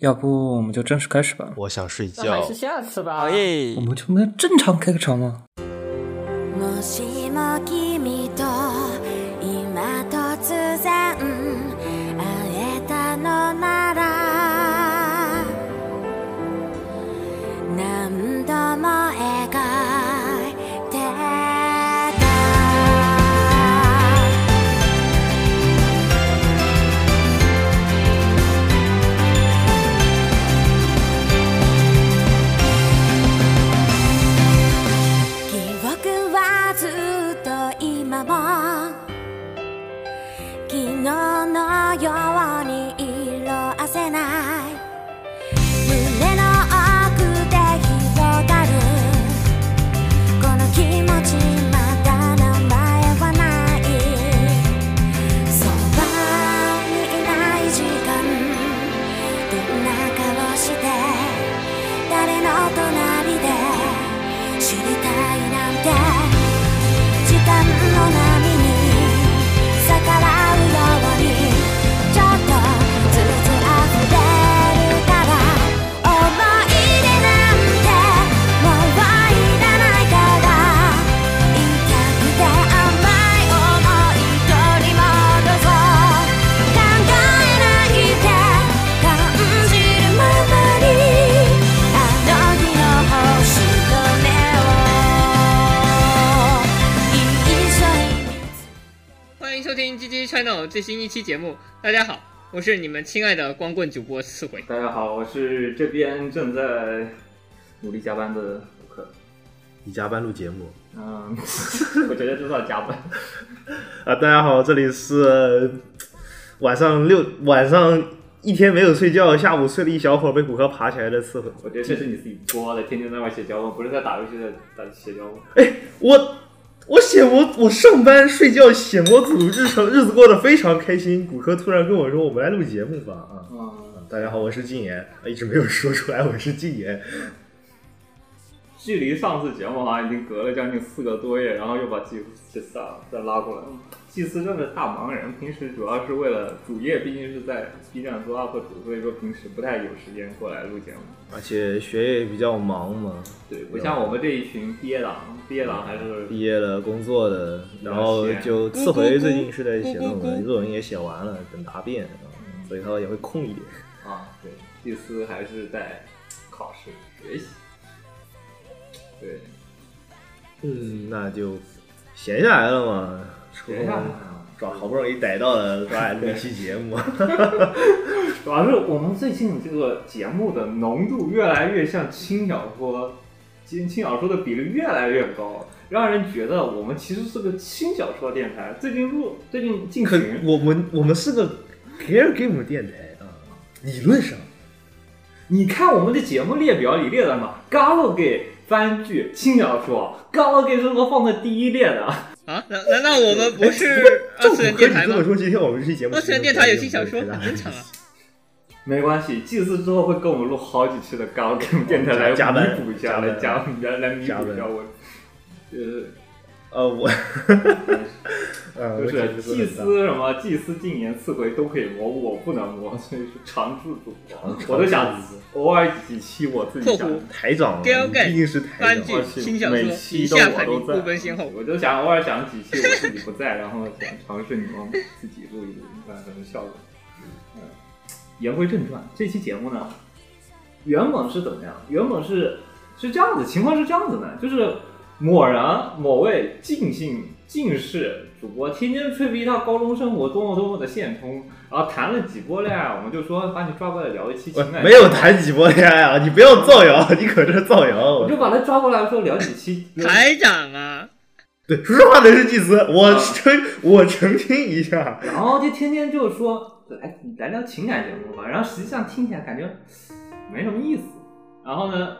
要不我们就正式开始吧？我想睡那还觉是。下次吧。好耶我！们就没有正常开个场吗？もしも君と今突然会えたのなら何度も描いてた記憶はずっと今も昨日のように色褪せない胸の奥で広がるこの気持ちまだ名前はないそばにいない時間どんな顔して誰の隣で知りたいなんて時間の波に逆らうようにちょっとずつ溢れるから思い出なんてもういらないから痛くて甘い思い取り戻そう考えないで感じるままにあの日の星と目を一緒に欢迎收听 GG Channel 最新一期节目。大家好，我是你们亲爱的光棍主播刺回。大家好，我是这边正在努力加班的卢克。你加班录节目嗯， 我觉得这算加班。啊！大家好，这里是呃晚上六晚上一天没有睡觉，下午睡了一小会儿，被骨科爬起来的刺回。我觉得这是你自己播的，天天在外写脚本，不是在打游戏在打写脚本。我我写我我上班睡觉写模组，日常日子过得非常开心。骨科突然跟我说：“我们来录节目吧！”啊，哦嗯，大家好，我是禁言，啊一直没有说出来我是禁言。距离上次节目啊好像已经隔了将近四个多月，然后又把祭祭司啊再拉过来。祭司真的大忙人，平时主要是为了主业，毕竟是在 B 站做 UP 主，所以说平时不太有时间过来录节目。而且学业比较忙嘛，对，不像我们这一群毕业党，毕业党还是毕业了，工作了，然后就次回最近是在写论嗯文，论文也写完了，等答辩，嗯所以他也会空一点。啊，对，第四还是在考试学习。对，嗯，那就闲下来了嘛，抽闲下来空了找好不容易逮到了，抓来录一期节目。主要是我们最近这个节目的浓度越来越像轻小说，轻轻小说的比例越来越高，让人觉得我们其实是个轻小说电台。最近入，最近进 可群，我们我们是个 care game 电台啊，理论上你看我们的节目列表里列的嘛 g a l a g a 番剧、轻小说 g a l a g a 是我放在第一列的。啊，难难道我们不是哎不二过次元电台照 骨科你这么说，今天我吗？们这期节目二次元电台有轻小说，很正常啊。没关系，祭祀之后会跟我们录好几期的高跟电台来 加班弥补一下，来加加来来弥加补班一下我。呃，呃，我， 呃， 就我简是直祭很大司什么祭司禁言次回都可以摸，我不能摸，所以是常驻主播。我都想偶尔几期我自己想括，弧台长嘛， Girl 你毕竟是台番长剧我嘛，是轻小说每期以都下排我名都在不分先后 我就想偶尔想几期我自己不在，然后想尝试你们自己录一录，看什么效果。嗯，言归正传，这期节目呢，原本是怎么样？原本是是这样子，情况是这样子的，就是某人某位尽兴近视主播天天吹逼他高中生活多么多么的现充，然后谈了几波恋爱，我们就说把你抓过来聊一期我情感。呃没有谈几波恋爱啊，你不要造谣，你可这造我谣。就把他抓过来说聊 几期，台长啊，对，说实话的是祭司，我啊澄我澄清一下，然后就天天就说来来聊情感节目吧，然后实际上听起来感觉没什么意思。然后呢，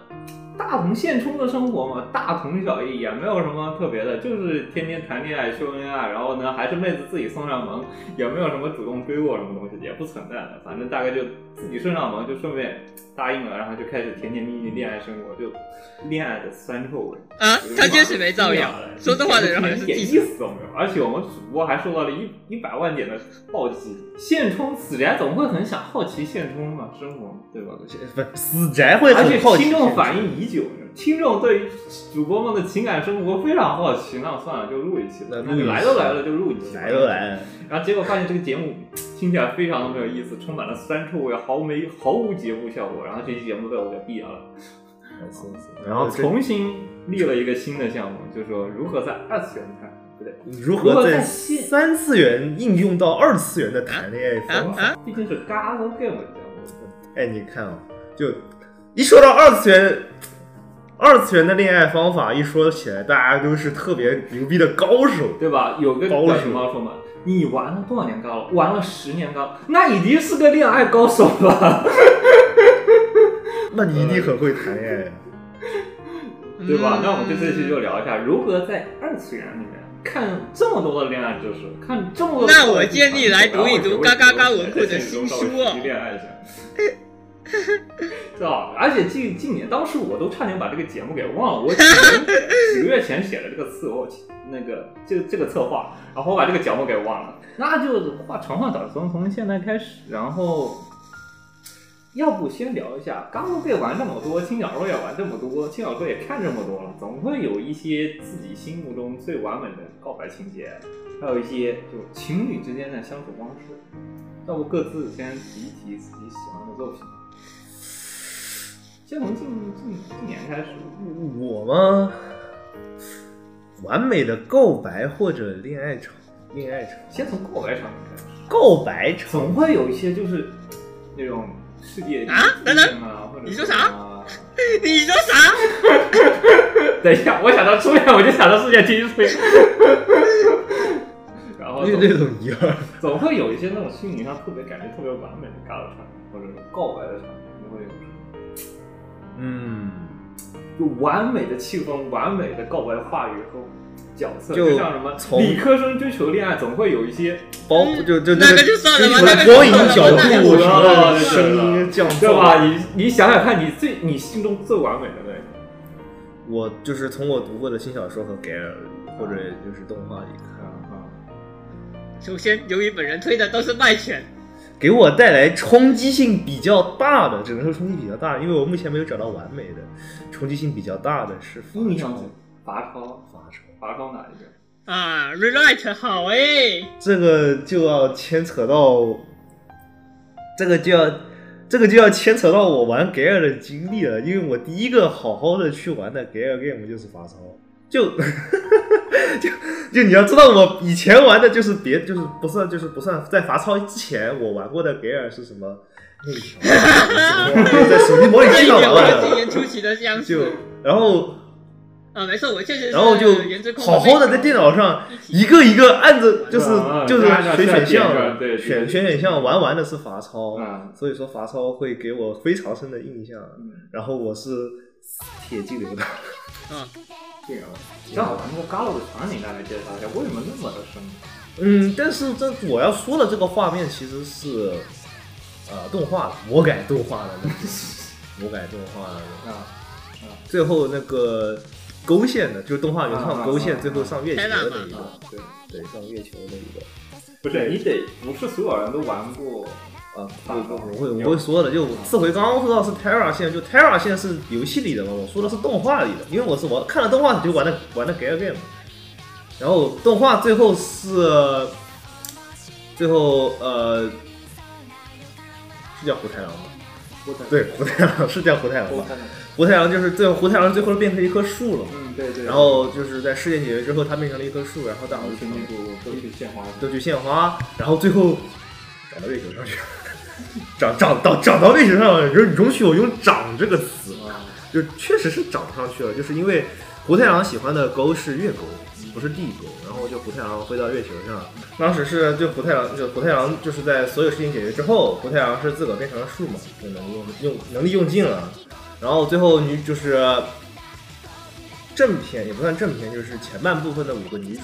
大同现充的生活嘛，大同小异，也没有什么特别的，就是天天谈恋爱、秀恩爱，然后呢还是妹子自己送上门，也没有什么主动追过什么东西，也不存在的，反正大概就自己送上门，就顺便答应了，然后就开始甜甜蜜蜜恋爱生活，就恋爱的酸臭味。啊，他确实没造啊谣，说这话的人好像是哎一点记意者。思都没有。而且我们主播还受到了一一百万点的暴击。现充死宅总会很想好奇现充嘛生活，对吧？不是死宅会而且很好奇，听众反应已久，听众对于主播们的情感生活非常好奇。那算了，就录一期吧。那那录一就期来都来了，就录一期。来都。来了，然后结果发现这个节目听起来非常的没有意思，充满了酸臭味，毫没毫无节目效果。然后这期节目被我给毙 掉了。然后从重新立了一个新的项目，就说如何在二次元看，不对，如如何何在在三次元应用到二次元的谈恋爱方法？毕竟是 g a l game 的项目。哎，你看啊，就一说到二次元，二次元的恋爱方法一说起来，大家都是特别牛逼的高手。对吧？有个啊高手叫什么说嘛，你玩了多少年高了？玩了十年高，那已经是个恋爱高手了，那你一定很会谈恋爱啊呀。对吧？嗯那我们就这期就聊一下如何在二次元里面看这么多的恋爱知识，看这么多的。那我建议来读一读嘎嘎嘎文库的新书哦然后我就会在现实中稍微学习恋 爱一下。知道，而且近近年，当时我都差点把这个节目给忘了。我 几年几个月前写的这个词，我那个这这个策划，然后我把这个节目给忘了。那就画长话短说，从现在开始，然后要不先聊一下，刚刚被玩这么多，轻小说也玩这么多，轻小说也看这么多了，总会有一些自己心目中最完美的告白情节，还有一些就情侣之间的相处方式。要不各自先提一提自己喜欢的作品。先从近近近年开始，我吗？完美的告白或者恋爱场，恋爱场，先从告白场景开始，告白场总会有一些就是那种世界啊等等啊，或者你说什啥么啊？你说 啥？等一下，我想到初恋，我就想到世界第 一次。然后绿总这种一样。总会有一些那种心理上特别感觉特别完美的尬的场景，或者告白的场景，你会有什么嗯，就完美的气氛、完美的告白话语和角色，就就像什么从理科生追求恋爱，总会有一些包就就那个个就算了追吧求那个就光影算了吧角那个度就什算么了声音降对噪吧？你你想想看，你最你心中最完美的那个，我就是从我读过的新小说和 g a 或者就是动画里看，首先，由于本人推的都是麦犬，给我带来冲击性比较大的，只能说冲击比较大，因为我目前没有找到完美的，冲击性比较大的是法印象超中，拔超，法超拔超哪一个？啊，Relight 好诶，这个就要牵扯到，这个就要。这个就要牵扯到我玩 g a 的经历了，因为我第一个好好的去玩的 g a game 就是法超，就 就就你要知道，我以前玩的就是别就是不算就是不算在罚抄之前，我玩过的 g a 是什么内调啊，在手机模拟这一器上点玩我今的，年出奇的相就似然后啊，没错，我确实是然后就颜值控好好的在电脑上一个一个按着，就是啊就是按照选选按照项，对对选选选项玩完的是罚抄，嗯所以说罚抄会给我非常深的印象。嗯，然后我是铁激 流的，啊，这个正好把那个嘎鲁的场景大概介绍一下，为什么那么的生动？嗯，但是这我要说的这个画面其实是呃动画的魔改动画的那 种，魔改动画的那种，啊，最后那个勾线的，就是动画原啊创啊勾线，啊最后上月球的那一天个哪，对，对，上月球的一个。不是你得不是所有人都玩过，啊，不不不，我会我会说的，就我次回刚刚说到是 Terra 线，就 Terra 线是游戏里的嘛，我说的是动画里的，因为我是玩看了动画就玩的玩的 Gal Game，然后动画最后是最后呃是叫胡太郎吗？我感觉对，胡太郎是叫胡太郎我吧？看到，胡太郎就是最后胡太郎最后变成一棵树了嘛，嗯，对对，然后就是在世界解决之后，他变成了一棵树，然后大伙就全民主歌曲献花，都去献花，然后最后长到月球上去，长长到长到月球上了。容容许我用“长”这个词，啊，就确实是长上去了，就是因为胡太郎喜欢的沟是月沟，不是地沟，然后就胡太郎飞到月球上。当时是就胡太郎，就胡太郎就是在所有事情解决之后，胡太郎是自个儿变成了树嘛，就能力用用能力用尽了，然后最后女就是。正片也不算正片，就是前半部分的五个女主，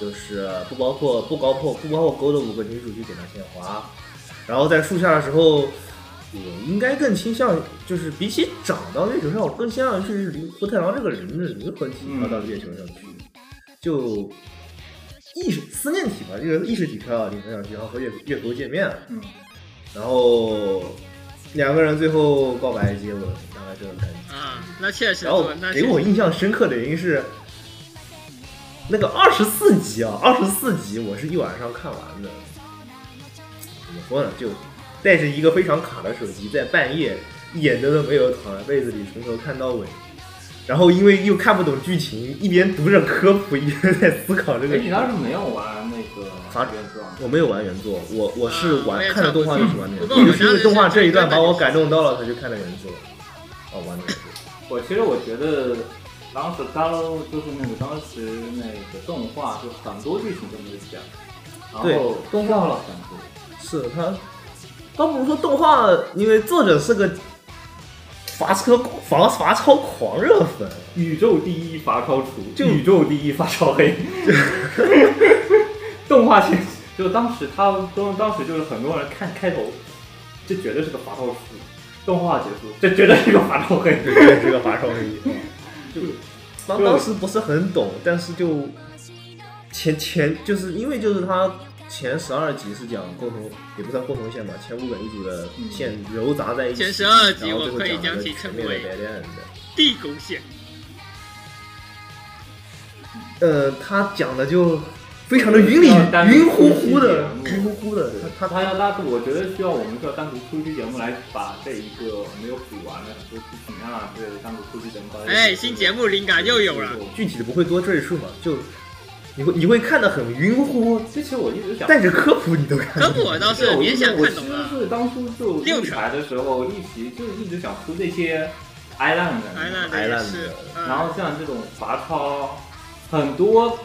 就是不包括不包括不包括勾的五个女主去给她献花，然后在树下的时候，我应该更倾向于，就是比起长到月球上，我更倾向于是灵福太郎这个人的灵魂体飘到月球上去，就意识思念体吧，这个意识体飘到灵魂上去，然后和月月球见面，嗯，然后两个人最后告白接吻，大概这种感觉。啊，那确实然后多，那确给我实印象深刻的原因是，那个二十四集啊，二十四集我是一晚上看完的。怎么说呢？就带着一个非常卡的手机，在半夜一眼灯都没有躺在被子里从头看到尾，然后因为又看不懂剧情，一边读着科普，一边在思考这哎，个。你当时没有玩那个啥原是吧？我没有玩原作，我我是啊我玩、也看了差不动多画就是玩的原不作，过我就是因为动画当时这一段是看把我的感动到了，才去看了原作。哦，玩的原作。我其实我觉得当时 Galo 就是那个当时那个动画，就很多剧情都没有讲，对然后动画了很多。是他，倒不如说动画，因为作者是个罚车罚罚超狂热粉，宇宙第一罚抄厨，宇宙第一罚抄黑，动画形就当时他当当时就是很多人看开头，这绝对是个罚抄厨，动画结束，这绝对是个罚抄黑。对这个罚超黑，就 当对当时不是很懂，但是就前前就是因为就是他前十二集是讲共同，也不算共同线吧，前五本一组的线糅杂在一起，嗯前12集然后我最后可以讲了一将个其全称面的为 dead end。地狗血，呃，他讲的就非常的云里嗯单云乎乎的，单云乎乎的，他他他要拉，我觉得需要我们需要单独出一期节目来把这一个没有补完的很多剧情啊之类的单独出一期节目。哎，新节目灵感又有了。具体的不会多赘述嘛，就你会你会看得很晕乎，这其实我一直想带着科普你都看可得懂。不，我倒是我勉强看懂其了。实是当初就立牌的时候，一起就一直想出这些 island，的哎，白那那也烂是的，嗯然后像这种罚抄，很多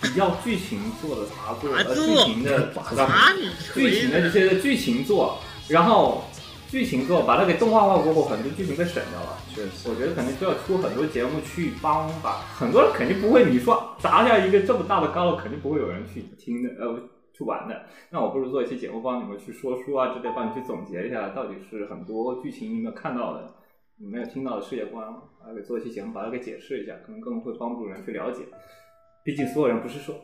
比较剧情做的罚做，罚呃，做剧情的把你剧锤情的这子，些剧情做，然后剧情做把它给动画化过后，很多剧情被省掉了。确实，我觉得肯定需要出很多节目去帮吧，很多人肯定不会。你说砸下一个这么大的高楼，肯定不会有人去听的，呃，去玩的。那我不如做一期节目，帮你们去说书啊之类，帮你去总结一下，到底是很多剧情你没有看到的，你没有听到的世界观，啊，给做一期节目把它给解释一下，可能更会帮助人去了解。毕竟所有人不是说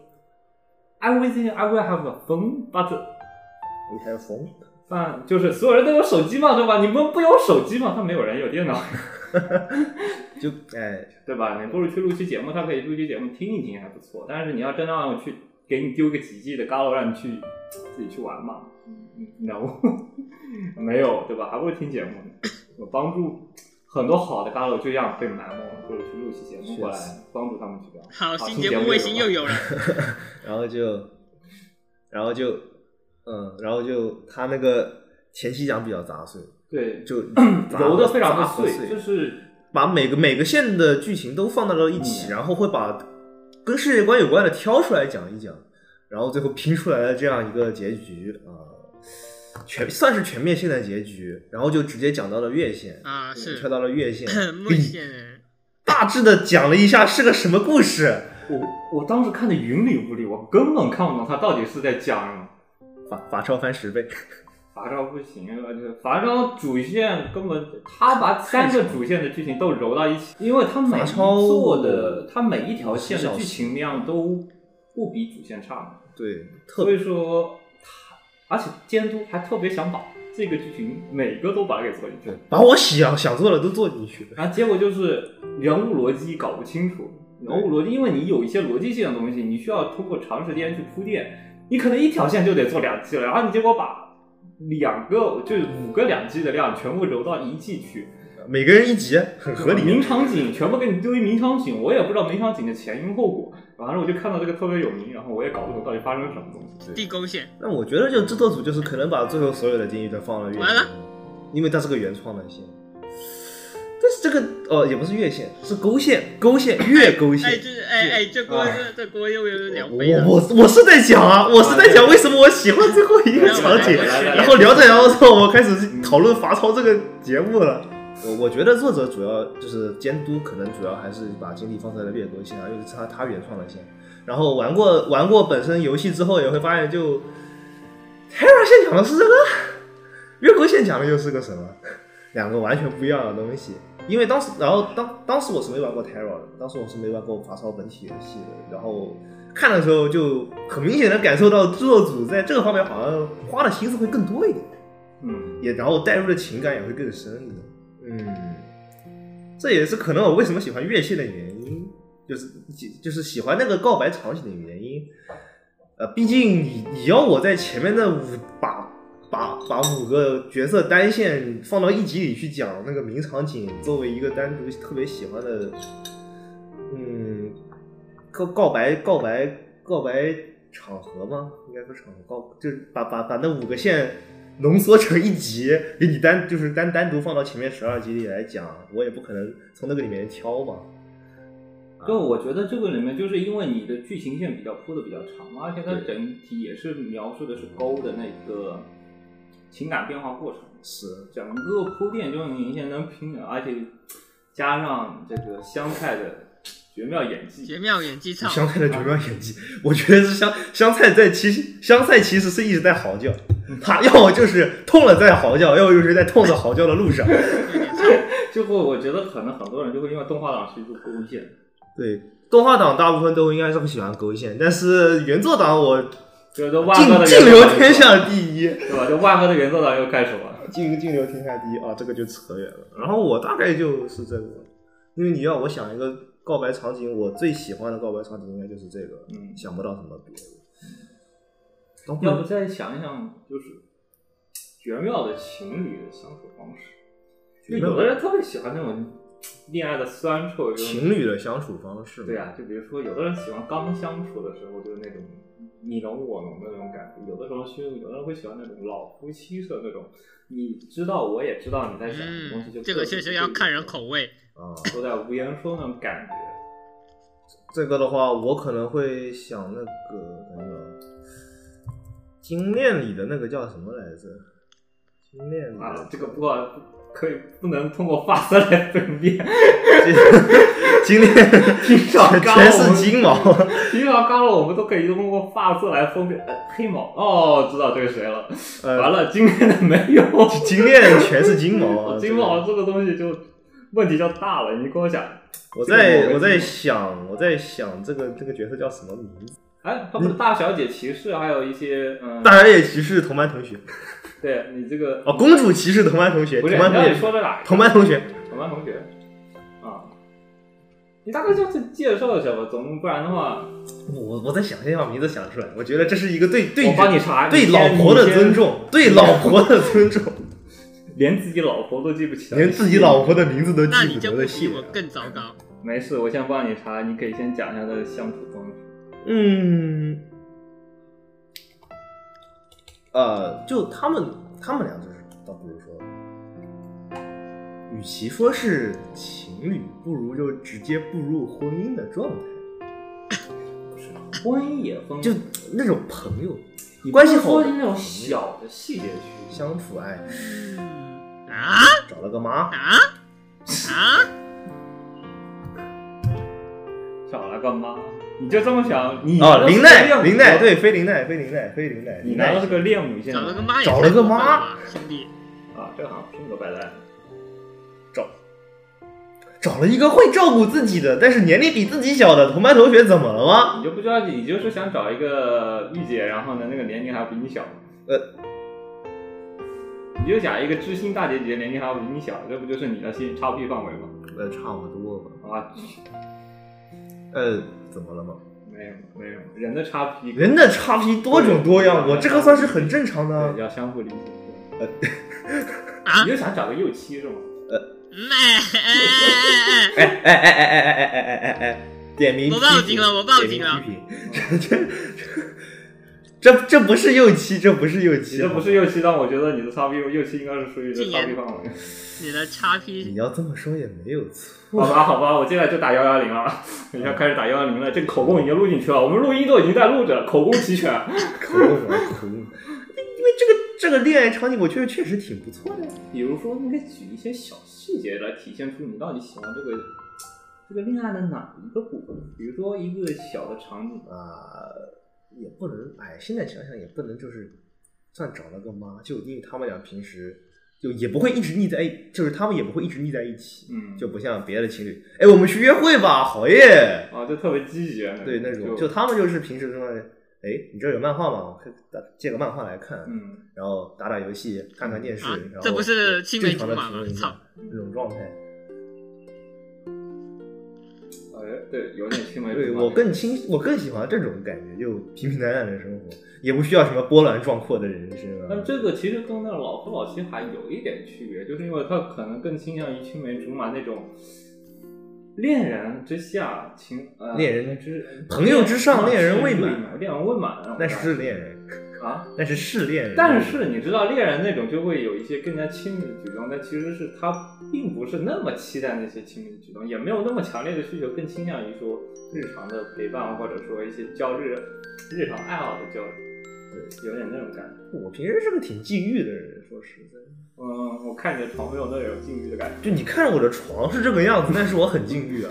everything I will have a phone but 你还有缝，啊，就是所有人都有手机嘛，对吧？你们不有手机吗？他没有人有 电脑。就哎，对吧？你不如去录期节目，他可以录期节目听一听还不错。但是你要真让我去给你丢个几 G 的 Galo 让你去自己去玩嘛嗯？No，没有对吧？还不如听节目呢，有帮助很多好的 Galo 就这样被埋没了，不如去录期节目过来确帮助他们去聊。好，新新节目卫星又有了。然后就，然后就，嗯，然后就他那个前期讲比较杂碎，对，就嗯揉的非常的杂和碎，就是把每个每个线的剧情都放到了一起，嗯然后会把跟世界观有关的挑出来讲一讲，然后最后拼出来的这样一个结局啊、全算是全面性的结局，然后就直接讲到了月线，啊，是跳到了月 线，目前大致的讲了一下是个什么故事，我我当时看的云里雾里，我根本看不懂他到底是在讲什么。法法超翻十倍，伐招不行，啊而且伐招主线根本他把三个主线的剧情都揉到一起，因为他每一伐招做的他每一条线十的小时剧情量都不比主线差嘛，对，特所别以说他而且监督还特别想把这个剧情每个都把它给做进去，把我想想做的都做进去了，然后结果就是人物逻辑搞不清楚，人物逻辑，因为你有一些逻辑性的东西，你需要通过长时间去铺垫，你可能一条线就得做两季了，然后你结果把两个就是五个两季的量全部揉到一季去，每个人一集，很合理名。场景全部给你丢一名场景，我也不知道名场景的前因后果，反正我就看到这个特别有名，然后我也搞不懂到底发生了什么东 西。地沟线，那我觉得就制作组就是可能把最后所有的监狱都放了月完线了，因为它是个原创的线。但是这个呃也不是月线，是勾线，勾 线月勾线。哎，这哎哎，这锅哎这这锅又有点我飞了。我我是在讲啊，我是在讲为什么我喜欢最后一个场景，来来来来来然后聊着聊着，我们开始讨论罚抄这个节目了。我我觉得作者主要就是监督，可能主要还是把精力放在了猎狗线上，又是他他原创的线。然后玩过玩过本身游戏之后，也会发现就 Terra 线讲的是这个，月沟线讲的又是个什么？两个完全不一样的东西。因为当时，然后当当时我是没玩过 Terra 的，当时我是没玩过发烧本体的系列，然后看的时候就很明显的感受到制作组在这个方面好像花的心思会更多一点，嗯，也然后带入的情感也会更深一点。嗯，这也是可能我为什么喜欢乐器的原因，就是就是喜欢那个告白场景的原因。呃，毕竟你你要我在前面的五把把把五个角色单线放到一集里去讲，那个名场景作为一个单独特别喜欢的，嗯，告告白告白告白场合吗？应该说场合告，就是把把把那五个线浓缩成一集，给你单就是单单独放到前面十二集里来讲，我也不可能从那个里面挑嘛。啊就我觉得这个里面，就是因为你的剧情线比较铺的比较长嘛，而且它对整体也是描述的是沟的那个情感变化过程，是，整个铺垫就明显能拼了，而且加上这个香菜的绝妙演技绝，妙演技操，香菜的绝妙演技，我觉得是香香菜在其实香菜其实是一直在嚎叫，他要么就是痛了在嚎叫，要么就是在痛着嚎叫的路上。有点操，就会我觉得可能很多人就会因为动画党是一个勾线，对，动画党大部分都应该是会喜欢勾线，但是原作党我这都万恶尽的尽原作留党天下第一，对吧？就万恶的原作党又开始了。尽尽留天下第一啊，这个就扯远了。然后我大概就是这个，因为你要我想一个告白场景，我最喜欢的告白场景应该就是这个，嗯想不到什么别的。要要不再想一想，就是绝妙的情侣的相处方式。就有的人特别喜欢那种恋爱的酸臭，就是情侣的相处方式，对，啊，就比如说有的人喜欢刚相处的时候就是那种你侬我侬的那种感觉，有的时候是有的人会喜欢那种老夫妻式的那种，你知道我也知道你在想什么东西，就嗯，这个确实要看人口，味。啊，都在无言说那种感觉。这个的话，我可能会想那个那个金链里的那个叫什么来着？金链里的、啊，这个不好可以不能通过发色来分辨，金 链，听上纲全是金毛。平常啊刚了我们都可以通过发色来分辨。呃黑毛哦，知道这个谁了。完呃，了，今天的没有。 金链全是金毛 啊！金毛这个东西就问题就大了，你跟我讲，我这个在我我在没想，我在想这个这个角色叫什么名字？哎，他不是大小姐骑士，还有一些嗯，大小姐骑士同班同学对你这个哦，公主骑士同班同学，不同是，班你同到底学，说的哪一个？同班同学，同班同学啊，你大概就是介绍一下吧，总不然的话，我我在想先把名字想出来，我觉得这是一个对对我帮你查。对你老先婆的你先尊重，对老婆的尊 重，连自己老婆都记不起来，连自己老婆的名字都记那你不这得不的比戏我。更糟糕。没事，我先帮你查，你可以先讲一下他的相处方式。嗯，呃，就他们他们俩就是，倒不如说，与其说是情侣，不如就直接步入婚姻的状态，婚姻也分，就那种朋友你关系好不能说那种小的细节去相处，哎，啊找了个妈，啊啊！找了个妈，你就这么想，你哦，林奈，林林奈，，对，非林奈，非林奈，非林奈，你林难奈道是个恋母线找吗？了个妈也找了个妈太过分了吧，兄弟，啊，这好像拼个白烂。找找了一个会照顾自己的，但是年龄比自己小的同班同学，怎么了吗？你就不知道，你就是想找一个御姐，然后呢，那个年龄还比你小。呃，你就想一个知心大姐姐，年龄还比你小，这不就是你的心差距范围吗？呃，差不多吧。啊，呃，怎么了吗？没有没有，人的差距人的差评多种多样，我这个算是很正常的呃啊对。要相互理解。你就想找个幼妻是吗？嗯哎哎哎哎哎！哎哎哎哎哎哎哎哎哎哎！点名批评我报警了我报警点名了批评这这这不是右期，这不是右你期，这不是幼妻，但我觉得你的差距幼妻应该是属于这禁差言距范围。你的叉你 P 要这么说也没有错。 好吧，好吧，我进来就打幺幺零了， 等一下开始打幺幺零了。这个口供已经录进去了，我们录音都已经在录着了，口供齐全。口误什么口误？因为这个这个恋爱场景，我觉得确实挺不错的呀。 比如说，应该举一些小细节来体现出你到底喜欢这个这个恋爱的哪一个部分。比如说一个小的场景，啊，也不能，哎，现在想想也不能就是算找了个妈，就因为他们俩平时就也不会一直腻在一，就是他们也不会一直腻在一起，嗯就不像别的情侣，哎，我们去约会吧，好耶，啊，就特别积极，对那种，就就他们就是平时说，哎，你这儿有漫画吗？我可以打借个漫画来看，嗯，然后打打游戏，看看电视，啊然后这不是青梅正常的竹马评论吗一下操这种状态。嗯哎，对，有点青梅对竹马我更倾，我更喜欢这种感觉，就平平淡淡的生活，也不需要什么波澜壮阔的人生啊。但这个其实跟那老夫老妻还有一点区别，就是因为他可能更倾向于青梅竹马那种恋人之下情，呃、恋人之啊朋友之上恋人未满满，恋人未满那种那是恋人，啊。那是是恋人。但是你知道，恋人那种就会有一些更加亲密的举动，但其实是他并不是那么期待那些亲密的举动，也没有那么强烈的需求，更倾向于说日常的陪伴，或者说一些交日日常爱好的交流，对，有点那种感觉。我平时是个挺禁欲的人，说实在，嗯，我看你的床没有那种禁欲的感觉，就你看我的床是这个样子，但是我很禁欲啊。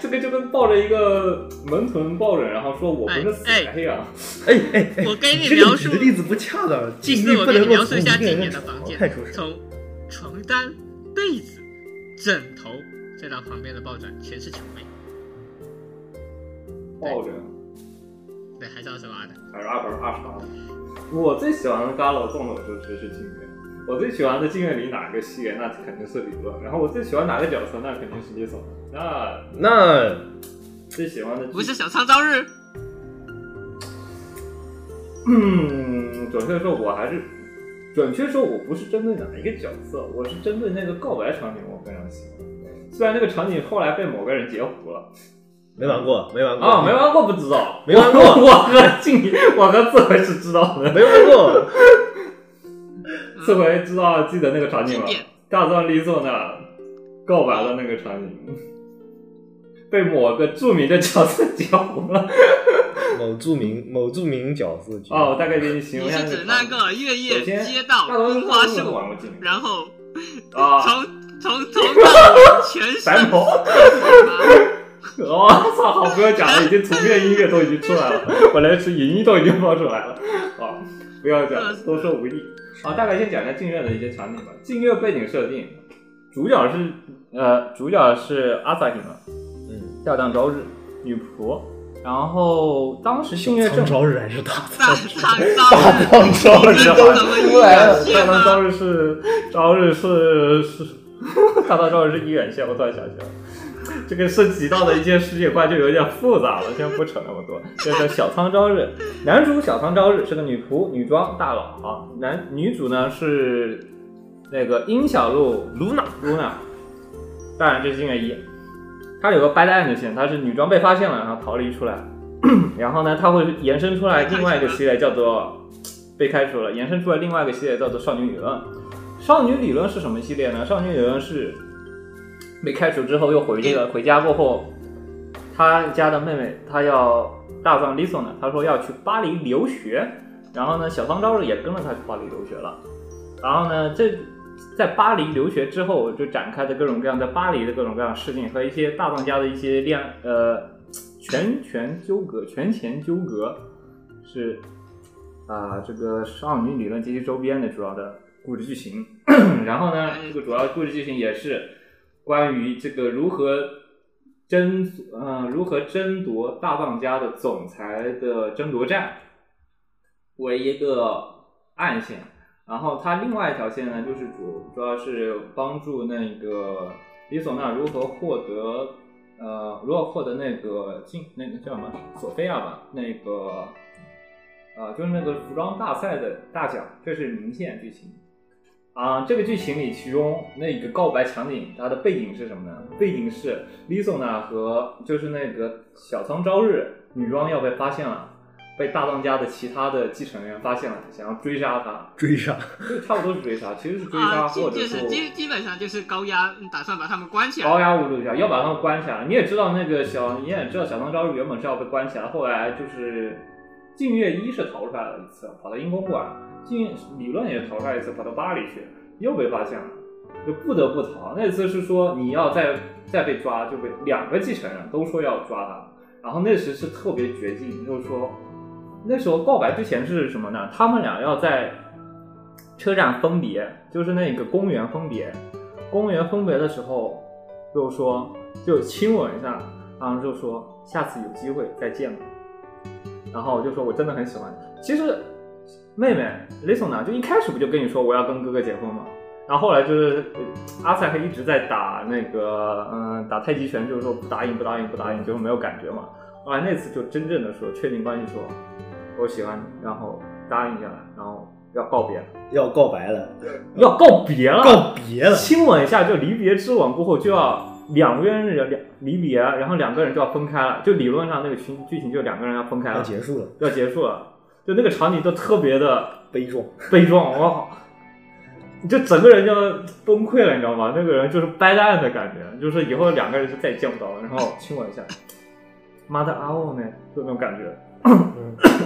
这个就跟抱着一个门臀抱着，然后说我不是死哎黑啊，哎哎哎，我给你这描个述你的例子不恰当，其禁实欲我不给你能描够述从一一下个经人典的床房间派出，从床单、被子、枕头，再到旁边的抱枕，全是球妹。抱着啊对，还是二十八的。还是阿本阿啥的。我最喜欢的 g a l 动手术是静月，我最喜欢的静月里哪个系列那肯定是理论，然后我最喜欢哪个角色那肯定是李总，那那最喜欢的剧不是小仓昭日，嗯，准确地说，我还是，准确地说，我不是针对哪一个角色，我是针对那个告白场景，我非常喜欢。虽然那个场景后来被某个人截胡了没玩过，没玩过啊，没嗯玩过不知道，没玩过我我和静，我和刺回是知道嗯的，没玩过，刺回知道记得那个场景吗经典？大壮利索那告白的那个场景，被某个著名的角色截胡了嗯某著名某著名角色剧啊，我大概给你形容你一下是个指场景。那个月首夜先街道大壮利索樱花那个树，玩过静然后啊，从从头 到尾全是白毛。哦，操！好，不要讲了，已经图片、音乐都已经出来了， 我连是影音都已经放出来了。好，不要讲嗯了，多说无益。好，大概先讲一下静月的一些场景吧。静月背景设定，主角是呃，主角是阿萨希嘛，嗯，吊荡朝日女仆。然后当时静月苍正朝日还是大 大仓昭大日，胖昭日你知们道吧怎么啊出来一了，线大唐吗？朝日是朝日是是，大唐朝日是一远线，我突然想起来了。这个涉及到的一些世界观就有点复杂了，先不扯那么多。这个小仓朝日，男主小仓朝日是个女仆，女装大佬啊。男女主呢是那个樱小路露娜， Luna，当然这是因为一，她有个 bad end 线，她是女装被发现了，然后逃离出来， 然后呢，她会延伸出来另外一个系列叫做被开除了，延伸出来另外一个系列叫做少女理论。少女理论是什么系列呢？少女理论是被开除之后又回这个回家过后，她家的妹妹她要大壮 Lisa 呢，她说要去巴黎留学，然后呢，小方昭日也跟着她去巴黎留学了。然后呢，这在巴黎留学之后，就展开的各种各样在巴黎的各种各样的事情和一些大藏家的一些恋呃权权纠葛、权钱纠葛，是啊、这个少女理论及其周边的主要的故事剧情。 然后呢，这个主要故事剧情也是关于这个如何争呃如何争夺大藏家的总裁的争夺战为一个暗线。然后它另外一条线呢，就是主主要是帮助那个李索纳如何获得，呃，如何获得那个进那个叫什么索菲亚吧，那个，呃，就是那个服装大赛的大奖，这是明线剧情。啊，这个剧情里，其中那个告白场景，它的背景是什么呢？背景是 Lisa 呢和就是那个小仓昭日女装要被发现了，被大当家的其他的继承人发现了，想要追杀她，追上， 就差不多是追杀，其实是追杀、啊，或就者就是说基基本上就是高压，嗯打算把他们关起来。高压侮辱一下，要把他们关起来。你也知道那个小，你也知道小唐昭日原本是要被关起来，后来就是静月一是逃出来了一次，跑到英公馆；静理论也是逃出来一次，跑到巴黎去，又被发现了，就不得不逃。那次是说你要再再被抓，就被两个继承人都说要抓他，然后那时是特别绝境，就是说那时候告白之前是什么呢？他们俩要在车站分别，就是那个公园分别。公园分别的时候，就说就亲吻一下，然后就说下次有机会再见吧。然后我就说我真的很喜欢你。其实妹妹 listen 呢，就一开始不就跟你说我要跟哥哥结婚吗？然后后来就是呃阿塞克一直在打那个嗯打太极拳，就是说不答应不答应不答应，就是没有感觉嘛。后来那次就真正的说确定关系说，我喜欢你，然后答应下来，然后要告别了，要告白了，要告别了，告别了，亲吻一下就离别之吻过后就要两个人两离别，然后两个人就要分开了，就理论上那个情剧情就两个人要分开要了，结束了，要结束了，就那个场景都特别的悲壮。悲壮，我靠，你就整个人就崩溃了，你知道吗？那个人就是掰蛋的感觉，就是以后两个人就再也见不到了，然后亲吻一下，妈的啊哦呢，就那种感觉。嗯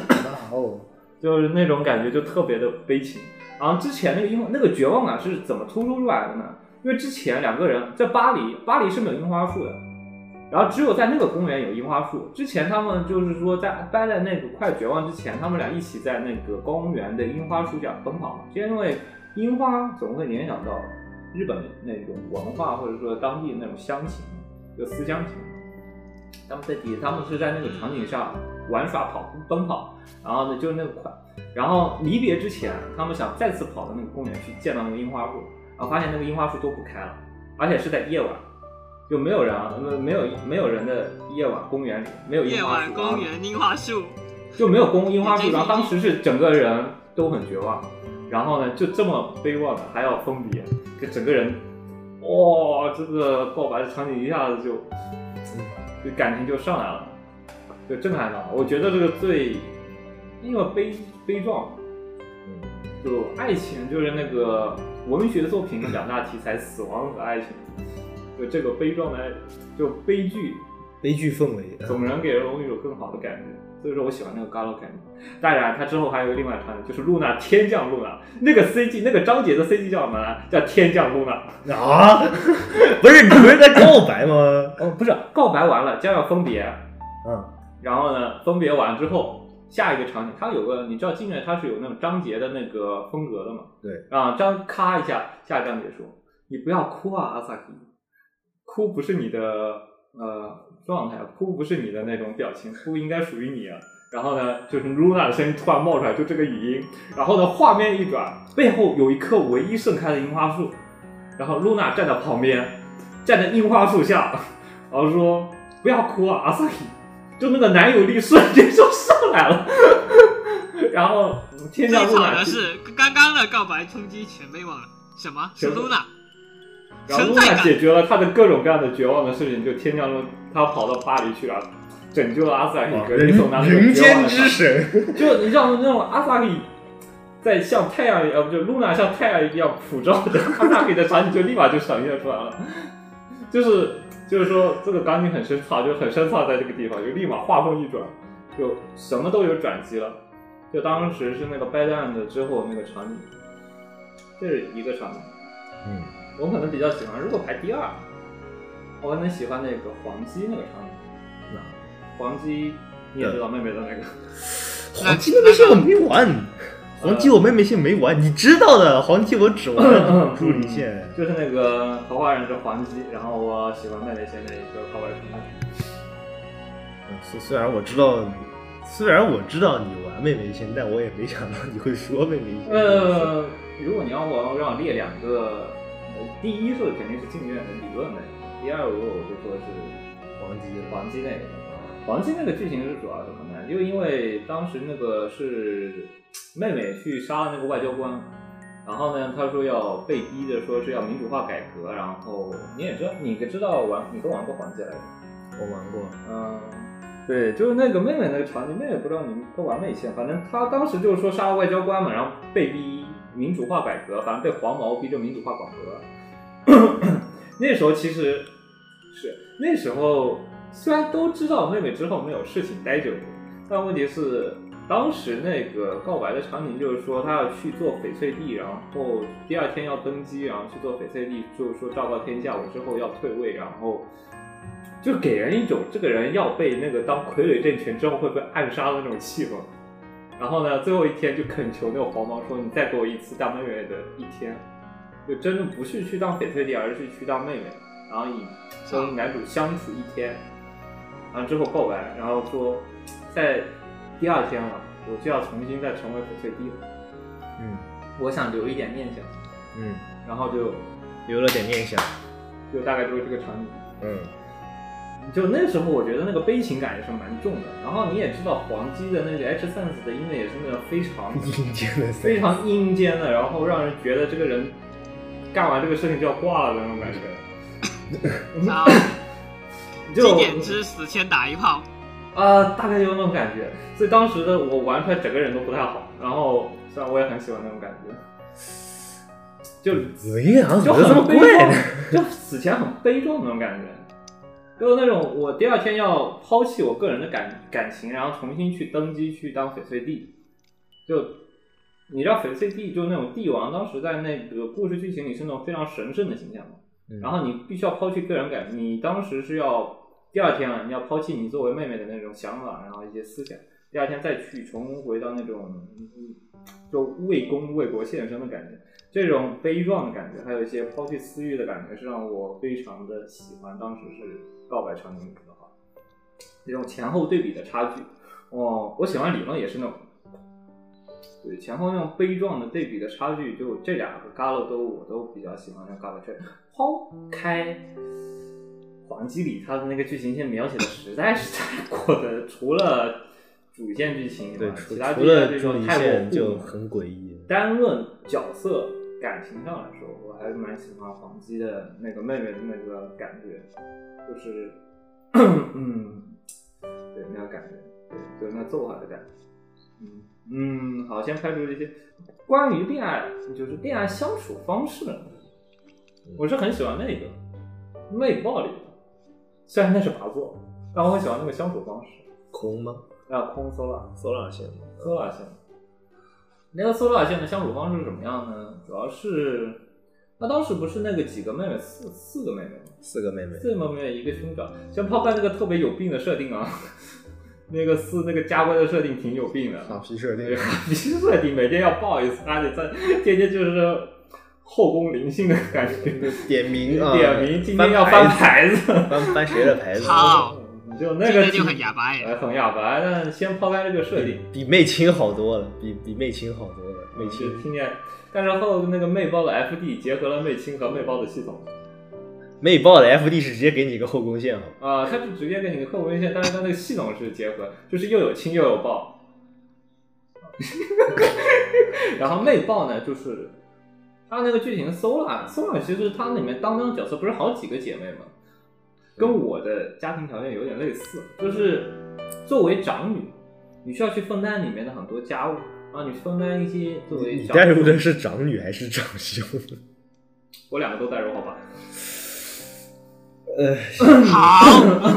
哇哦，就是那种感觉就特别的悲情。然后之前那个樱花那个绝望感啊是怎么突出出来的呢？因为之前两个人在巴黎，巴黎是没有樱花树的，然后只有在那个公园有樱花树。之前他们就是说在待在那个快绝望之前，他们俩一起在那个公园的樱花树下奔跑嘛，就因为樱花总会联想到日本的那种文化或者说当地那种乡情，就思乡情。他们在底，他们是在那个场景下玩耍、跑步、奔跑，然后呢，就是那个快，然后离别之前，他们想再次跑到那个公园去见到那个樱花树，然后发现那个樱花树都不开了，而且是在夜晚，就没有人啊，没没有没有人的夜晚公园里没有夜樱花树晚啊，公园樱花树，就没有供樱花树，然后当时是整个人都很绝望，然后呢就这么悲望的还要分别，就整个人，哇、这个告白的场景一下子就，就感情就上来了，就震撼到了。我觉得这个最，因为悲悲壮，嗯就爱情就是那个文学作品的两大题材，死亡和爱情，就这个悲壮的爱，就悲剧悲剧氛围，总能给人一种更好的感觉，所以说我喜欢那个 Galo 感觉。当然，它之后还有一个另外一场景，就是露娜天降露娜那个 CG，那个章节的 CG 叫什么呢？叫天降露娜。啊，不是你不是在告白吗？哦，不是，告白完了将要分别，嗯，然后呢，分别完之后，下一个场景，它有个你知道进来它是有那种章节的那个风格的嘛？对，啊，章咔一下，下一章节说，你不要哭啊，阿萨克，哭不是你的呃状态，哭不是你的那种表情，哭应该属于你啊。然后呢，就是露娜的声音突然冒出来，就这个语音。然后呢，画面一转，背后有一棵唯一盛开的樱花树，然后露娜站在旁边，站在樱花树下，然后说：“不要哭啊，阿萨克。”就那个男友力瞬间就上来了。然后天最降露惨娜的去，是刚刚的告白冲击全被忘了，什么是全部 Luna？然后露存在娜感解决了他的各种各样的绝望的事情，就天降露，他跑到巴黎去了，拯救了阿萨克哇和一手拿啊着嗯人绝望间的之神， 就你像那种阿萨克在像太阳一样，就露娜像太阳一样普照的阿萨克的场景，就立马就闪现出来了。就是就是说，这个钢琴很深邃，就很深邃在这个地方，就立马画风一转，就什么都有转机了。就当时是那个掰蛋的之后那个场景，这是一个场景。嗯，我可能比较喜欢，如果排第二，我可能喜欢那个黄鸡那个场景。黄鸡你也知道妹妹的那个。 黄鸡那边是我没玩，黄鸡我妹妹线没玩，你知道呃的，黄鸡我只嗯玩助理线。就是那个《桃花人之黄鸡》，然后我喜欢麦田线的一个告白场虽虽然我知道，虽然我知道你玩妹妹线，但我也没想到你会说妹妹线。呃，如果你要我让我列两个，呃第一是肯定是静院的理论那个，第二如果我就说是黄鸡黄鸡那个。黄鸡那个剧情是主要什么呢？就因为当时那个是妹妹去杀了那个外交官，然后呢，他说要被逼着说是要民主化改革，然后你也知道，你知道玩你都玩过黄鸡来着？我玩过，嗯，对，就是那个妹妹那个场景，妹妹不知道你们都玩没线，反正她当时就是说杀了外交官嘛，然后被逼民主化改革，反正被黄毛逼着民主化改革。 那时候其实是那时候虽然都知道妹妹之后没有事情待久，但问题是当时那个告白的场景就是说她要去做翡翠帝，然后第二天要登基，然后去做翡翠帝，就是说昭告天下，我之后要退位，然后就给人一种这个人要被那个当傀儡政权之后会被暗杀的那种气氛。然后呢，最后一天就恳求那个黄毛说：“你再给我一次当妹妹的一天。”就真的不是去当翡翠丽，而是去当妹妹，然后以嗯跟男主相处一天，然后之后告白，然后说在第二天了，我就要重新再成为翡翠丽了，嗯我想留一点念想，嗯，然后就留了点念想，就大概就是这个场景。嗯就那时候，我觉得那个悲情感也是蛮重的。然后你也知道，黄鸡的那个 H sense 的音乐也是那种非 常阴间的非常阴间的，然后让人觉得这个人干完这个事情就要挂了的那种感觉。啊， 就经典之死先打一炮，啊，大概就那种感觉。所以当时的我玩出来，整个人都不太好。然后虽然我也很喜欢那种感觉，就紫薇好像就怎么这么很悲贵 壮呢？，就死前很悲壮的那种感觉，就是那种我第二天要抛弃我个人的感感情，然后重新去登基去当翡翠帝。就你知道翡翠帝就是那种帝王，当时在那个故事剧情里是那种非常神圣的形象嘛。嗯然后你必须要抛弃个人感情，你当时是要第二天啊，你要抛弃你作为妹妹的那种想法，然后一些思想，第二天再去重回到那种嗯就为公为国献身的感觉，这种悲壮的感觉，还有一些抛弃私欲的感觉，是让我非常的喜欢。当时是告白场景里的话，这种前后对比的差距，哦，我喜欢理论也是那种。对前后那种悲壮的对比的差距，就这两个 Galo 都我都比较喜欢那 Galo 这抛开黄基里他的那个剧情线描写的实在是太过的，除了主线剧情以对，外，除其他除剧情了对朱就离太过线糊就弄了很诡异。单论角色感情上来说，我还是蛮喜欢黄鸡的那个妹妹的那个感觉，就是 嗯，对那个感觉，对就是那揍他的感觉，嗯嗯，好，先排除这些关于恋爱，就是恋爱相处方式，我是很喜欢那个魅暴力的，虽然那是拔座，但我很喜欢那个相处方式，空吗？啊，空搜了。索朗线吗？搜拉线。那个搜拉线的相处方式是什么样呢？主要是，他当时不是那个几个妹妹，四四个妹妹吗？四个妹妹，四个妹妹一个兄长，先抛开那个特别有病的设定啊， 那个四那个家规的设定挺有病的， 好皮设对，必须设定每天要抱一次，而且在天天就是后宫灵性的感觉， 点名啊，点名今天要翻牌子，翻翻谁的牌子？操，你就那今个天啊就很哑巴哎，哎，很哑巴。但先抛开这个设定，比媚青好多了，比比媚青好多了，媚美青青听见，但是后那个魅包的 FD 结合了魅青和魅包的系统媚豹的 FD 是直接给你一个后宫线好吗？啊，它是直接给你个客户文献，但是它那个系统是结合，就是又有青又有豹。 然后魅豹呢，就是它那个剧情 Sola，Sola 其实它里面当当角色不是好几个姐妹吗？跟我的家庭条件有点类似，就是作为长女，你需要去分担里面的很多家务，然后你分担一些作为你长女带入的是长女还是长兄？我两个都带入好 吧？呃，好，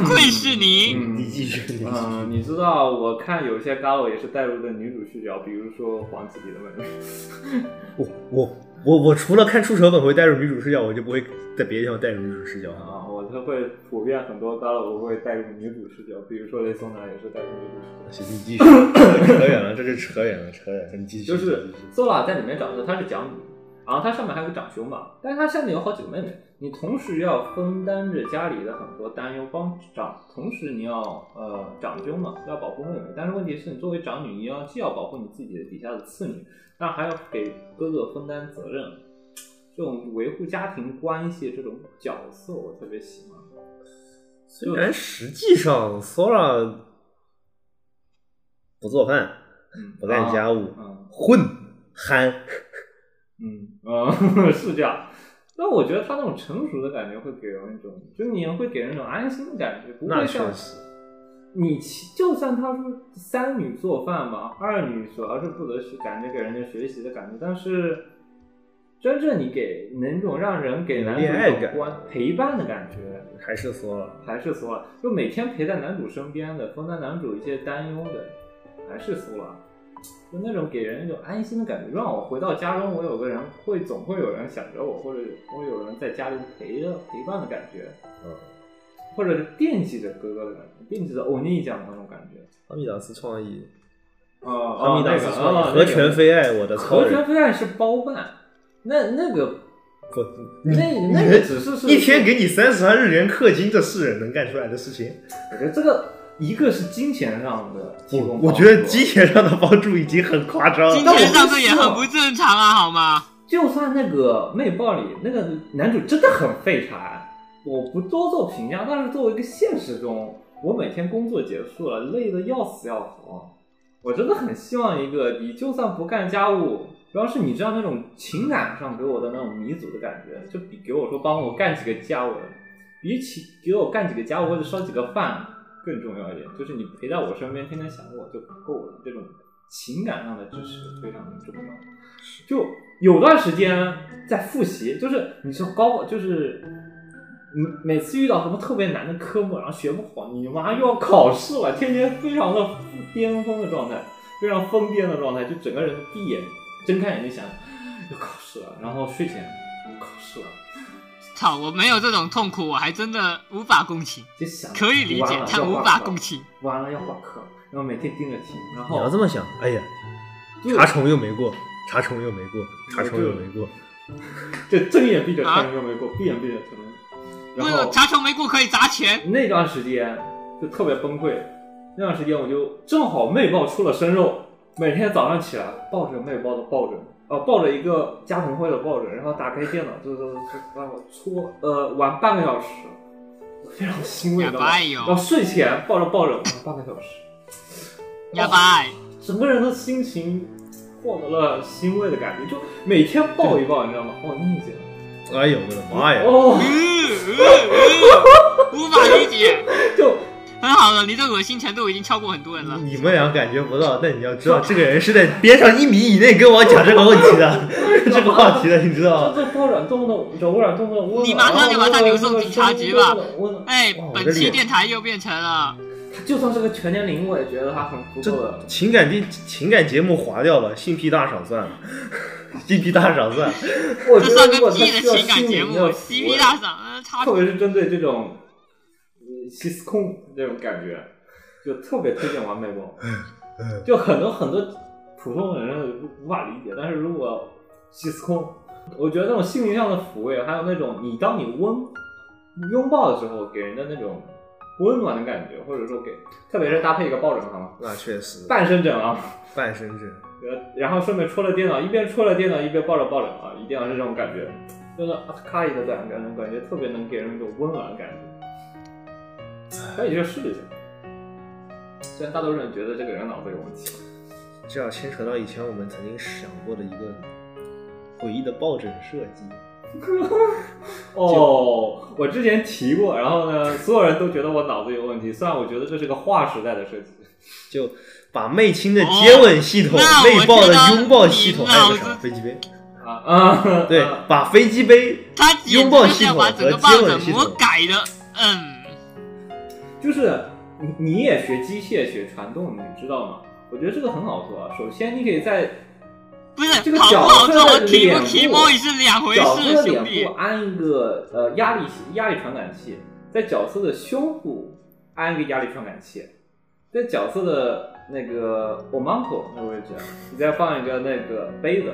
愧是你，嗯你继续，你继续。嗯，你知道，我看有些 Galo 也是带入的女主视角，比如说黄子里的妹妹。我我我我除了看出手本会带入女主视角，我就不会在别的地方带入女主视角啊。啊，我就会普遍很多 Galo 我会带入女主视角，比如说雷松达也是带入女主视角。行，你 继续，扯远了，这就扯远了，扯远了，你继续。就是继续 Sola 在里面长的她是长女，然后她上面还有个长兄嘛，但是她下面有好几个妹妹，你同时要分担着家里的很多担忧，帮长，同时你要呃长兄嘛，要保护妹妹，但是问题是你作为长女，你要既要保护你自己的底下的次女，但还要给哥哥分担责任，这种维护家庭关系这种角色我特别喜欢。虽然实际上 Sora 不做饭、嗯，不干家务、啊，嗯。混憨，嗯，呃， 是这样。但我觉得他那种成熟的感觉会给人一种，就你会给人一种安心的感觉，不那会确像实。你其就算他说三女做饭吧，二女主要是负责学，感觉给人家学习的感觉，但是真正你给能种让人给男主恋爱一种感关陪伴的感觉，还是 Sora。还是苏拉，就每天陪在男主身边的，分担男主一些担忧的，还是苏拉，就那种给人一种安心的感觉，让我回到家中，我有个人会总会有人想着我，或者会有人在家里陪着陪伴的感觉，嗯，或者是惦记着哥哥的感觉，惦记着欧尼酱那种感觉。阿米达斯创意，啊啊阿，弥达那斯个索尼啊，和权非爱我的和超人权，非爱是包办，那那个不，那那个只是是一天给你三十万日元氪金，这是人能干出来的事情？我觉得这个一个是金钱上的提我供我帮助觉得金钱上的帮助已经很夸张嗯金了。钱上这也很不正常啊，好吗？就算那个《魅爆》里那个男主真的很废柴，我不多做评价，但是作为一个现实中，我每天工作结束了，累得要死要活，我真的很希望一个你就算不干家务，主要是你知道那种情感上给我的那种弥足的感觉，就比给我说帮我干几个家务，比起给我干几个家务或者烧几个饭更重要一点，就是你陪在我身边，天天想我就够了，这种情感上的支持非常重要。就有段时间在复习，就是你说高，就是你每次遇到什么特别难的科目，然后学不好，你妈又要考试了，天天非常的巅峰的状态，非常疯癫的状态，就整个人闭眼睁开眼睛想要考试了，然后睡前又考试了，操，我没有这种痛苦，我还真的无法共情。就想可以理解完了，但要无挂法科共情。完了要挂科，然后每天盯着题，然你要后这么想，哎呀，就查重又没过，查重又没过，查重又没过，就睁眼闭着啊全都没过，闭眼闭着全没过，不然后是查穷没过可以砸钱，那段时间就特别崩溃，那段时间我就正好妹报出了生肉，每天早上起来抱着妹报的抱枕，呃，抱着一个家庭会的抱枕，然后打开电脑，就就就让我搓呃玩半个小时，我非常欣慰哑的，巴然后哟，睡前抱着抱枕玩半个小时，哑巴。哎整个人的心情获得了欣慰的感觉，就每天抱一抱，你知道吗？哦，那一节，哎呦我的妈呀！哦，嗯嗯 嗯，无法理解。就很好了，你的恶心程度已经超过很多人了。你们俩感觉不到，但你要知 道，这个人是在边上一米以内跟我讲这个问题 的，这个话题的，你知道就吗？这抱枕动不动柔软，动不动温暖，你马上就把他然后留送警察局温吧暖温暖哎哇，我的本期脸电台又变成了嗯就算是个全年龄，我也觉得他很不错的。情感电情感节目划掉了，性癖大赏算了， 性癖大赏算了。我这觉算得如个果他屁的需要情感心节灵目的抚慰，CP 大赏，嗯，差特别是针对这种嗯西斯控这种感觉，就特别推荐完美梦。就很多很多普通人无法理解，但是如果西斯控，我觉得那种心灵上的抚慰，还有那种你当你温拥抱的时候给人的那种温暖的感觉，或者说给，特别是搭配一个抱枕哈，那确实，半身枕啊。半身枕，呃，然后顺便戳了电脑，一边戳了电脑，一边抱着抱着啊，一定要是这种感觉，真的啊咔一个感觉，感觉特别能给人一种温暖的感觉。可以去试一下，虽然大多数人觉得这个人脑子有问题，这要牵扯到以前我们曾经想过的一个诡异的抱枕设计。哦，我之前提过，然后呢，所有人都觉得我脑子有问题，虽然我觉得这是个划时代的设计，就把媚亲的接吻系统、哦那我媚抱的拥抱系统，哎知道还你有个啥飞机杯？啊 啊，对，啊把飞机杯 他简拥直抱是系要统把整和个抱接枕吻系魔统，改的。嗯，就是你你也学机械学传动，你知道吗？我觉得这个很好做啊。首先，你可以在不是这个好不角好色做和的 key 脸不部 key boy 是两回角色事，的兄脸弟部。啊安一个呃压力压力传感器，在角色的胸部安一个压力传感器，在角色的那个 omanko 那个位置，你再放一个那个杯子，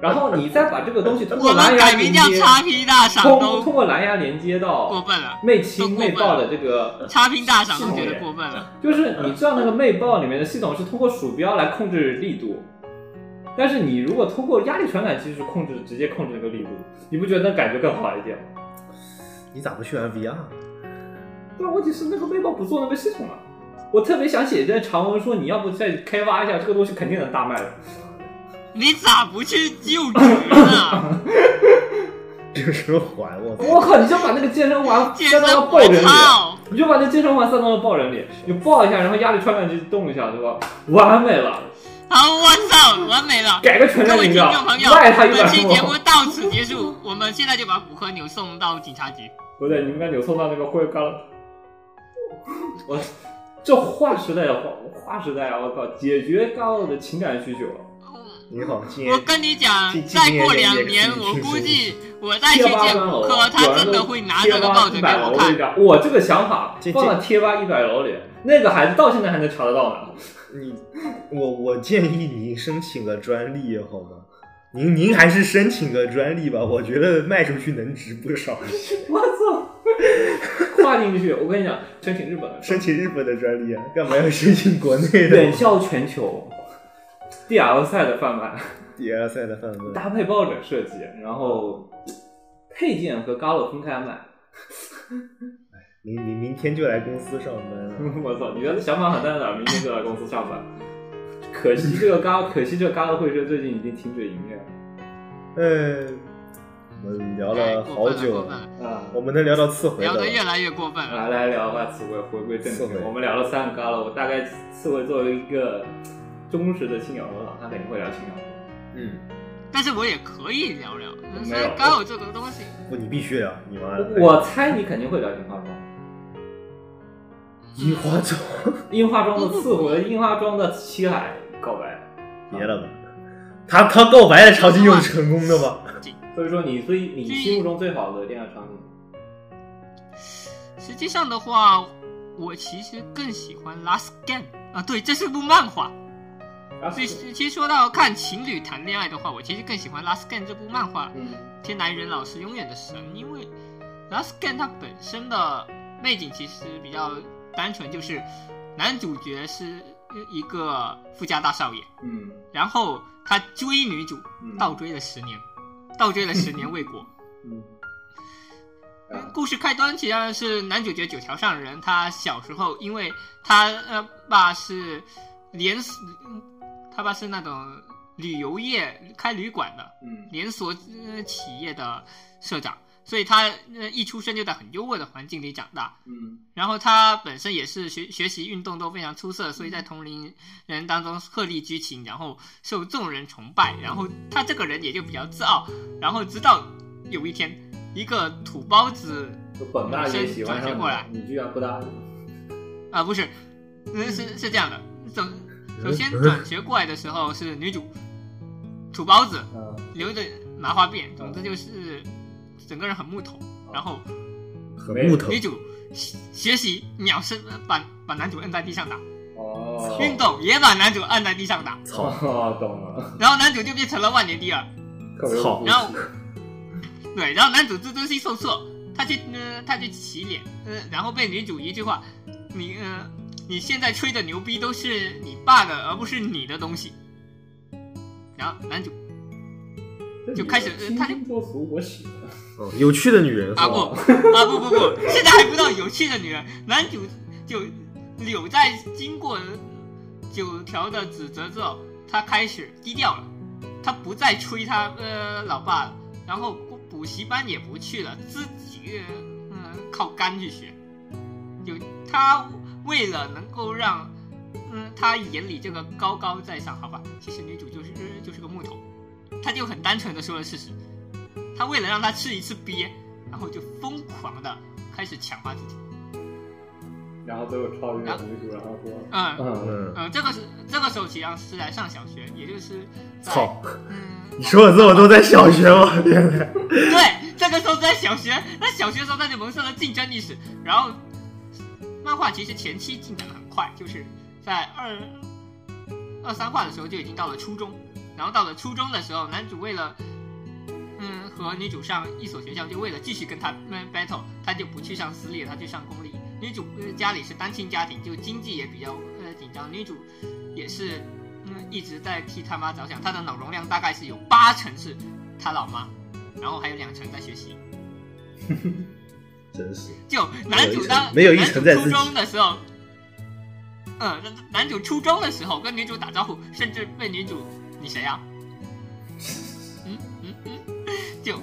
然后你再把这个东西通我过蓝们牙改名连叫接，叉 P 大赏通都通过蓝牙连接过到分了，魅都亲过魅分了爆的这个叉 P 大赏系都统觉得也过分了。就是你知道那个魅豹里面的系统是通过鼠标来控制力度，但是你如果通过压力传感器去控制，直接控制这个力度，你不觉得那感觉更好一点吗？你咋不去玩 VR？但问题是那个魅豹不做那个系统啊。我特别想写一段长文说，你要不再开发一下这个东西，肯定能大卖的。你咋不去就职 呢？这个时候还我操！我靠，你就把那个健身环健塞到身了抱我枕里，操！你就把那健身环塞到了抱枕里，你抱一下，然后压力传感器动一下，对吧？完美了，好，我操，完美了。改个全各身位形听象众朋友，，卖他一本百期节目多。到此结束，我们现在就把骨科牛送到警察局。不对，你们该扭送到那个灰缸了。我这划时代的划划时代啊！我靠，解决高的情感需求了。嗯你好，今年我跟你讲，今今再过年也两可以年，去我试估试计我再去贴吧见三骨楼，科，他真的会拿这个报纸一给百楼我一看。张，我这个想法这这放到贴吧一百楼里，那个孩子到现在还能查得到呢。你我我建议您申请个专利好吗？您您还是申请个专利吧，我觉得卖出去能值不少。 我操！ 跨进去，我跟你讲，申请日本的，申请日本的专利啊，干嘛要申请国内的远销全球，DL 赛的贩卖， DL 赛的范围？搭配抱枕设计，然后配件和 Galo 分开卖。明明明天就来公司上班了。我操，你的想法很大胆，明天就来公司上班。可惜这个 Galo，可惜这个 Galo 会社最近已经停止营业了嗯，我们聊了好久过分了过分了，啊我们能聊到次回聊的得越了。来越过分了。来来聊吧，刺猬回归正刺题猬。我们聊了三个 Galo，我大概刺猬作为一个忠实的青鸟罗党，他肯定会聊青鸟罗。嗯，但是我也可以聊聊，所没以有刚好这个东西，不，你必须聊，你妈的。我猜你肯定会聊樱花庄，樱花庄，樱花庄的刺回，樱花庄的七海告白。别了吧。他他告白的场景有成功的吗？所以说你最你心目中最好的恋爱场景，实际上的话，我其实更喜欢《Last Game》啊，对，这是部漫画。啊所以其实说到看情侣谈恋爱的话，我其实更喜欢《Last Game》这部漫画。嗯，天南人老师永远的神，因为《Last Game》它本身的背景其实比较单纯，就是男主角是一个富家大少爷，嗯然后他追女主，嗯倒追了十年，倒追了十年未果。嗯，啊故事开端其实是男主角九条上人，他小时候因为他呃爸是连锁，嗯他爸是那种旅游业开旅馆的，嗯连锁呃企业的社长，所以他呃一出生就在很优渥的环境里长大。嗯然后他本身也是学学习运动都非常出色，所以在同龄人当中鹤立鸡群，然后受众人崇拜。然后他这个人也就比较自傲。然后直到有一天，一个土包子就本大爷喜欢转身过来上你，你居然不答应，啊、不是，嗯是是这样的，首首先转学过来的时候是女主土包子，啊，留着麻花辫，总之就是整个人很木头。然后很木头女，主学学习秒身把把男主摁在地上打，哦，运动也把男主摁在地上打，操，哦，懂了，然后男主就变成了万年第二。特别操无辜然后对，然后男主自尊心受挫，他去呃他去洗脸，呃，然后被女主一句话，你呃你现在吹的牛逼都是你爸的，而不是你的东西。然后男主就开始这女的他就清新脱俗，我喜欢，哦有趣的女人啊不啊不不不，现在还不到有趣的女人，男主就柳在经过九条的指责之后，他开始低调了，他不再吹他呃老爸了，然后补补习班也不去了，自己嗯、呃靠肝去学，有他为了能够让嗯他眼里这个高高在上，好吧，其实女主就是呃就是个木头，他就很单纯的说了事实，他为了让他吃一次鳖。然后就疯狂的开始强化自己。然后最后超越了女主，然后说，嗯嗯，嗯，呃，这个是这个时候其实是在上小学，也就是在操，嗯，你说的这么多在小学吗？原来，对，这个时候在小学，那小学的时候他就萌生了竞争意识。然后漫画其实前期进展的很快，就是在二二三话的时候就已经到了初中，然后到了初中的时候，男主为了嗯和女主上一所学校，就为了继续跟他们嗯 battle，他就不去上私立，他去上公立。女主、呃、家里是单亲家庭，就经济也比较呃紧张，女主也是嗯一直在替他妈着想，她的脑容量大概是有八成是她老妈，然后还有两成在学习。真是就男主当没有一层没有一层在自己男主初中的时候，嗯，男主初中的时候跟女主打招呼，甚至被女主你谁啊？嗯嗯嗯，就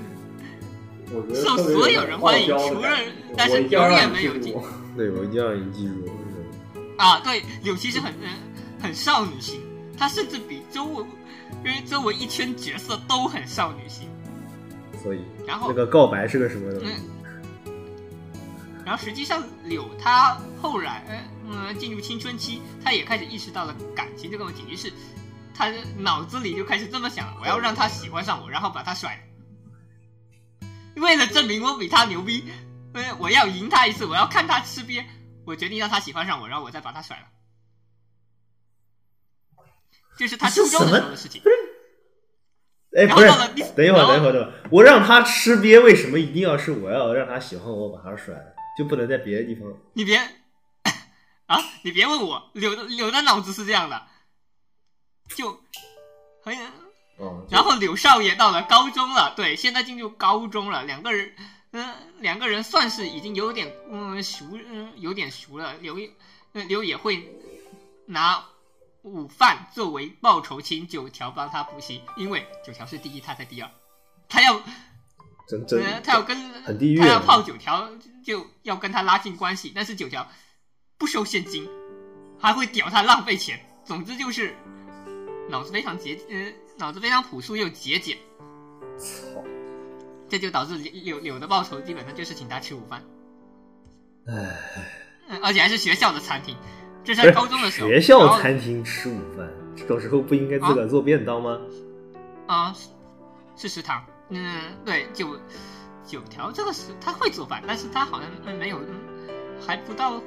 我觉得受特别所有人欢迎傲娇的除了感觉但是我一定要让永远你没记有住进我对我一定要让你记住。啊，对，柳七是很呃很少女心，她甚至比周围因为周围一圈角色都很少女心，所以然后那个告白是个什么东西？哦嗯，然后实际上柳她后来，呃嗯，进入青春期，她也开始意识到了感情这个问题，于是他就脑子里就开始这么想：我要让他喜欢上我，然后把他甩了。为了证明我比他牛逼，呃我要赢他一次，我要看他吃瘪。我决定让他喜欢上我，然后我再把他甩了。这是他初中的时候的事情。哎，然不后 是到，了第，等一会儿，然后等一会儿，等一会儿，我让他吃瘪，为什么一定要是我要让他喜欢我，把他甩了，就不能在别的地方？你别啊，你别问我，柳的柳的脑子是这样的，就很。哦，就然后柳少爷到了高中了，对，现在进入高中了，两个人，嗯、两个人算是已经有点嗯熟，嗯、有点熟了。柳也，呃柳也会拿午饭作为报酬，请九条帮他补习，因为九条是第一，他在第二，他要真真呃，他要跟很地狱他要啊泡九条，就要跟他拉近关系，但是九条不收现金，还会屌他浪费钱。总之就是脑子非常节，呃，脑子非常朴素又节俭，操，这就导致柳柳柳的报酬基本上就是请他吃午饭，哎，嗯，而且还是学校的餐厅。这是不在是高中的时候，学校然后餐厅吃午饭，这种时候不应该自个儿做便当吗？啊、是是食堂，嗯，对，九九条这个是他会做饭，但是他好像嗯没有，嗯还不到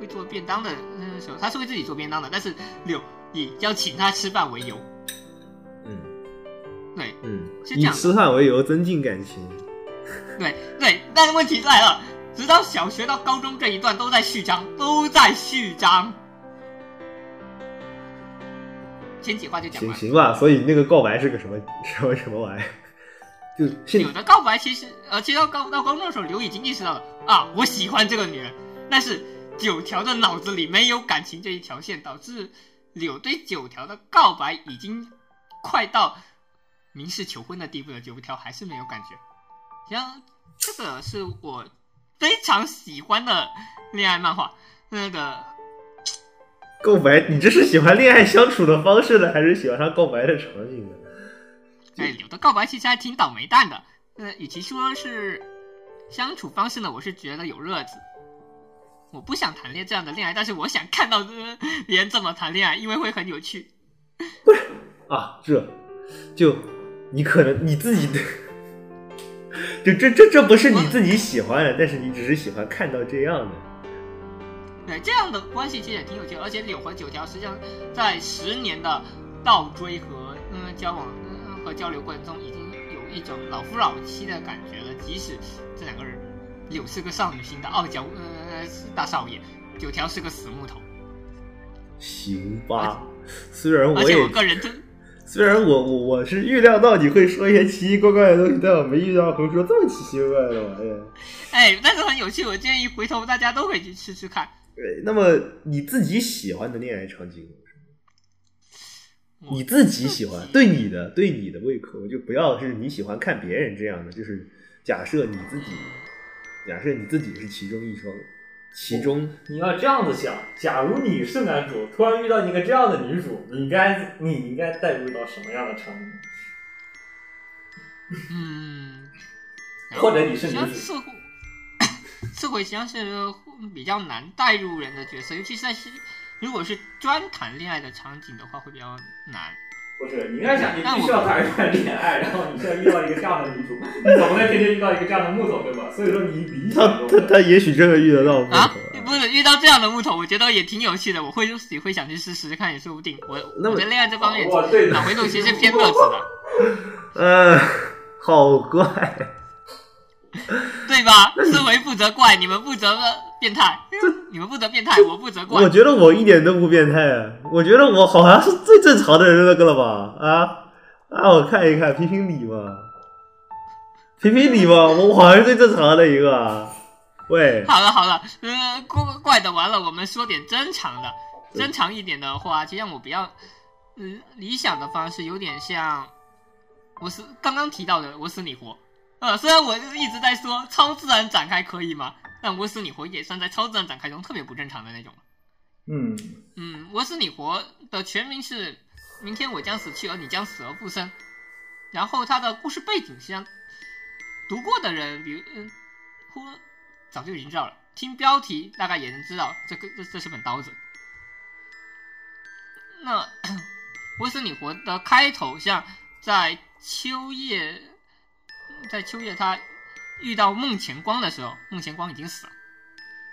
会做便当的嗯时候，他是会自己做便当的，但是柳以要请他吃饭为由，嗯对嗯，是这以样的吃饭为由增进感情，对对，但问题来了，直到小学到高中这一段都在序章，都在序章。前几话就讲行完了。行吧。所以那个告白是个什么什么什么玩意儿？ 就现有的告白其实，呃，其实到高到高中的时候，刘已经意识到了啊，我喜欢这个女人，但是九条的脑子里没有感情这一条线，导致柳对九条的告白已经快到明示求婚的地步了，九条还是没有感觉。像这个是我非常喜欢的恋爱漫画，那个告白，你这是喜欢恋爱相处的方式呢，还是喜欢上告白的场景呢？哎，柳的告白其实还挺倒霉蛋的。呃，与其说是相处方式呢，我是觉得有乐子。我不想谈恋这样的恋爱，但是我想看到呃别人这么谈恋爱，因为会很有趣。啊，这就你可能你自己的，就这这这不是你自己喜欢的，但是你只是喜欢看到这样的。对，这样的关系其实也挺有趣的。而且柳和九条实际上在十年的倒追和嗯交往嗯和交流过程中，已经有一种老夫老妻的感觉了。即使这两个人，柳是个少女心的傲娇呃大少爷，九条是个死木头。行吧，虽然而我且也我个人真。虽然我我我是预料到你会说一些奇奇怪怪的东西，但我没预料到会说这么奇奇怪怪的玩意儿。哎，但是很有趣，我建议回头大家都可以去吃吃看。对，呃那么你自己喜欢的恋爱场景，我你自己喜欢，对你的对你的胃口，就不要是你喜欢看别人这样的，就是假设你自己，假设你自己是其中一双，其中你要这样子想，假如你是男主，突然遇到一个这样的女主，你应该你应该带入到什么样的场景？嗯，或者你是女像主， 刺回，刺回实际上是比较难带入人的角色，尤其是在是如果是专谈恋爱的场景的话，会比较难。不是，你应该想你那我必须要谈一段恋爱，然后你现在遇到一个这样的女主，你总不能天天遇到一个这样的木头对吧？所以说你比他想他中的他也许真的遇得到木头啊啊，不是遇到这样的木头，我觉得也挺有趣的，我会也会想去试试看，也说不定。我那么我在恋爱这方面哇对的脑回路其实偏乐子的，嗯、好 怪，对吧？刺回负责怪，你们负责变态，你们负责变态，我负责怪我。觉得我一点都不变态啊，我觉得我好像是最正常的人那个了吧？啊啊，我看一看，评评理嘛，评评理嘛，我我好像是最正常的一个啊，喂，好了好了，呃，怪怪的完了，我们说点正常的，正常一点的话，就让我比较，嗯、理想的方式有点像，我是刚刚提到的我死你活，呃，虽然我一直在说超自然展开可以吗？但我死你活也算在超自然展开中特别不正常的那种。嗯，嗯，我死你活的全名是“明天我将死去，而你将死而复生”。然后它的故事背景实际上，读过的人，比如嗯，忽早就已经知道了，听标题大概也能知道这个这这是本刀子。那 我使你活》的开头，像在秋叶，在秋叶他遇到孟前光的时候，孟前光已经死了。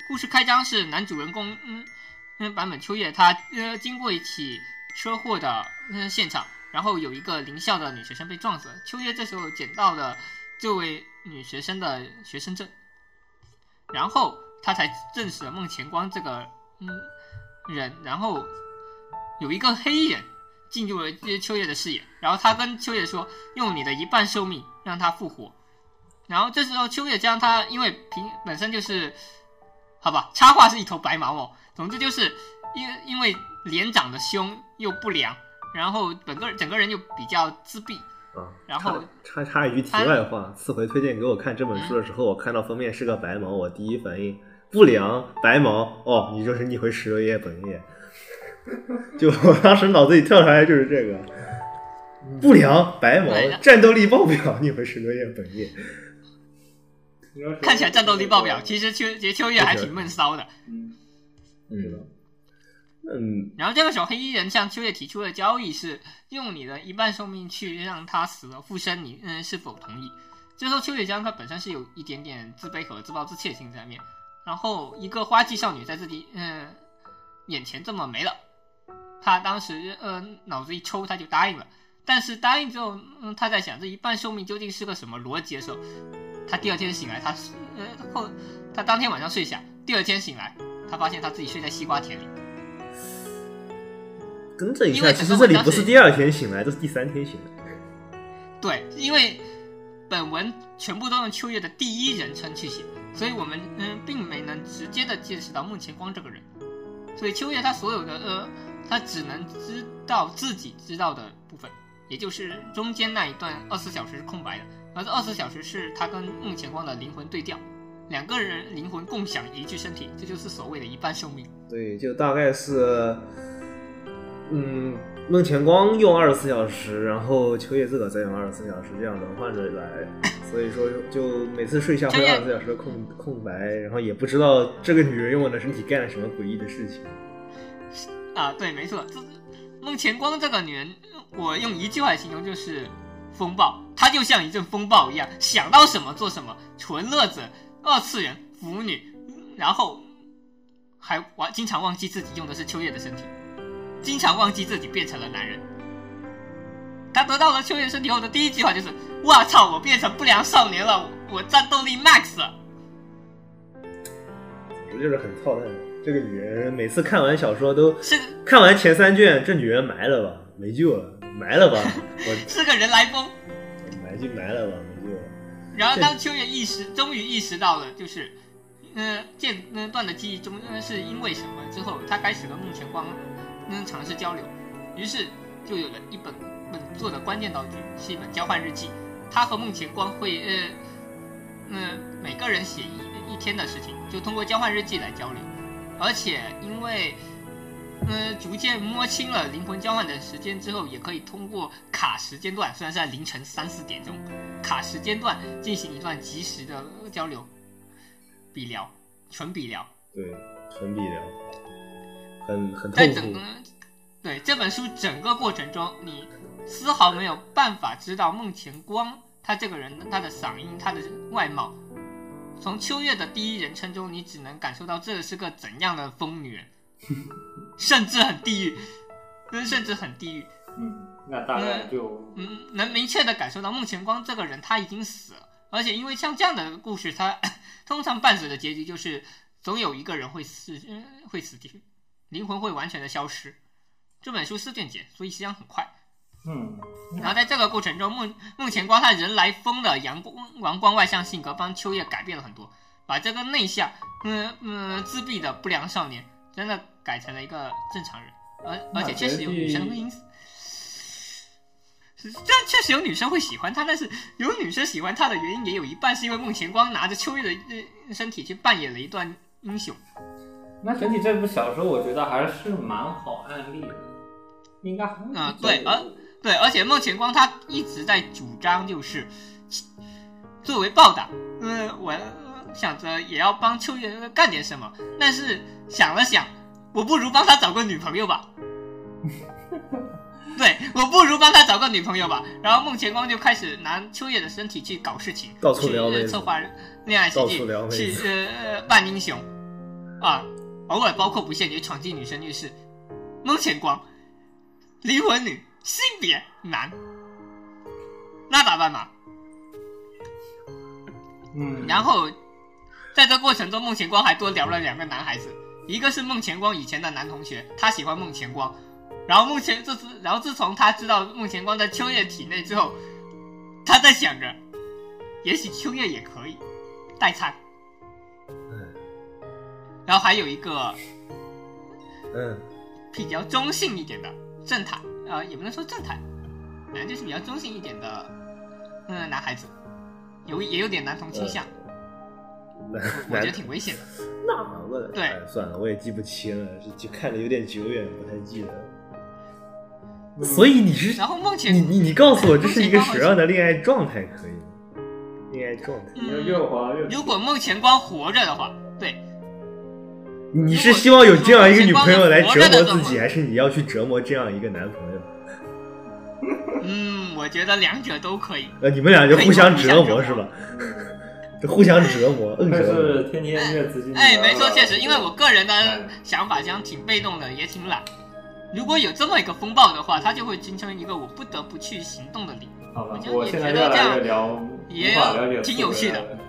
故事开张是男主人公嗯嗯版本秋叶他呃经过一起车祸的嗯现场，然后有一个林校的女学生被撞死了，秋叶这时候捡到了这位女学生的学生证，然后他才认识了孟前光这个嗯人，然后有一个黑衣人进入了秋叶的视野，然后他跟秋叶说，用你的一半寿命让他复活。然后这时候秋叶将他，因为平本身就是，好吧，插画是一头白毛哦。总之就是因因为脸长得凶又不良，然后整个整个人又比较自闭，啊，然后哎插插插一句题外话，次回推荐给我看这本书嗯的时候，我看到封面是个白毛，我第一反应不良白毛，哦，你就是逆回十六页本页，就我当时脑子里跳出来就是这个。不良白毛对的，战斗力爆表， 逆回十六页本页。你要是看起来战斗力爆表，其实秋节秋叶还挺闷骚的。嗯，嗯嗯，然后这个时候黑衣人向秋叶提出的交易是用你的一半寿命去让他死了附身你，嗯，是否同意？这时候秋叶江他本身是有一点点自卑和自暴自弃的心在面，然后一个花季少女在自己嗯、眼前这么没了，他当时呃脑子一抽他就答应了，但是答应之后，嗯，他在想这一半寿命究竟是个什么逻辑的时候，他第二天醒来，他是呃后他当天晚上睡下，第二天醒来，他发现他自己睡在西瓜田里。更正一因为下，整其个实这里不文章是是第二天醒来，这是第三天醒来。对，因为本文全部都用秋叶的第一人称去写，所以我们嗯并没能直接的见识到孟前光这个人。所以秋叶他所有的呃，他只能知道自己知道的部分，也就是中间那一段二十四小时是空白的，而这二十四小时是他跟孟前光的灵魂对调，两个人灵魂共享一具身体，这就是所谓的一半寿命。对，就大概是，嗯，孟前光用二十四小时，然后秋叶自个再用二十四小时，这样轮换着来。所以说，就每次睡下会秋叶二十四小时的空空白，然后也不知道这个女人用我的身体干了什么诡异的事情。啊，对，没错，这孟前光这个女人，我用一句话来形容就是风暴，她就像一阵风暴一样，想到什么做什么，纯乐子，二次元腐女，然后还忘经常忘记自己用的是秋叶的身体，经常忘记自己变成了男人。她得到了秋叶身体后的第一句话就是：“哇操，我变成不良少年了，我我战斗力 max 了。”总之就是很操蛋。这个女人每次看完小说都是看完前三卷，这女人埋了吧，没救了，埋了吧，我是个人来疯。埋就埋了吧，没救了。然后当秋叶意识，终于意识到了，就是，嗯，间那段的记忆中，嗯，是因为什么之后，他开始和孟前光，嗯，尝试交流，于是就有了一本呃嗯本作的关键道具，是一本交换日记。他和孟前光会，呃，嗯，每个人写一一天的事情，就通过交换日记来交流。而且因为，呃，逐渐摸清了灵魂交换的时间之后，也可以通过卡时间段，虽然是在凌晨三四点钟，卡时间段进行一段及时的交流，笔聊，纯笔聊。对，纯笔聊，很很在痛整苦个。对这本书整个过程中，你丝毫没有办法知道孟前光他这个人、他的嗓音、他的外貌。从秋月的第一人称中，你只能感受到这是个怎样的疯女人，甚至很地狱，嗯，甚至很地狱。嗯，那大概就嗯，能明确的感受到孟前光这个人他已经死了，而且因为像这样的故事，它 通常伴随的结局就是总有一个人会死，呃会死去，灵魂会完全的消失。这本书四卷结，所以实际上很快。嗯，然后在这个过程中，孟孟前光他人来疯的阳光阳光外向性格帮秋叶改变了很多，把这个内向、嗯嗯自闭的不良少年，真的改成了一个正常人，而而且确实有女生会因此，这确实有女生会喜欢他，但是有女生喜欢他的原因也有一半是因为孟前光拿着秋叶的、呃、身体去扮演了一段英雄。那整体这部小说，我觉得还是蛮好案例的，应该很嗯对而对，而且孟前光他一直在主张，就是作为报答，嗯、我想着也要帮秋叶呃干点什么，但是想了想，我不如帮他找个女朋友吧。对，我不如帮他找个女朋友吧。然后孟前光就开始拿秋叶的身体去搞事情，到处撩妹去子策划恋爱到实处际撩妹，去子呃扮英雄啊，偶尔包括不限于闯进女生浴室。孟前光，离婚女，性别男，那咋办嘛？嗯，然后在这过程中，孟前光还多聊了两个男孩子，一个是孟前光以前的男同学，他喜欢孟前光。然后孟前这次，然后自从他知道孟前光在秋叶体内之后，他在想着，也许秋叶也可以代餐。然后还有一个嗯，比较中性一点的正太，呃，也不能说正太，反正就是比较中性一点的，嗯、男孩子，有也有点男同倾向，男我觉得男挺危险的。哪个？对哎算了，我也记不清了，就看着有点久远，不太记得。嗯所以你是然后孟前你你你告诉我这是一个孟什前么样的恋爱状态可以吗？恋爱状态，你就越滑越嗯如果孟前光活着的话，对，你是希望有这样一个女朋友来折磨自己，还是你要去折磨这样一个男朋友？嗯，我觉得两者都可以。呃，你们俩就互相折磨是吧？就 互相折磨，硬但折是磨。天天越自信。哎，没错，确实，因为我个人的嗯想法将挺被动的，也挺懒。如果有这么一个风暴的话，它就会形成一个我不得不去行动的理由。好吧我觉，得我现在越来越聊，也无法了解挺有趣思的维了。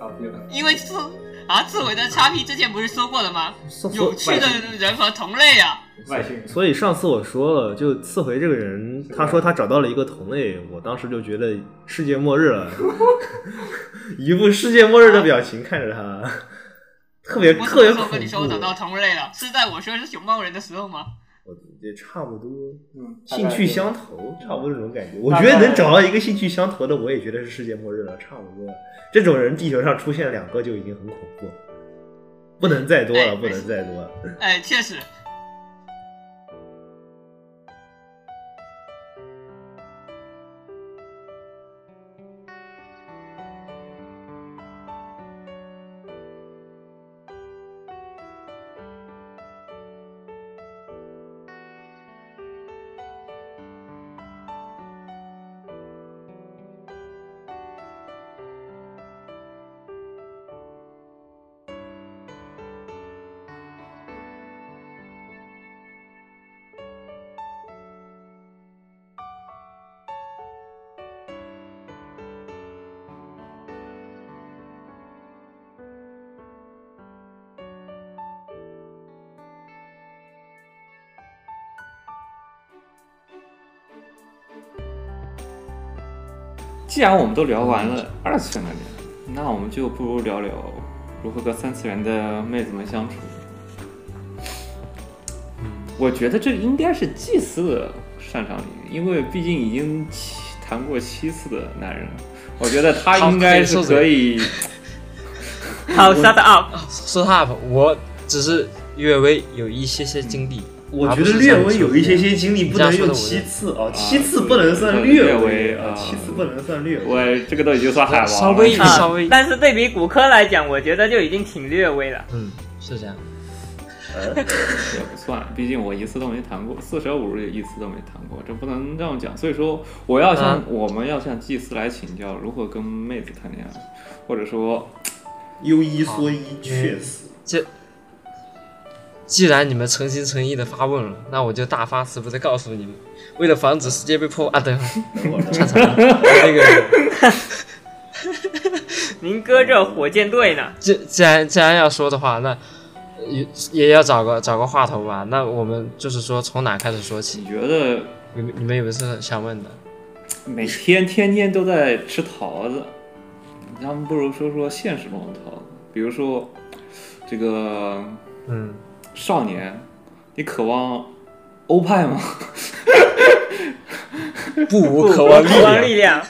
差不多了因为刺啊，刺猬的叉 P 之前不是说过了吗？有趣的人和同类啊，外星人，所以上次我说了，就刺回这个人，他说他找到了一个同类，我当时就觉得世界末日 了，一副世界末日的表情看着他，特别我特别什么时恐候跟你说我找到怖。同类了？是在我说是熊猫人的时候吗？我也差不多，嗯，兴趣相投，差不多这种感觉。我觉得能找到一个兴趣相投的，我也觉得是世界末日了，差不多。这种人地球上出现两个就已经很恐怖了，不能再多哎了，不能再多了。哎，确实，既然我们都聊完了二次元的恋爱，那我们就不如聊聊如何和三次元的妹子们相处。我觉得这应该是祭司的擅长领域，因为毕竟已经七谈过七次的男人了，我觉得他应该是可 以。好，shut up。 Shut up！我只是略微有一些些经历，我而觉不得是略像你微说有的一些那样些经历不你这样能用说的我七就次哦，啊七次不能算对略略微微啊，啊七次不能算略微。我这个都已经算海王了，稍微啊稍微，但是对比骨科来讲，我觉得就已经挺略微了。嗯，是这样。也不算，毕竟我一次都没谈过，四舍五入也一次都没谈过，这不能这样讲。所以说，我要向、啊我们要向祭司来请教如何跟妹子谈恋爱，或者说，优一说一，啊嗯确实。既然你们诚心诚意的发问了，那我就大发慈悲的告诉你们，为了防止世界被破啊，等一会儿等 会儿看啥？那个，您哥这火箭队呢？既既然既然要说的话，那也也要找个找个话头吧。那我们就是说从哪开始说你起？觉得你们你们有没有是想问的？每天天天都在吃桃子，咱们不如说说现实中的桃子，比如说这个嗯，少年，你渴望欧派吗？不无可望力光量。力量，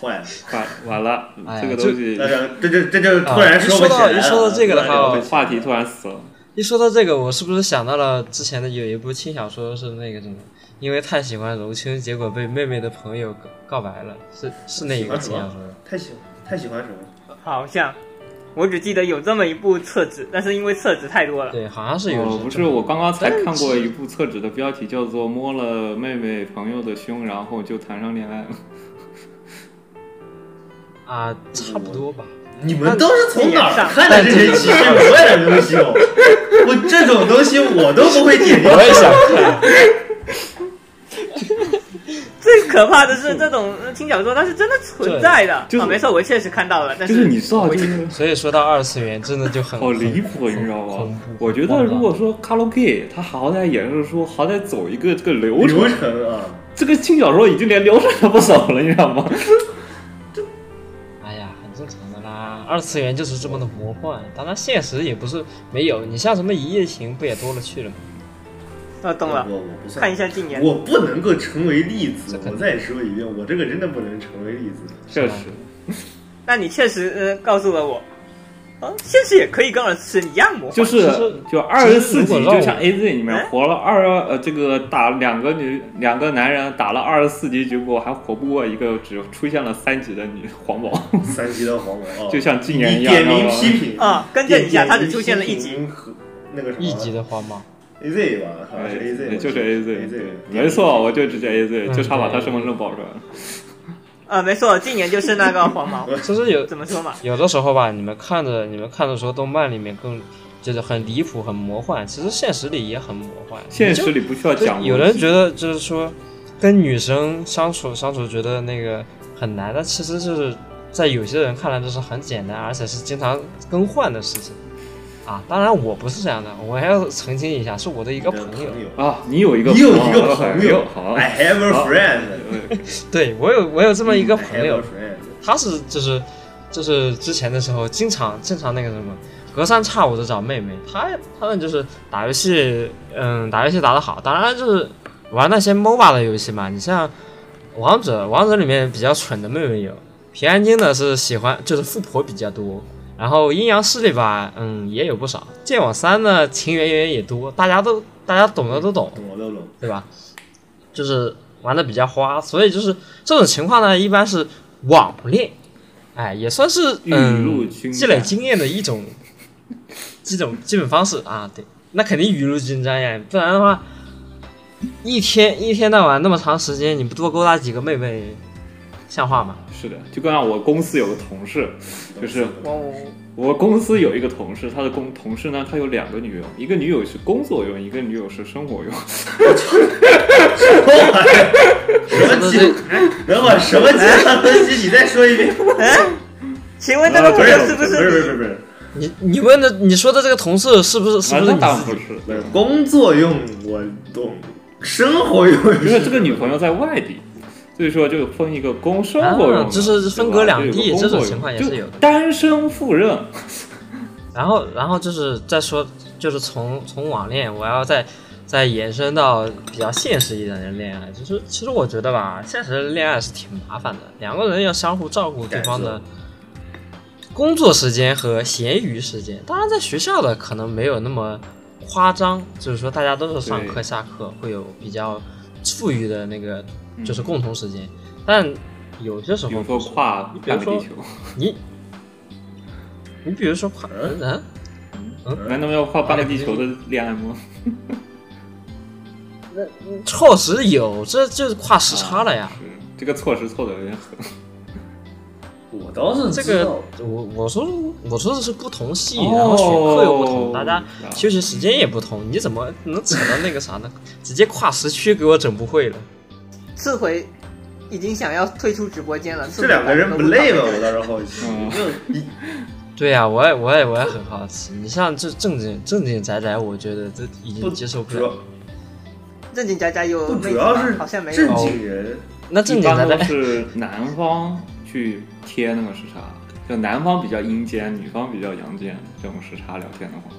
坏了，完完了哎，呀这个东西但是这就这就突然啊说不起来了。一说到一说到这个的话突然说不哦起来话题突然死了。一说到这个，我是不是想到了之前的有一部轻小说是那个什么？因为太喜欢柔青，结果被妹妹的朋友告告白了，是是那一个轻小说吗？太喜太喜欢什么？好像我只记得有这么一部厕纸，但是因为厕纸太多了，对，好像是有哦，人不是，我刚刚才看过一部厕纸的标题叫做“摸了妹妹朋友的胸，然后就谈上恋爱了啊，差不多 吧。你们都是从哪儿看的这些奇奇怪怪的东西哦？我这种东西我都不会解决。也想看，最可怕的是这种呃轻小说它是真的存在的。对就是啊，没错，我确实看到了，”，但就是你知道，就是所以说到二次元真的就很好离很谱，你知道吗恐？怖我觉得如果说卡拉 OK，它好歹也是说好歹走一个这个流程，程啊，这个轻小说已经连流程都不走了，你知道吗？哎呀，很正常的啦。二次元就是这么的魔幻，当然现实也不是没有。你像什么一夜情不也多了去了吗？啊，懂了。我我不算看一下禁言，我不能够成为例子这，肯定我再说一遍，我这个真的不能成为例子。确吧实，那你确实呃告诉了我，啊，现实也可以跟二次元一样魔幻。就是其实就二十四如果集，让就我像 A Z 里面哎活了二呃这个打两个女两个男人打了二十四集，结果还活不过一个只出现了三集的女 黄毛，三级的黄毛，哦就像禁言你一样。点名然后批评啊更正一下他只出现了一集集和那个什么一级的花猫， A Z 吧，好像是 A 哎对 Z，就是 A Z， Z， 没错，我就直接 A Z，嗯就差把他身份证报出来了。呃啊，没错，禁言就是那个黄毛，其实有怎么说嘛？有的时候吧，你们看着你们看着说动漫里面更就是很离谱、很魔幻，其实现实里也很魔幻。现实里不需要就讲逻辑，有人觉得就是说跟女生相处相处觉得那个很难，但其实就是在有些人看来就是很简单，而且是经常更换的事情。啊，当然我不是这样的，我还要澄清一下，是我的一个朋友。友，啊，你有一个你有一个朋朋友哎好，呃，I have a 好 friend，对我有我有这么一个 I have 朋 a 友， friend，他是就是就是之前的时候，经常经常那个什么，隔三差五的找妹妹。他他们就是打游戏，嗯，打游戏打得好，当然就是玩那些 MOBA 的游戏嘛。你像王者，王者里面比较蠢的妹妹有，平安京的是喜欢就是富婆比较多。然后阴阳师里吧，嗯，也有不少。剑网三呢，情缘缘也多，大家都大家懂的都懂。懂我都懂。对吧？就是玩的比较花，所以就是这种情况呢，一般是网恋，哎，也算是雨露嗯均沾积累经验的一种这种基本方式啊。对，那肯定雨露均沾呀，不然的话，一天一天到晚那么长时间，你不多勾搭几个妹妹，像话吗？是的，就跟像我公司有个同事，就是哦，我公司有一个同事，他的公同事呢，他有两个女友，一个女友是工作用，一个女友是生活用。什么鸡？哎等会儿什么鸡蛋东西？你再说一 遍。请问这呃个朋友是不不是不是是不是你你问的你说的这个同事是不是是不是啊你那当然自不己？是，不是，工作用我懂，生活用因为这个女朋友在外地，所以说就分一个公生活用的，啊就是分隔两地对吧就有个工作这用种情况也是有的就单身赴任，然后，然后就是再说，就是从从网恋，我要再再延伸到比较现实一点的恋爱。就是其实我觉得吧，现实的恋爱是挺麻烦的，两个人要相互照顾对方的感工作时间和闲余时间。当然，在学校的可能没有那么夸张，就是说大家都是上课对下课会有比较富裕的那个嗯就是共同时间，但有些时比候如说不是跨嗯你比半个如说地球，你你比如说跨嗯嗯。难道要跨半个地球的恋爱吗？错时有，这就是跨时差了呀。是这个措施错的有点狠。我倒哦是这知道个我我说我说的是不同系，然后学科又不同，哦大家休息时间也不同，你怎么能扯到那个啥呢？ 直接跨时区给我整不会了。次回已经想要退出直播间了？这两个人不累吗？我倒是好奇。嗯没有你对呀、我也我也我也很好奇。你像这正经正经宅宅，我觉得这已不经接受不主要了。正经宅宅有不妹主子要吗是好像没有正哦经人，那一正经般都宅宅，是男方去贴那个时差，就男方比较阴间，女方比较阳间，这种时差聊天的话，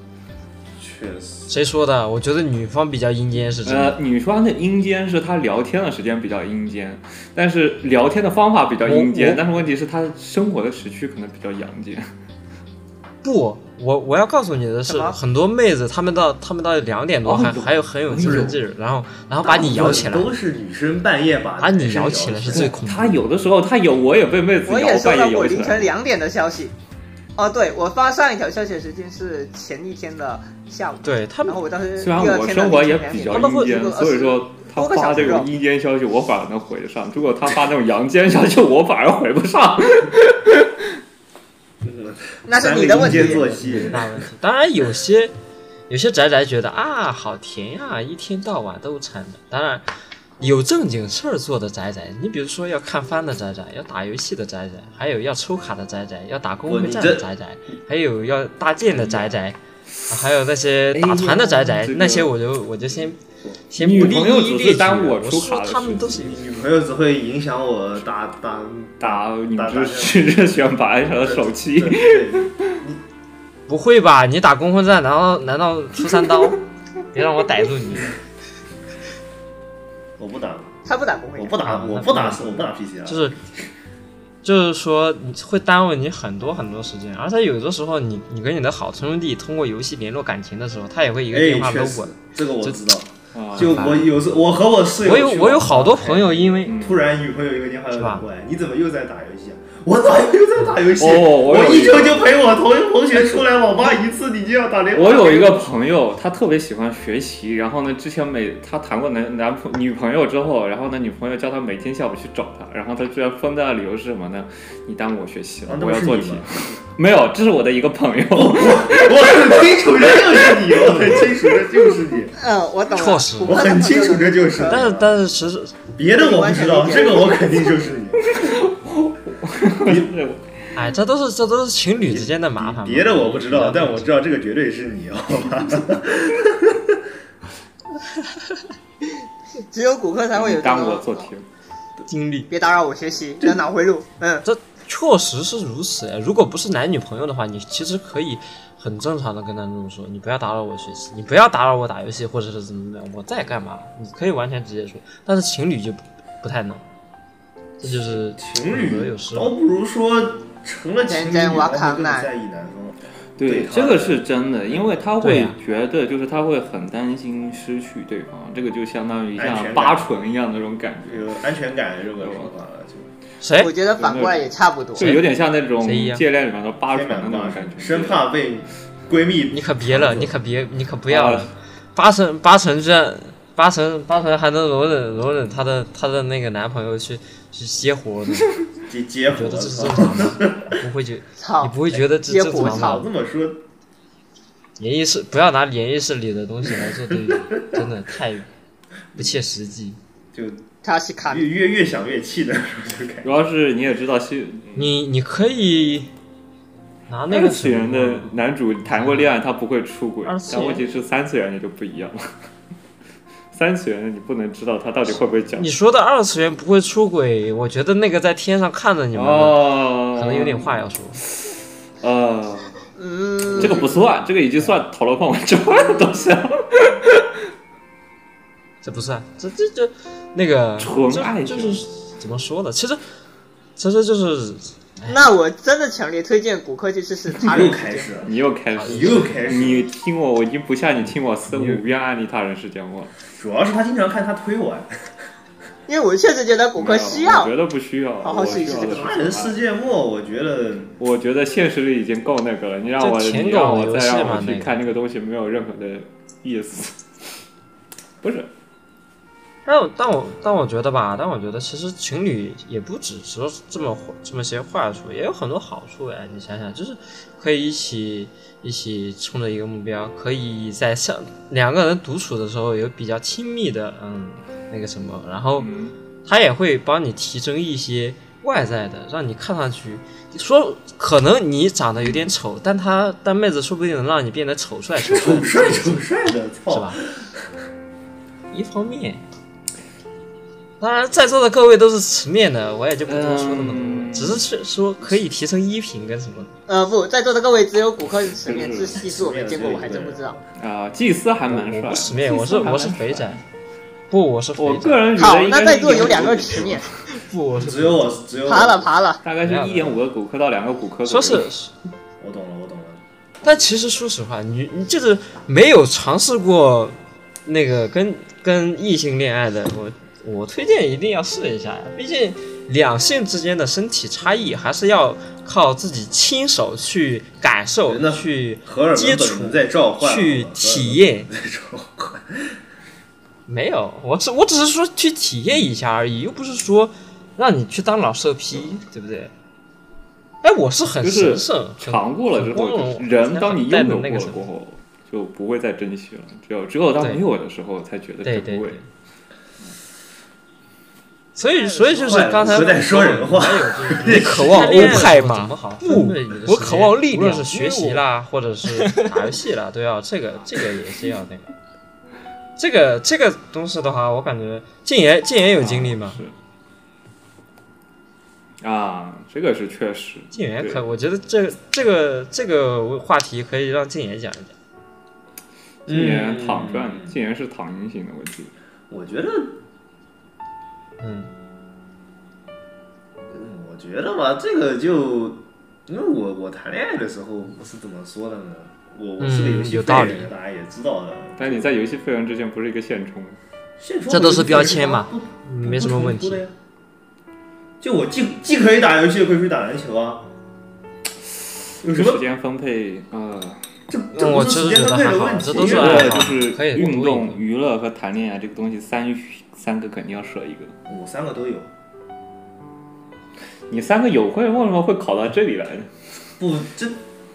确实谁说的？我觉得女方比较阴间是真的。呃，女方的阴间是她聊天的时间比较阴间，但是聊天的方法比较阴我间我，但是问题是她生活的时区可能比较阳间。不，我我要告诉你的什是，么很多妹子她们到她们到两点多哦还、有还有很有精神劲儿，然后然后把你摇起来，都是女生半夜把把你男生摇摇起来是来最恐怖的。她有的时候她有，我也被妹子我摇也收半到夜过摇起凌晨来。两点的消息，哦，对我发上一条消息的时间是前一天的下午，对他然们后我当时虽然第二我天的生活凌也晨两比点较他们阴会有间，个呃所以说他多个发小这时啊种吧阴间消息我反而能回得上，如果他发那种阳间消息我反而回不上。那是你的问三个阴间作题。息，大问题。当然有 些有些宅宅觉得啊，好甜呀、一天到晚都缠着。当然有正经事儿做的宅宅，你比如说要看番的宅宅，要打游戏的宅宅，还有要抽卡的宅宅，要打公会战的宅宅，还有要搭建的宅宅。啊还有那些打团的宅宅，哎呀那些我就我就先先女不列朋友一只列是举耽误了我我出说卡的他们时都是女朋友只会影响我打打打女打知识 选拔一下的手气，对对不会吧？你打公会战，难道难道出三 刀？别让我逮住你！我不打，他不打工会我呀，不打，我不打，我不打 PC 啊，就是就是说你会耽误你很多很多时间，而且有的时候你你跟你的好兄弟通过游戏联络感情的时候，他也会一个电话哎，搂确实过来。，这个我知道。啊就我有时我和我室友，我有我有好多朋友，因为嗯突然女朋友一个电话就是吧打过来，你怎么又在打游戏啊？ 我哪有又在打游戏？哦我我有一一周就陪我同同学出来网吧一次，你就要打电话。我有一个朋友，他特别喜欢学习，然后呢，之前每他谈过男男朋女朋友之后，然后呢，女朋友叫他每天下午去找他，然后他居然疯掉的理由是什么呢？你耽误我学习了啊，，那我不要是做你题吗。？没有，这是我的一个朋友， 我很清楚这就是你，我很清楚这就是你，嗯，我懂了。确实我 我很清楚这就是你。但是但是其实别的我不知道，这个我肯定就是 你。哎，这都是这都是情侣之间的麻烦嘛。别的我不知道，但我知道这个绝对是你，好吧？只有骨科才会有这耽误我种做题。经历。别打扰我学习的脑回路。嗯，这确实是如此呀。如果不是男女朋友的话，你其实可以很正常的跟他这么说，你不要打扰我学习，你不要打扰我打游戏，或者是怎么怎么样，我在干嘛？你可以完全直接说。但是情侣就不不太能，这就是情有得侣有失。倒不如说成了情侣，人间然瓦后坎更奈在意男方。对对，这个是真的，因为他对会啊呀觉得，就是他会很担心失去对方，这个就相当于安像全感八纯一样的那种感觉，有安全感这个说法了，就谁我？觉得反过来也差不多。就有点像那种谁呀戒恋里面的八天纯的然那种挂感觉， 生怕被闺蜜你可别了，你可别，你可不不要了。八成八成居然八成八成还能容忍容忍她的她的那个男朋友去去接活呢？结结你觉婚得这了。是是正吧常吗？不会觉，操你不会觉得这接正 活常吗操我？这么说，演艺室不要拿演艺室里的东西来做对比，真的太不切实际。就他是卡越越越想越气的时 候就感觉。主要是你也知道西你你可以拿那二个次什么元的男主谈过恋爱，他不会出轨二，次但元问题是三次元的就不一样了。三次元的你不能知道他到底会不会讲你说的二次元不会出轨，我觉得那个在天上看着你们的，哦，可能有点话要说。呃，嗯，这个不算，这个已经嗯算讨论范围 之外的东西了。这不算，这这这那个纯这爱就情是怎么说呢？其实其实就是那我真的强烈推荐骨科去试试他人又世界开嗯始，了，你又开始，啊你又开始了。你听我，我已经不像你听我四五遍案例他人事件过了。主要是他经常看他推 我，因为我确实觉得骨科需要我觉得不需要。好好我试一需试要这个的是他人世界末，我觉 得我觉得现实里已经够那个了，你让我，就舔你狗让我游再戏让嘛我去那个看那个东西，没有任何的意思。 不是，但我但我但我觉得吧，但我觉得其实情侣也不只是这么这么些坏处，也有很多好处哎。你想想，就是可以一起一起冲着一个目标，可以在上两个人独处的时候有比较亲密的嗯那个什么，然后嗯他也会帮你提升一些外在的，让你看上去说可能你长得有点丑，但他但妹子说不定能让你变得丑帅丑帅丑帅丑帅的，是操吧！？一方面，当然在座的各位都是直面的，我也就不多说那么多，嗯只是是说可以提升衣品跟什么的。呃不，在座的各位只有骨科是十面，这系数我没见过，我还真不知道。啊，祭司还蛮我帅。不直面，我是祭司还蛮我是帅肥。宅，不，我是肥宅，我个嗯人觉好得，应该是那在座有1.5两个十面，不，我是只有我，只嗯有我爬了，爬了，大概是一点五个骨科到两个骨科。说是，我懂了，我懂了。但其实说实话，你你就是没有尝试过那个跟跟异性恋爱的，我我推荐一定要试一下呀，毕竟两性之间的身体差异还是要靠自己亲手去感受人呢、去荷尔蒙接本触能、在召唤，去好吧体验。在召唤。没有，我只我只是说去体验一下而已，又不是说让你去当老色批，对不对？哎，我是很就是神圣，很尝过了之后，很光就荣是人当你代拥表那有过个什了么过后，就不会再珍惜了。只有只有当没有的时候，才觉得对对珍贵对。。所以，所以哎就是刚才不带说人话 你渴望欧派吗？不，我渴望力量。无论是学学习习啦，或者是打游戏啦， 都要这个，这个也是要那个。这个这个东西的话，我感觉静言静言有经历吗？是啊，这个是确实。静言对可，我觉得这个这个这个话题可以让静言讲一讲。禁言躺赚嗯，禁言是躺赢型的问题。我觉得，嗯，嗯我觉得吧，这个就因为我我谈恋爱的时候我是怎么说的呢？我我是个嗯游戏有废道人理大家也知道的。但你在游戏废人之前不是一个现充，现实这都是标签嘛嘛，不不没什么问题不冲突的呀就我既既可以打游戏，又可以去打篮球啊。有什时么？间分配呃，这这嗯我不其是时实间分觉得配还的好问题，啊这都是因为爱这好就可以是多一运个动、娱乐和谈恋爱这个东西，三三个肯定要舍一个。我三个都有。你三个有会，为什么会考到这里来呢？不，这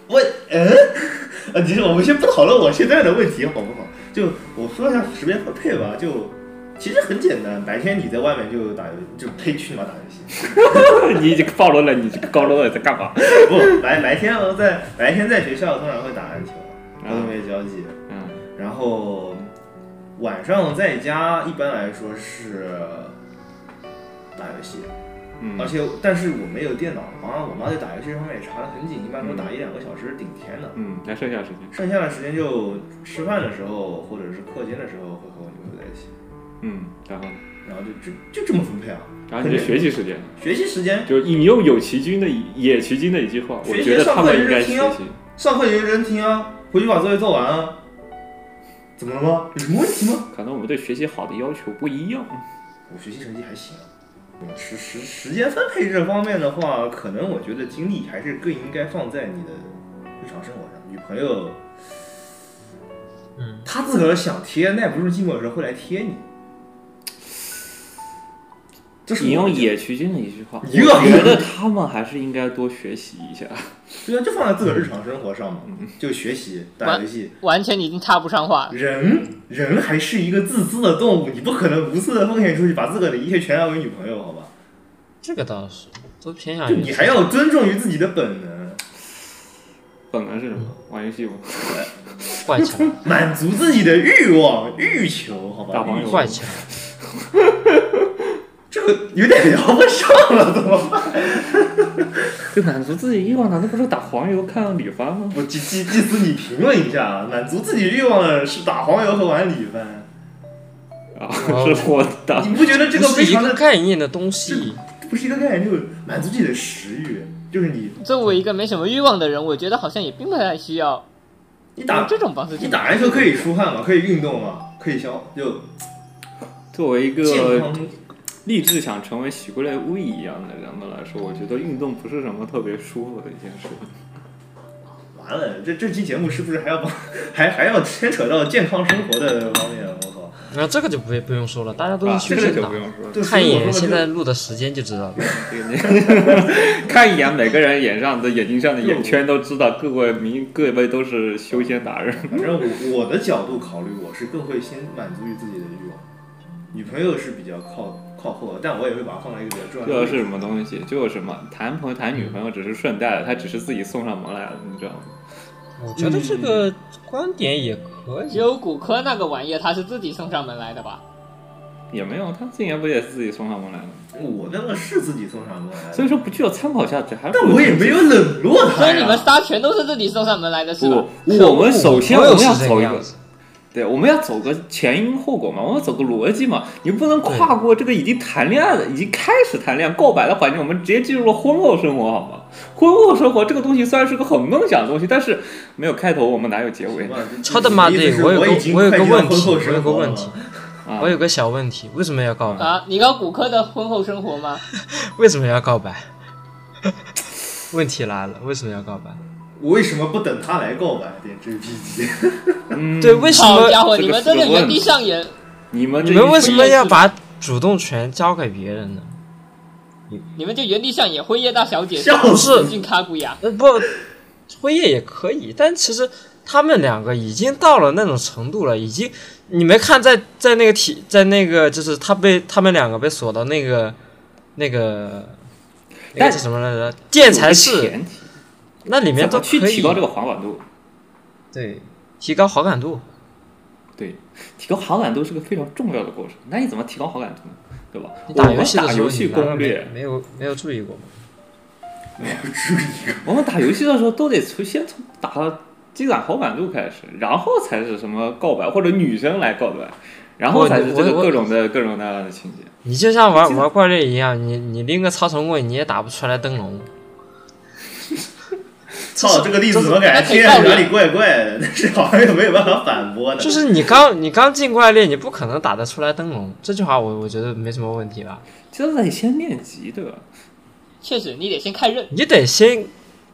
我嗯， 啊，其实我们先不讨论我现在的问题好不好？就我说一下时间分配吧，就其实很简单，白天你在外面就打游，就呸，去你妈打游戏！你已经暴露了你这个高中到底在干嘛？不，白白天我在白天在学校通常会打篮球，和同学交际，嗯，然后晚上在家一般来说是打游戏，而且但是我没有电脑，我妈我妈对打游戏方面也查得很紧，一般说打一两个小时顶天的。嗯，还剩下时间，剩下的时间就吃饭的时候，或者是课间的时候会和我女朋友在一起，嗯，然后然后就就就这么分配啊。然后你的学习时间，学习时间，就是引用有其君的野其君的一句话，我学习觉得他们应该学上课习。上课有人听啊，回去把作业做完啊。怎么了吗？有什么问题吗？可能我们对学习好的要求不一样。我学习成绩还行啊。嗯时时时间分配这方面的话，可能我觉得精力还是更应该放在你的日常生活上。女朋友，嗯，她自个儿想贴，耐不住寂寞的时候会来贴你。这是我引用觉得野崎君的一句话， 我一个觉得他们还是应该多学习一下。对啊，就放在自个儿日常生活上嘛，嗯就学习、打游戏。完全已经插不上话了。人人还是一个自私的动物，你不可能无私的奉献出去，把自个儿的一切全让给女朋友，好吧？这个倒是都偏向就于你还要尊重于自己的本能，本能是什么？玩游戏吗？怪强，满足自己的欲望、欲求，好大吧？黄欲油怪 强，这个有点聊不上了，怎么办？就满足自己欲望，难道不是打黄油看李帆吗？我祭祭祭司，你评论一下啊，满足自己欲望的是打黄油和玩李帆，啊，哦是我打。你不觉得这不个是非一常个的概念的东西。不是一个概念？就是满足自己的食欲，就是你 作为一个没什么欲望的人，我觉得好像也并不太需要你打用这种方式去你打篮球可以出汗嘛，可以运动嘛，可以消就 作为一健个康。立志想成为喜归来乌一样的人们来说，我觉得运动不是什么特别舒服的一件事。完了，这这期节目是不是还要帮还还要牵扯到健康生活的方面？我靠，那这个就不不用说了，大家都啊，是这去个健就脑不，用说了。对，所看以一我眼说现的在录的时间就知道了。这个你 看一眼每个人眼上的眼睛上的眼圈，都知道各位名各位都是修仙达人。 就，反正我我的角度考虑，我是更会先满足于自己的欲望。女朋友是比较靠靠后的，但我也会把它放在一个比较重要这的位个置。啊是什么东西？就是什么谈朋友谈女朋友只是顺带的，他只是自己送上门来的，你知道吗？我觉得这个观点也可以。有骨科那个玩意儿，他是自己送上门来的吧？也没有，他自己不也是自己送上门来的吗？我那个是自己送上门来的，所以说不具有参考价值，还是但我也没有冷落他所呀。以你们仨全都是自己送上门来的是吧不？，我们首先我我有们要是这走个一样个，子，对，我们要走个前因后果嘛，我们要走个逻辑嘛，你不能跨过这个已经谈恋爱的、已经开始谈恋爱告白的环境，我们直接进入了婚后生活，好吗？婚后生活这个东西虽然是个很梦想的东西，但是没有开头，我们哪有结尾呢？超他妈你意思的！是有我个已经我有个快进入问婚题，后我有生个活问了题，啊我，有个小问题，为什么要啊告白？啊，你搞骨科的婚后生活吗？为什么要告白？ 问题来了，为什么要告白？为什么不等他来告白？点这 P G， 嗯对，为什好家么伙，这个你们真的死问原地上演，你们这你一们为说什么要把主动权交给别人呢？你们就原地上演辉夜大小姐笑死走进卡古雅，呃，不，辉夜也可以，但其实他们两个已经到了那种程度了，已经你没看在在那个体在那个就是他被他们两个被锁到那个那个那但个叫什么来着建材有个室前提那里面都怎么去可以提高这个好感度？对提高好感度，对，提高好感度是个非常重要的过程。那你怎么提高好感度呢？对吧？你我打们游戏的打时候游你戏难道攻略没，没有没有注意过吗？我们打游戏的时候都得从先从打积攒好感度开始，然后才是什么告白或者女生来告白，然后我才是这个我我各种的各种那样的情节。你就像玩玩怪猎一样，你你拎个超神棍你也打不出来灯笼。操，这个例子怎么那感觉可以听上去告哪你里怪怪的？ 但是好像又没有办法反驳呢。就是你刚你刚进怪猎，你不可能打得出来灯笼。这句话我我觉得没什么问题吧。这得先练级，对吧？确实你得先看刃，你得先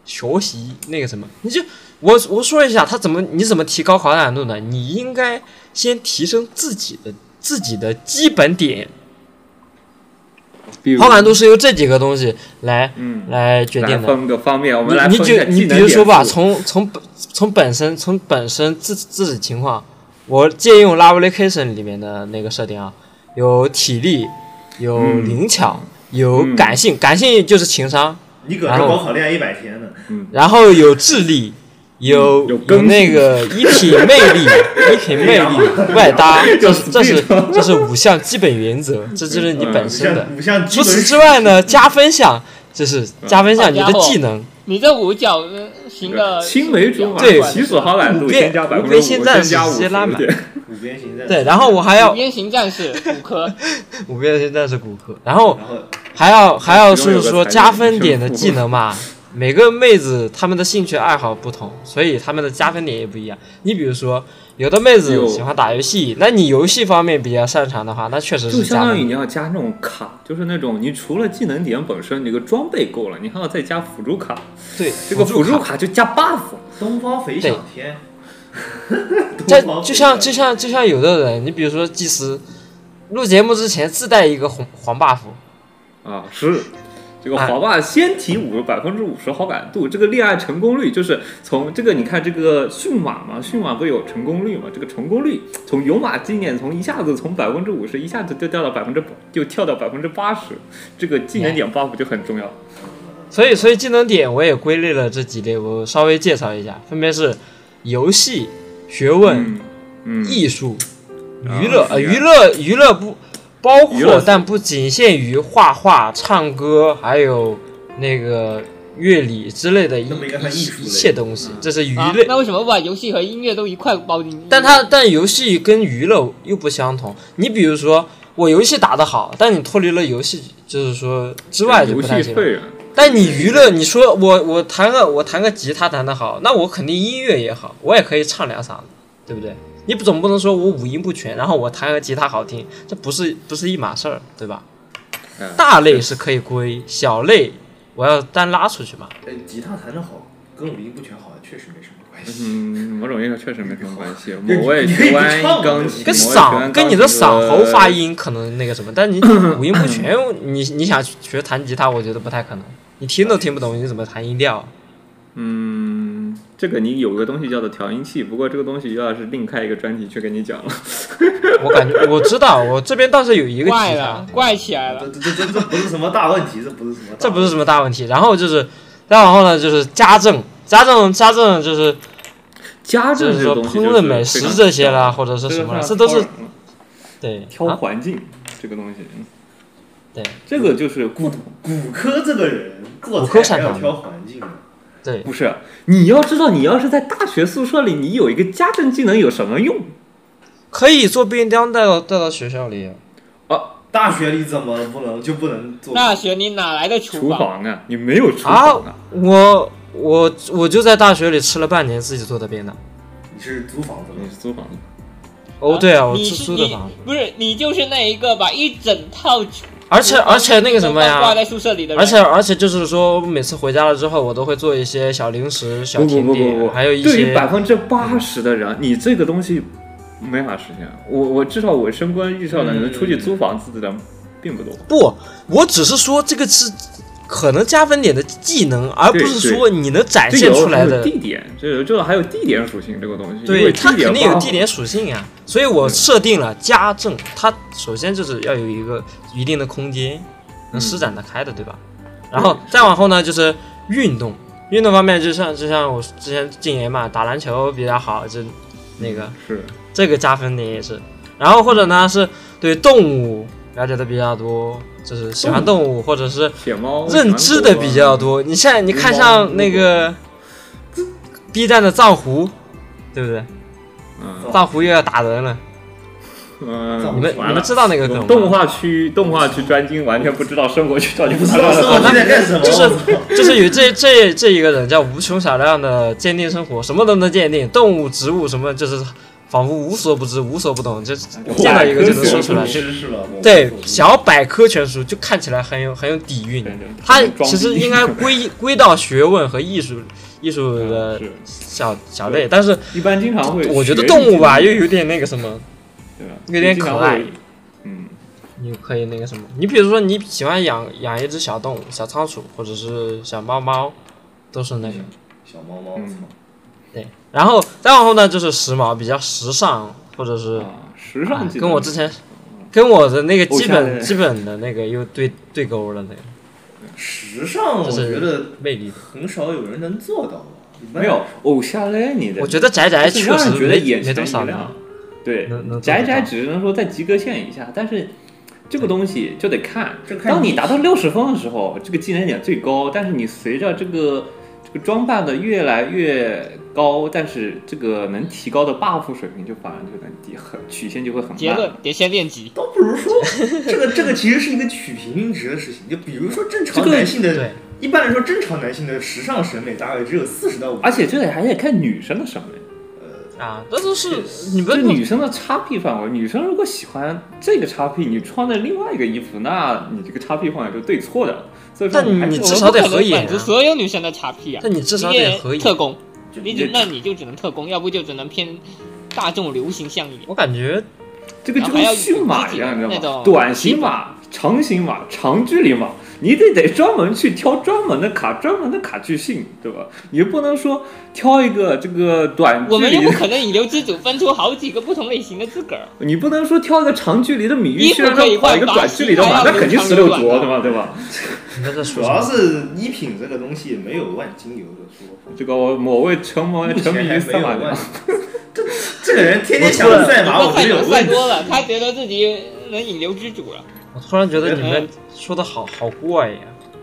学习那个什么，你就我我说一下，他怎么你怎么提高好感度呢？你应该先提升自己的自己的基本点，比如好感度，是由这几个东西来、嗯，来决来定的。分个方面，我们来你你分一就下你技能比如说吧，点数从从本从本身从本身自自己情况，我借用 Lovecation 里面的那个设定啊，有体力，有嗯灵巧，有嗯感性，感性就是情商，你搁这然后嗯高考练一百天呢？然后有智力，有、嗯有有根那个 一品魅力，一品魅力外搭，这是这是这是五项基本原则，这就是嗯你本五身的。项五项基除本此之外呢，加分项就是加分项，好你家的伙技能你这五角呃行的青梅竹马，对其所好 感五度边添加百五分之边五，先添战加士五直接十拉满点。五边形战对，然后我还五要边形战士五颗，五边先战士骨科，然后然后还要还要其中是有个说才加女分生点的服技能嘛，每个妹子她们的兴趣爱好不同，所以她们的加分点也不一样。你比如说，有的妹子有喜欢打游戏，那你游戏方面比较擅长的话，那确实就是相加当于分你。要加那种卡，就是那种你除了技能点本身，你个装备够了，你还要再加辅助卡。对，这个辅助卡，卡就加 buff，东方飞翔 天，这东方就飞像翔就像就像有的人，你比如说祭司，录节目之前自带一个红黄 buff，啊，是这个华爸先提五百分之五十好感度，这个恋爱成功率就是从这个你看这个驯马嘛，驯马不有成功率嘛？这个成功率从有马经验从一下子从百分之五十一下子就掉到百分之就跳到百分之八十，这个技能点 buff 就很重要。所以，所以技能点我也归类了这几类，我稍微介绍一下，分别是游戏、学问、嗯嗯，艺术、啊娱乐，呃，是啊娱乐娱乐不包娱乐括，但不仅限于画画、唱歌，还有那个乐理之类的一那么应该算艺术一类一切东西，嗯这是娱啊乐。那为什么不把游戏和音乐都一块包进去？但它但游戏跟娱乐又不相同。你比如说，我游戏打得好，但你脱离了游戏，就是说之外就游不太戏行。会啊员。但你娱乐，你说我我弹个我弹个吉他弹得好，那我肯定音乐也好，我也可以唱两嗓子，对不对？你不总不能说我五音不全，然后我弹个吉他好听，这不是不是一码事儿，对吧？嗯大类是可以归，小类我要单拉出去嘛。哎，吉他弹得好，跟五音不全好像确实没什么关系。嗯，某种意义上确实没什么关系。你某位你学你完唱啊钢琴，跟某位学嗓跟完钢你的琴嗓喉发和音可能那个什么，但你五音不全，你你想学弹吉他，我觉得不太可能。你听都听不懂，你怎么弹音调？嗯，这个你有个东西叫做调音器，不过这个东西又要是另开一个专题去跟你讲了。我感觉我知道，我这边倒是有一个怪吉他了，，怪起来了这。这这这不是什么大问题，这不是什么大问题，嗯这不是什么大问题。然后就是，再往后呢就是家政，家政家政就是家就政是这个说东西烹饪美食这些啦，，或者是这什么啦，这都是对挑啊环境这个东西，嗯对这个就是孤独。骨科这个人做骨科菜还要擅长吗挑环境啊，对不是，你要知道，你要是在大学宿舍里，你有一个家政技能有什么用？可以做便当带到带到学校里啊。大学里怎么不能就不能做？大学你哪来的厨厨房？房啊，你没有厨啊房啊，我我我就在大学里吃了半年自己做的便当。你是租房子你吗？是租房子。哦，对啊，我你出是租的你房子。不是你就是那一个把一整套厨而且而且那个什么呀都挂在宿舍里的人，而且而且就是说，每次回家了之后，我都会做一些小零食、小不不甜不不点，不，还有一对于些百分之八十的人，你这个东西没法实现。我我至少我升官遇上的嗯能出去租房子的人并不多。不，我只是说这个是可能加分点的技能，而不对是对说你能展这现有出来还有的。地点，这这还有地点属性这个东西，因对，为它地点嗯肯定有不好地点属性呀、所以我设定了家政，它首先就是要有一个一定的空间嗯能施展得开的，对吧？然后再往后呢，就是运动，运动方面就像就像我之前禁言嘛，打篮球比较好，嗯就那个是这个加分点也是。然后或者呢是对动物了解的比较多，就是喜欢动物或者是铁猫认知的比较。多。你现在你看像那个 B 站的藏狐，对不对？嗯藏狐又要打人了，嗯，你们完了你们知道那个梗吗？动画区动画区专精，完全不知道生活区到底不发知生道生活了。区在干什么，就是就是有这这这一个人叫无穷小亮的鉴定生活，什么都能鉴定，动物、植物什么就是仿佛无所不知、无所不懂，就见到一个就能说出来。就识了，我对，小百科全书就看起来很有很有底蕴对对， 它很装其实逼应该归归到学问和艺术艺术的是小小类，但是一般经常会，我觉得动物吧，又有点那个什么，对吧有点可爱。经常会嗯，你可以那个什么，你比如说你喜欢养养一只小动物，小仓鼠或者是小猫猫，都是那个。小猫猫嗯对，然后再往后呢，就是时髦，比较时尚，或者是、啊时哎尚技能跟我之前跟我的那个偶基像本类基本的那个又对对勾了那个时尚，我就是觉得魅力。很少有人能做到吧，一般没有偶像类，你的我觉得宅宅就是确让实人觉得没眼没前多少一人亮。。对能能做，宅得宅到只能说在及格线以下，但是这个东西就得看这。看当你你达到六十分的时候，这个技能点最高，但是你随着这个这个装扮的越来越高，但是这个能提高的 buff 水平就反而就能低，很曲线就会很结论慢。得先练级。倒不如说，这个这个其实是一个取平均值的事情。就比如说正常这个男性的，对一般来说正常男性的时尚审美大概只有四十到五，而且这得还得看女生的审美，啊，那都是你就们女生的叉 P 范围。女生如果喜欢这个叉 P，你穿的另外一个衣服，那你这个叉 P 范围就对错的了。所以说但还你是至我少得不可能合眼满足啊所有女生的叉 P 啊那，你至你少也得合特影。工，就你也只那你就只能特工，要不就只能偏大众流行向一点。我感觉这个就跟驯马一样，你然后还要有自己的那知道吗种？短型马、长型马、长距离马，你得得专门去挑专门的卡、专门的卡去性，对吧？你不能说挑一个这个短距我们又离不的，可能引流之主分出好几个不同类型的自个儿，你不能说挑一个长距离的米衣玉服去让他可以跑换一个发短距离的型马，还那要肯留定长十六短的着，对吧？对吧？你们在主说什要么？是衣品这个东西没有万金油的说 法。这个我某位成魔目沉迷前于还没赛有啊马万娘金。这这个人天天想着赛马，他啊我觉快得有牛问算题。多了，他觉得自己能引流之主了。我突然觉得你们嗯说的好好怪呀。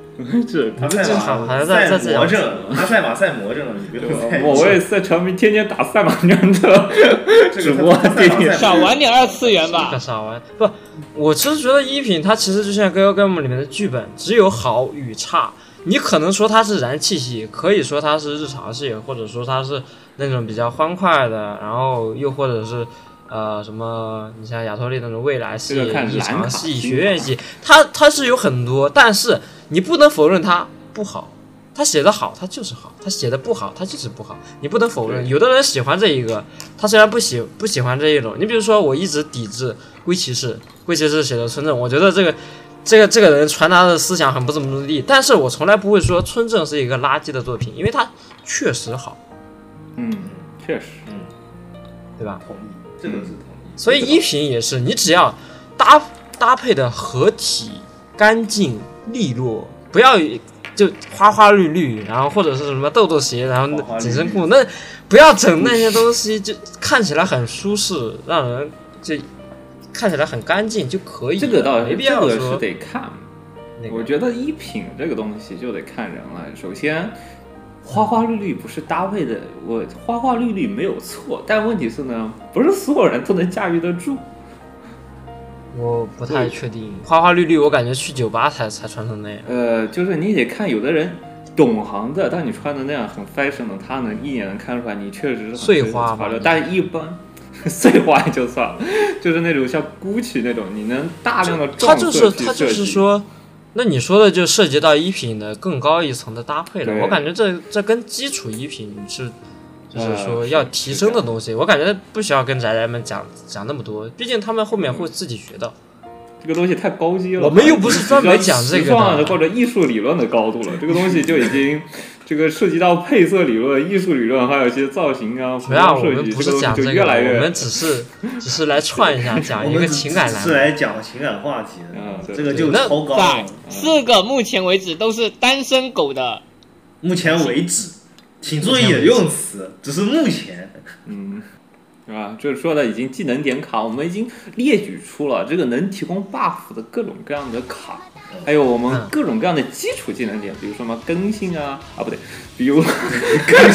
这他正赛常马还在在赛魔怔了，他赛马赛魔怔了，你别对吧赛某位赛沉迷天天打赛马娘的 这主个播他他天赛马天赛少魔玩点二次元可吧，少玩不？我其实觉得一品它其实就像《哥哥 game》里面的剧本，只有好与差。你可能说它是燃气系，可以说它是日常系，或者说它是那种比较欢快的，然后又或者是呃什么，你像亚托利那种未来系、这个看日蓝卡常系、金学院卡系，它它是有很多，但是你不能否认它不好。他写的好，他就是好；他写的不好，他就是不好。你不能否认，对有的人喜欢这一个，他虽然不喜不喜欢这一种。你比如说，我一直抵制龟骑士，龟骑士写的村正，我觉得这个这个这个人传达的思想很不怎么地，但是我从来不会说村正是一个垃圾的作品，因为他确实好，嗯，确实，对吧？同意，这个是同意。所以一品也是，你只要搭搭配的合体、干净、利落，不要就花花绿绿，然后或者是什么豆豆鞋，花然花后绿绿紧身裤，那不要整那些东西，就看起来很舒适，让人就看起来很干净就可以了。这个倒哎没是必这要个说是得看。那我个。觉得衣品这个东西就得看人了。首嗯先，花花绿绿不是搭配的，我花花绿绿没有错，但问题是呢，不是所有人都能驾驭得住。我不太确定，花花绿绿，我感觉去酒吧才才穿成那样。呃，就是你得看有的人懂行的，但你穿的那样很 fashion 的，他能一眼能看出来你确实是很碎花嘛潮流，但一般。 碎坏就算了，就是那种像 GUCCI 那种，你能大量的他撞就色是去他就设是计，说，那你说的就涉及到衣品的更高一层的搭配了。对我感觉这这跟基础衣品是，就是呃说是要提升是这的样东西，我感觉不需要跟宅宅们讲讲那么多，毕竟他们后面会自己学到。这个东西太高级了。我们又不是专门讲这个的比较时尚或者艺术理论的高度了，这个东西就 已经这个涉及到配色理论、艺术理论，还有一些造型啊、服主要装我设们计，不是这个东讲西这就个越的，来我越们只是只是来串一下， 讲一我个们情感栏是目。来讲情感话题的，嗯对这个就那超高在了。四个目前为止都是单身狗的，目前为止，请注意引用词，只是目 前。嗯。是吧？就是说的已经技能点卡，我们已经列举出了这个能提供 buff 的各种各样的卡，还有我们嗯各种各样的基础技能点，比如说什么更新啊啊不对，比如你别更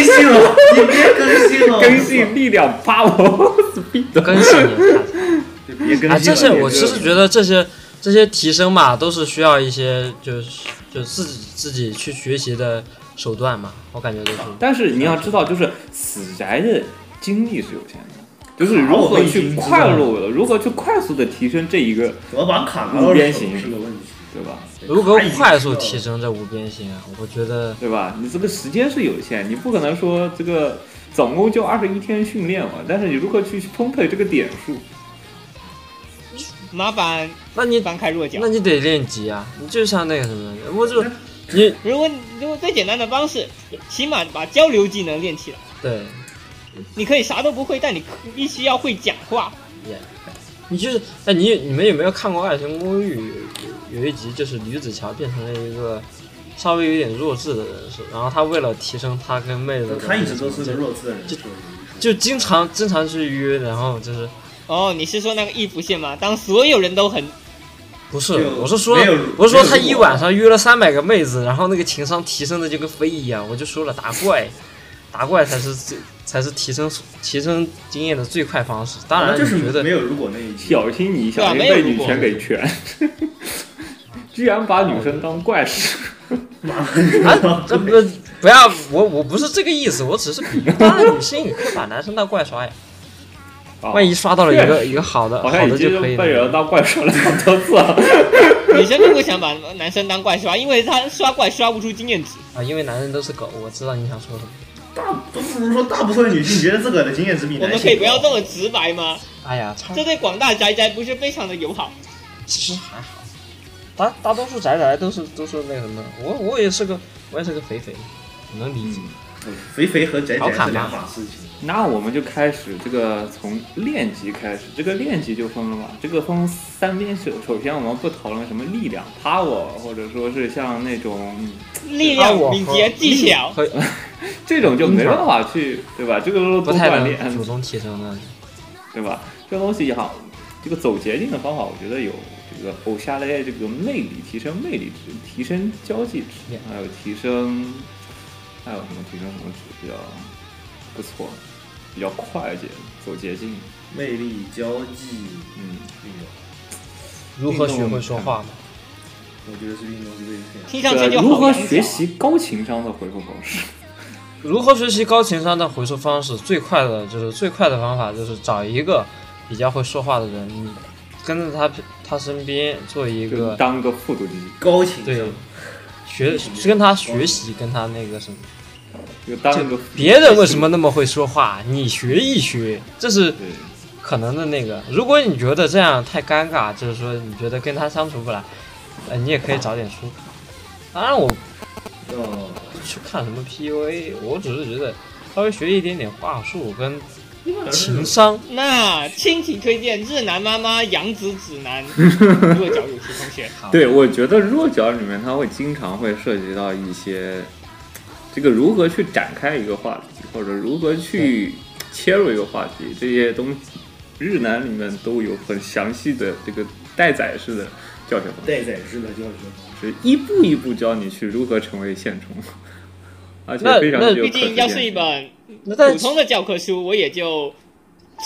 新了，你别更新了，更新力量 power speed，更新一下就别更新了。啊，这些别我更新其了实觉得这些这些提升嘛，都是需要一些就是就自己自己去学习的手段嘛，我感觉都是。但是你要知道，就是死宅的精力是有限的，就是如何去快速的，如何去快速的提升这一个，怎么把卡拿到无边手形是个问题。对吧？如何快速提升这五边形啊？我觉得对吧？你这个时间是有限，你不可能说这个总共就二十一天训练嘛，但是你如何去分配这个点数？麻烦那你翻开弱角那。你得练级啊，你就像那个什么，我就你如果如果最简单的方式，起码把交流技能练起来。对你可以啥都不会，但你必须要会讲话。也。你就是哎，你你们有没有看过《爱情公寓》有有有一集，就是吕子乔变成了一个稍微有点弱智的人设，然后他为了提升他跟妹子的他一直都是这个弱智的人，就所以就经常经常去约，然后就是哦，你是说那个易服线吗？当所有人都很不是就，我是说没有，我是说他没有一晚上约了三百个妹子，然后那个情商提升的就跟飞一样，我就说了，打怪，打怪才是最才是提升提升经验的最快方式。当然，哦就你是觉得没有如果那一期，小心你小心对啊没被有女权给圈，居然把女生当怪事。啊，这不不要我我不是这个意思，我只是比喻，当然女生也可以把男生当怪刷呀，哦啊万一刷到了一确个实一个好的好好像的已就经可以被了。人当怪兽了很多次了。 女生都不想把男生当怪刷，因为他刷怪刷不出经验值。啊，因为男人都是狗，我知道你想说什么。大不如说大部分女性觉得自个的经验值 比我男性们高可以不要这么直白吗？哎呀，差这对广大宅宅不是非常的友好。其实还好，大大多数宅宅都是都是那个什么，我我也是个我也是个肥肥，我能理解。肥肥和宅调宅侃是两吧码事情。那我们就开始这个从练级开始，这个练级就分了嘛，这个分三边首首先我们不讨论什么力量 power，或者说是像那种嗯力啊量、敏捷、技巧，和这种就没办法去，对吧？这个都嗯不多太锻能主炼，动提升的，对吧？这个东西也好，这个走捷径的方法，我觉得有这个偶像类这个魅力，提升魅力值，提升交际值 Yeah，还有提升，还有什么提升什么值比较不错，比较快捷，走捷径，魅力、交际、嗯。运动，如何学会说话嘛？我觉得是运动是最重要的。听上去就好啊如何养小啊学习高情商的回复方式？如何学习高情商的回收方式？最快的就是最快的方法就是找一个比较会说话的人，你跟着他他身边做一就个当个复读机，高情对商，学跟他学习，跟他那个什嗯么。就当一个别人为什么那么会说话？你学一学，这是对可能的那个。如果你觉得这样太尴尬，就是说你觉得跟他相处不来，呃，你也可以找点书。当然，我不哦，去看什么 PUA，我只是觉得稍微学一点点话术跟情商，那亲情推荐《日男妈妈养子指南》，弱角有些同学。对，我觉得弱角里面它会经常会涉及到一些这个如何去展开一个话题，或者如何去切入一个话题，这些东西日南里面都有很详细的这个带宰式的教学方式，待宰式的教学，是一步一步教你去如何成为现充，而且那非常那具有毕可实竟要是践一性本那但普通的教科书，我也就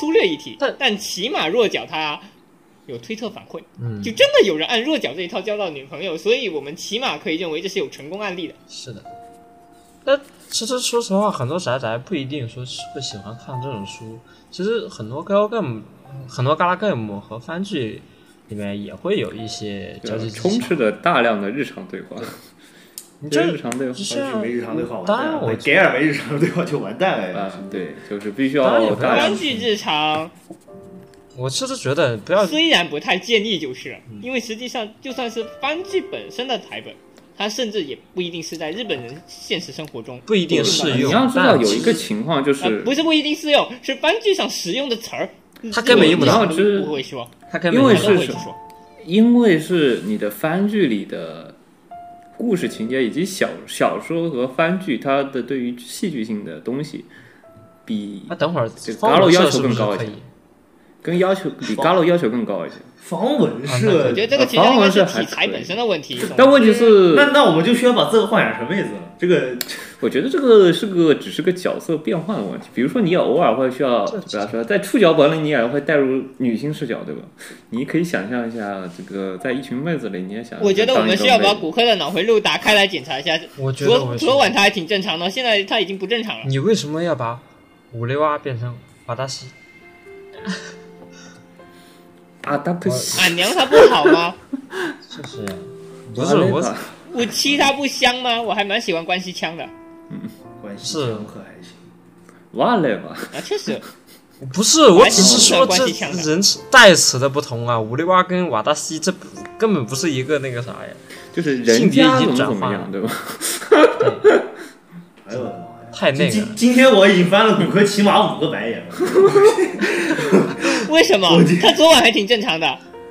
粗略一提但。但起码弱角他有推特反馈，嗯就，真的有人按弱角这一套交到女朋友，所以我们起码可以认为这是有成功案例的。是的。但其实说实话，很多宅宅不一定说是会喜欢看这种书。其实很多 gal game、很多 gal game 和番剧里面也会有一些交际技巧充斥着大量的日常对话，你这这日常对话就还是像没日常对话完蛋当然了我给尔没日常对话就完蛋了。啊，对，就是必须当然也要不大量关。系日常我其实觉得不要虽然不太建议，就是了，因为实际上就算是番剧本身的台本，它甚至也不一定是在日本人现实生活中不一定适你用，要知道但有一个其实情况就呃是，不是不一定适用，是番剧上使用的词儿，他根本用不不到你要知不会说，他根本因为没他是都有会去什么说。因为是你的番剧里的故事情节以及小小说和番剧，它的对于戏剧性的东西，比那等会儿这个方文 Galo 要社是求不更是高一可些以？跟要求比 Galo 要求更高一些。防蚊我社觉，得这个其实啊应该是方文社还题材可以本身的问题。但问题是，那那我们就需要把这个幻想成妹子了。这个我觉得这个是个只是个角色变换的问题。比如说，你也偶尔会需要，这比方说在触角本里，你也会带入女性视角，对吧？你可以想象一下，这个在一群妹子里，你也想我觉得我们当一个是要把妹子骨科的脑回路打开来检查一下。我觉得昨我嗯昨晚他还挺正常的，现在他已经不正常了。你为什么要把五六二变成瓦达西？啊，他不行，俺娘她不好吗？就是呀，不是我啊我妻她不香吗？我还蛮喜欢关西腔的啊关系是强可还行。 哇嘞吧，啊，确实，不是，我还只是是喜说欢这关系强的人代词的不同啊，五六二跟瓦达西这不根本不是一个那个啥呀。就是人性别已家经怎么转怎么化样，了对吧？哎呦我的妈呀！太那个今了，今天我已经翻了骨科起码五个白眼了。为什么我觉得他昨晚还挺正常的？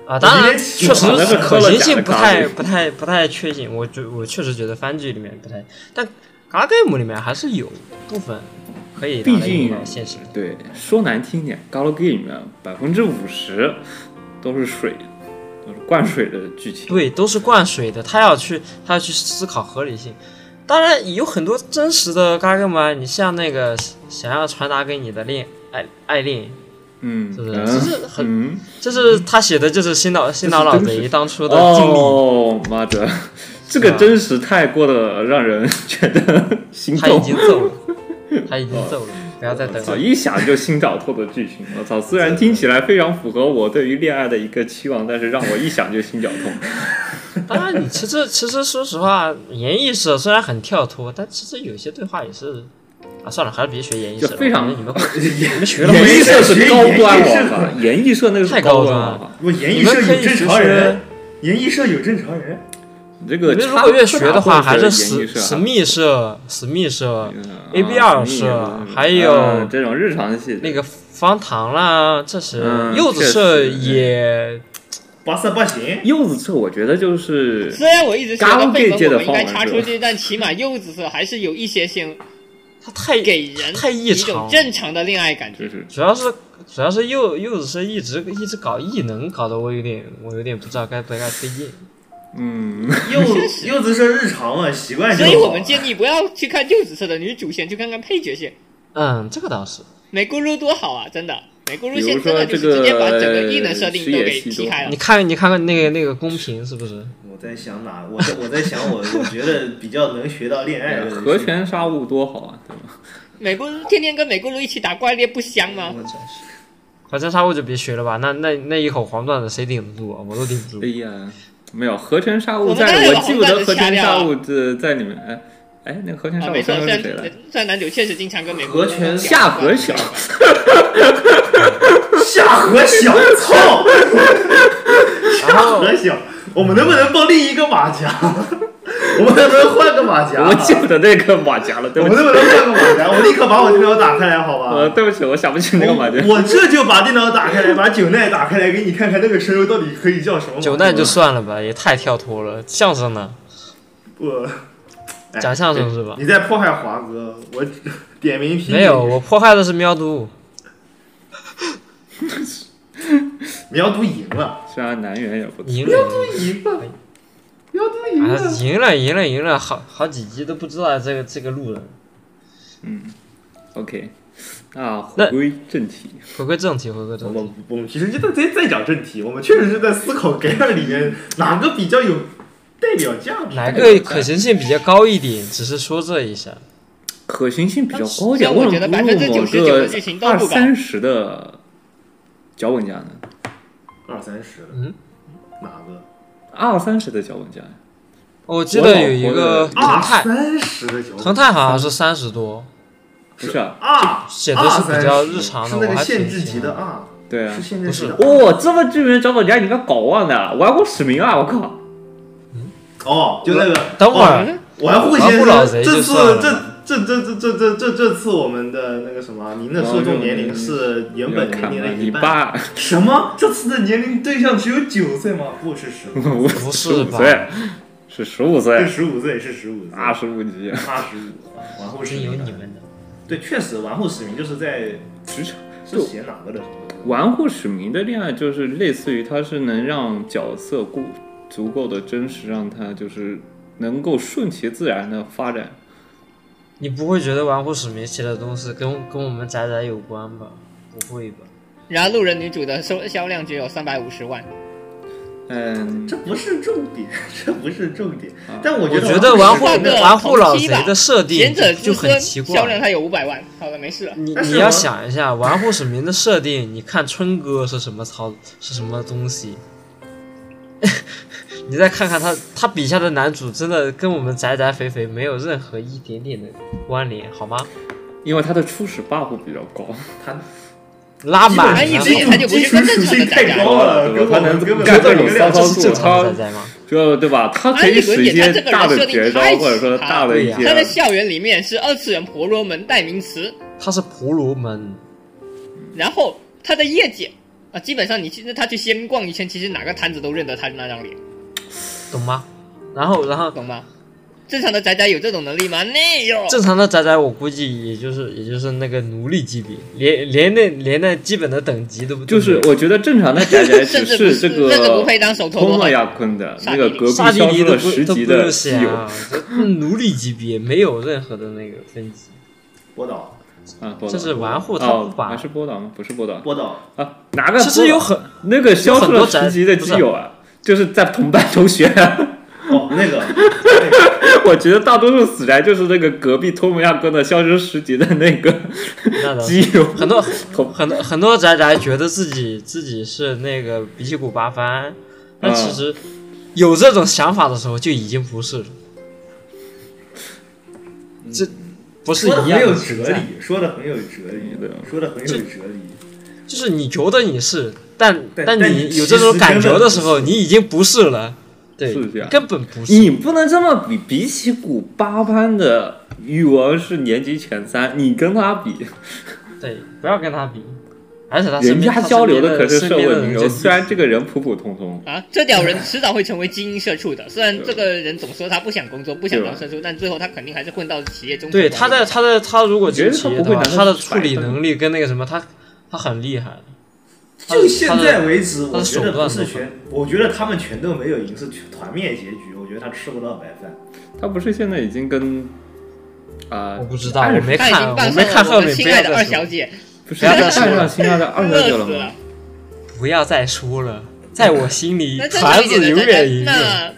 啊！当我然，今天确实我在这可喝了行假的性不咖太啡不太不太确信，我觉我确实觉得番剧里面不太，但 Gar Game 里面还是有部分可以拿毕来用竟到现实。对，说难听点，Galo Game 里面百分之五十都是水，都是灌水的剧情。对，都是灌水的，他要去他要去思考合理性。当然有很多真实的 Gar Game 啊，你像那个想要传达给你的恋爱爱恋，嗯，是不是嗯，其实很嗯就是他写的就是新老新老老贼当初的经历。哦，妈的，这个真实太过的让人觉得心他已痛。经揍了，他已经揍了，不要再等操，了。一想就心绞痛的剧情，我操！虽然听起来非常符合我对于恋爱的一个期望，但是让我一想就心绞 痛。当然，你其实其实说实话，演艺社虽然很跳脱，但其实有些对话也是。啊，算了，还是别学演艺社了。就非常我觉得你们会， 你们学了演艺会社是高端，演艺社我操！演艺社那个是太高端，啊端了我操！我演你艺们社可以有学正常人学。，演艺社有正常人。你这你个们如插果越学的话，插还混是演艺史社啊嗯史密社、史密社、 A ABR 社啊还有嗯这种日常系那个方糖啦，这是嗯柚子确社实也八三八行，柚子社，我觉 得就是虽然我一直觉得背嘎嘣这届本的我们应该方文社插出去，但起码柚子色还是有一些些它太给人太异一种常，正常的恋爱感就觉。是主要是主要是柚柚子社一直一直搞异能，搞得我有点我有点不知道该不该推荐。嗯，柚柚子社日常嘛，习惯就所好。以我们建议不要去看柚子色的女主线，去看看配角线。嗯，这个倒是。美咕噜多好啊，真的，美咕噜比如线说真的就是这个直接把整个异能设定都给踢开啊了你。看，你看看那个那个公屏是不是？我在想哪？我在我在想我，我觉得比较能学到恋爱 的人哎和弦杀物多好啊，对吧？美咕噜天天跟美咕噜一起打怪猎不香吗？反正杀我就别学了吧，那那那一口黄段子谁顶得住啊？我都顶不哎住。呀，没有和弦杀物我们刚才在，有我记不红得钻和的掐弦掉杀啊物这在里面，哎哎，那个和弦啊，杀物没错，刚虽刚是然谁来？虽然男主确实经常跟美和国权夏河小，下河小，操！然后和小，我们能不能帮另一个马甲？我们能不能换个马甲？我记不得那个马甲了，对我不们起能，不能换个马甲？我立刻把我电脑打开来，好吧？呃，对不起，我想不起那个马甲。我我这就把电脑打开来，把九奈打开来，给你看看那个声优到底可以叫什么马甲。九难就算了吧，也太跳脱了。相声呢？我，哎讲相声是吧？你在迫害华哥，我只点名批评。没有，我迫害的是喵都。苗都赢了，虽然南园也不错，赢了，赢了，苗都赢啊了。，赢了，赢了，赢了，好好几集都不知道这个这个路人。嗯，OK，那回那归正题，回归正题，回归我正题们。我们其实就在在在讲正题，我们确实是在思考 g a m 里面哪个比较有代表价值。哪个可行性比较高一点？只是说这一下，可行性比较高一点，像我为觉什得么不录某99%个的剧情都二不高三十的脚本家呢？二三十了，嗯，哪个？二三十的脚本家，哦我记得有一个我老二腾婆的泰，啊三十的球，腾泰好像是三十多，不是啊？啊，写的是比较230日常的是那我个还限挺制级喜欢的啊，对啊是，限制级的啊。哦，这么著名的脚本家，你该搞忘了，玩过使命啊！我靠，哦，就那个，等会儿哦玩户先玩户老贼生，就这算了次这这这这这这这这次我们的那个什么，您的受众年龄是原本年龄的你一半。爸，什么？这次的年龄对象只有九岁吗？不是十，不 不十是五吧岁，是十五是岁，十五岁，是十五岁，二十五级，八十五。玩户不使是有命你们的，对，确实玩户使命就是在职场是写哪个的？玩户使命的恋爱就是类似于，它是能让角色够足够的真实，让它就是能够顺其自然的发展。你不会觉得玩忽使命写的东西跟跟我们仔仔有关吧？不会吧？然后路人女主的收销量只有三百五十万，嗯，这不是重点， 这不是重点啊。但我我觉觉得得玩玩忽户使换个玩忽老贼同期吧的设定贤者就之很孙奇销量怪。它有五百万。好了，没事了。你但是你要我想一下，玩忽使命的设定，你看春哥是什么操是什么东西， 你再看看他他笔下的男主，真的跟我们宅宅肥肥没有任何一点点的关联，好吗？因为它的初始 buff 比较高，拉满他了，以你为他就不是个正常基础属性的宅太宅高，了对吧？它能根本干根各本种骚这操是正常的作，宅宅吗？就对吧？它可以使一些大的绝招，或者说大的一他在些，校园里面是二次元婆罗门代名词，他是婆罗门，然后他的业界啊，基本上你去他去先逛一圈，其实哪个摊子都认得他那张脸，懂吗？然后然后懂吗？正常的宅宅有这种能力吗？没有。正常的宅宅，我估计也就是也就是那个奴隶级别，连连那连那基本的等级都不就是我觉得正常的宅宅只甚至不 这甚至不个配当手头托罗诺汉。亚坤的那个隔壁杀消地尼失都了不十都级不的用基写友啊，这奴隶级别没有任何的那个分级。波导，啊，波导这是玩户他不哦，把还是波导吗？不是波导波导，啊，哪个波导？其实有很那个消有失了很多宅十级的基友啊，就是在同班同学、啊哦，那个 我觉得大多数死宅就是那个隔壁托姆亚哥的消失十级的那个那倒是基友，嗯很 多同很多很多宅宅觉得自己自己是那个比起古巴番，但嗯其实有这种想法的时候就已经不是了。这不是说的一很样有的哲存在。理，说的很有哲理对，说的很有哲理。就是你觉得你是，但但但你你有其这种实感根觉本的不时候，是你已经不是了，对，是这样根本不是。你不能这么比，比起古巴班的语文是年级前三，你跟他比，对，不要跟他比，而且他身人边家交流的可是社会名流，流，虽然这个人普普通通，啊，这屌人迟早会成为精英社畜的。虽然对这个人总说他不想工作，不想对吧当社畜，但最后他肯定还是混到企业中。对他在他在他如果觉得进他企业的不会话，拿他的出处来理的能力跟那个什么，他他很厉害的。哦他就的现他的在为止，他我的觉手得不段是全，我觉得他们全都没有赢，是全团灭结局。我觉得他吃不到白饭。他不是现在已经跟啊、我不知道，暗我示没他已看，经我傍没上了看后我面，们不亲要爱的再二说小了，姐，不是不要再说他上了上新二的 二乐哥死 了吗了？。不要再说 了，在我心里那，正常团一子点的永宅远宅，赢了，那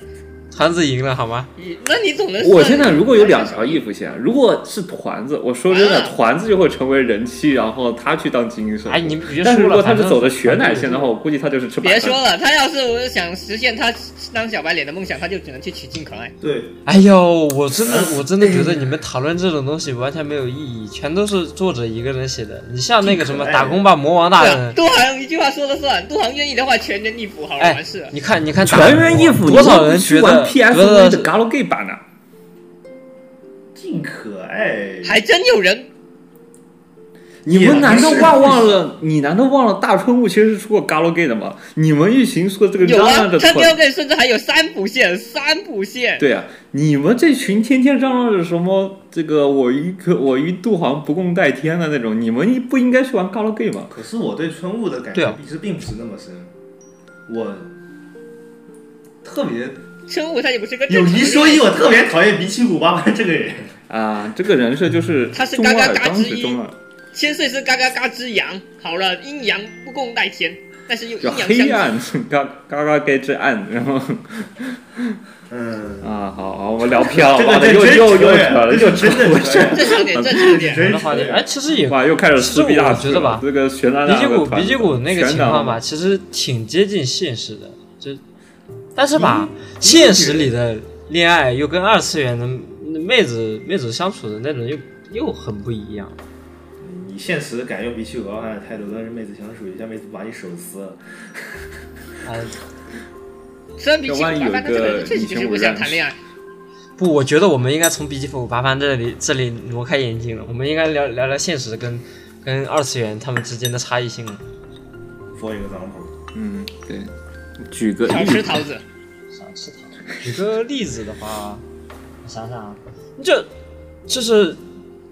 团子赢了，好吗？你那你总能我算现在如果有两条衣服线，如果是团子，我说真的，啊团子就会成为人气，然后他去当精英社畜。哎，你别但是说如果了，他反是正走的血奶线反的正话，我估计他就是吃白别饭。说了，他要是想实现他当小白脸的梦想，他就只能去取经可爱。对，哎呦，我真的，我真的觉得你们讨论这种东西完全没有意义，全都是作者一个人写的。你像那个什挺么可《爱的打工吧魔王大对啊人，》，杜航一句话说了算，杜航愿意的话全人一服好了，嗯哎完事了。你看，你看，全员一服，多少人觉去得玩觉 PSV 的得 Galgame 版呢？尽可爱。还真有人你们难道忘忘了？你难道忘了大春物其实是出过 Galgame 的吗？你们一行说这个有嚷啊嚷着，他团标配甚至还有三补线，三补线。对啊，你们这群天天嚷嚷着什么这个我与可我与杜航不共戴天的那种，你们不应该去玩 Galgame 吗？可是我对春雾的感对觉啊其实并不是那么深，我特别春武他也不是个有正常一人说一，我特别讨厌比起古巴巴这个人。啊，这个人设就是他是中嘎嘎二，嘎当之时一中二，千岁是嘎嘎嘎之阳，好了，阴阳不共戴天，但是又叫 阴阳黑相暗嘎嘎嘎该之暗，然后嗯，啊，好，好我聊偏了，这个完了这又真又扯又远扯了，这又扯真的回扯去远了，正常点，正常点。 真的话题，是哎，其实也哇，又开始撕逼大其实我觉得吧这个悬崖鼻两脊个骨团鼻脊骨那个全情倒况吧，其实挺接近现实的，就但是吧，现实里的恋爱又跟二次元的妹子妹子相处的那种又又很不一样。你现实感又比虚构暗太多，但是妹子想属一下，妹子把你手撕了，啊、虽然比起麻烦，但这个人确实就是不想谈恋爱。不，我觉得我们应该从笔记本八番这里这里挪开眼睛了，我们应该聊聊聊现实跟跟二次元他们之间的差异性了。 for example，嗯，对，举个少例吃子，桃子，想吃糖。举个例子的话，我想想啊，你就就是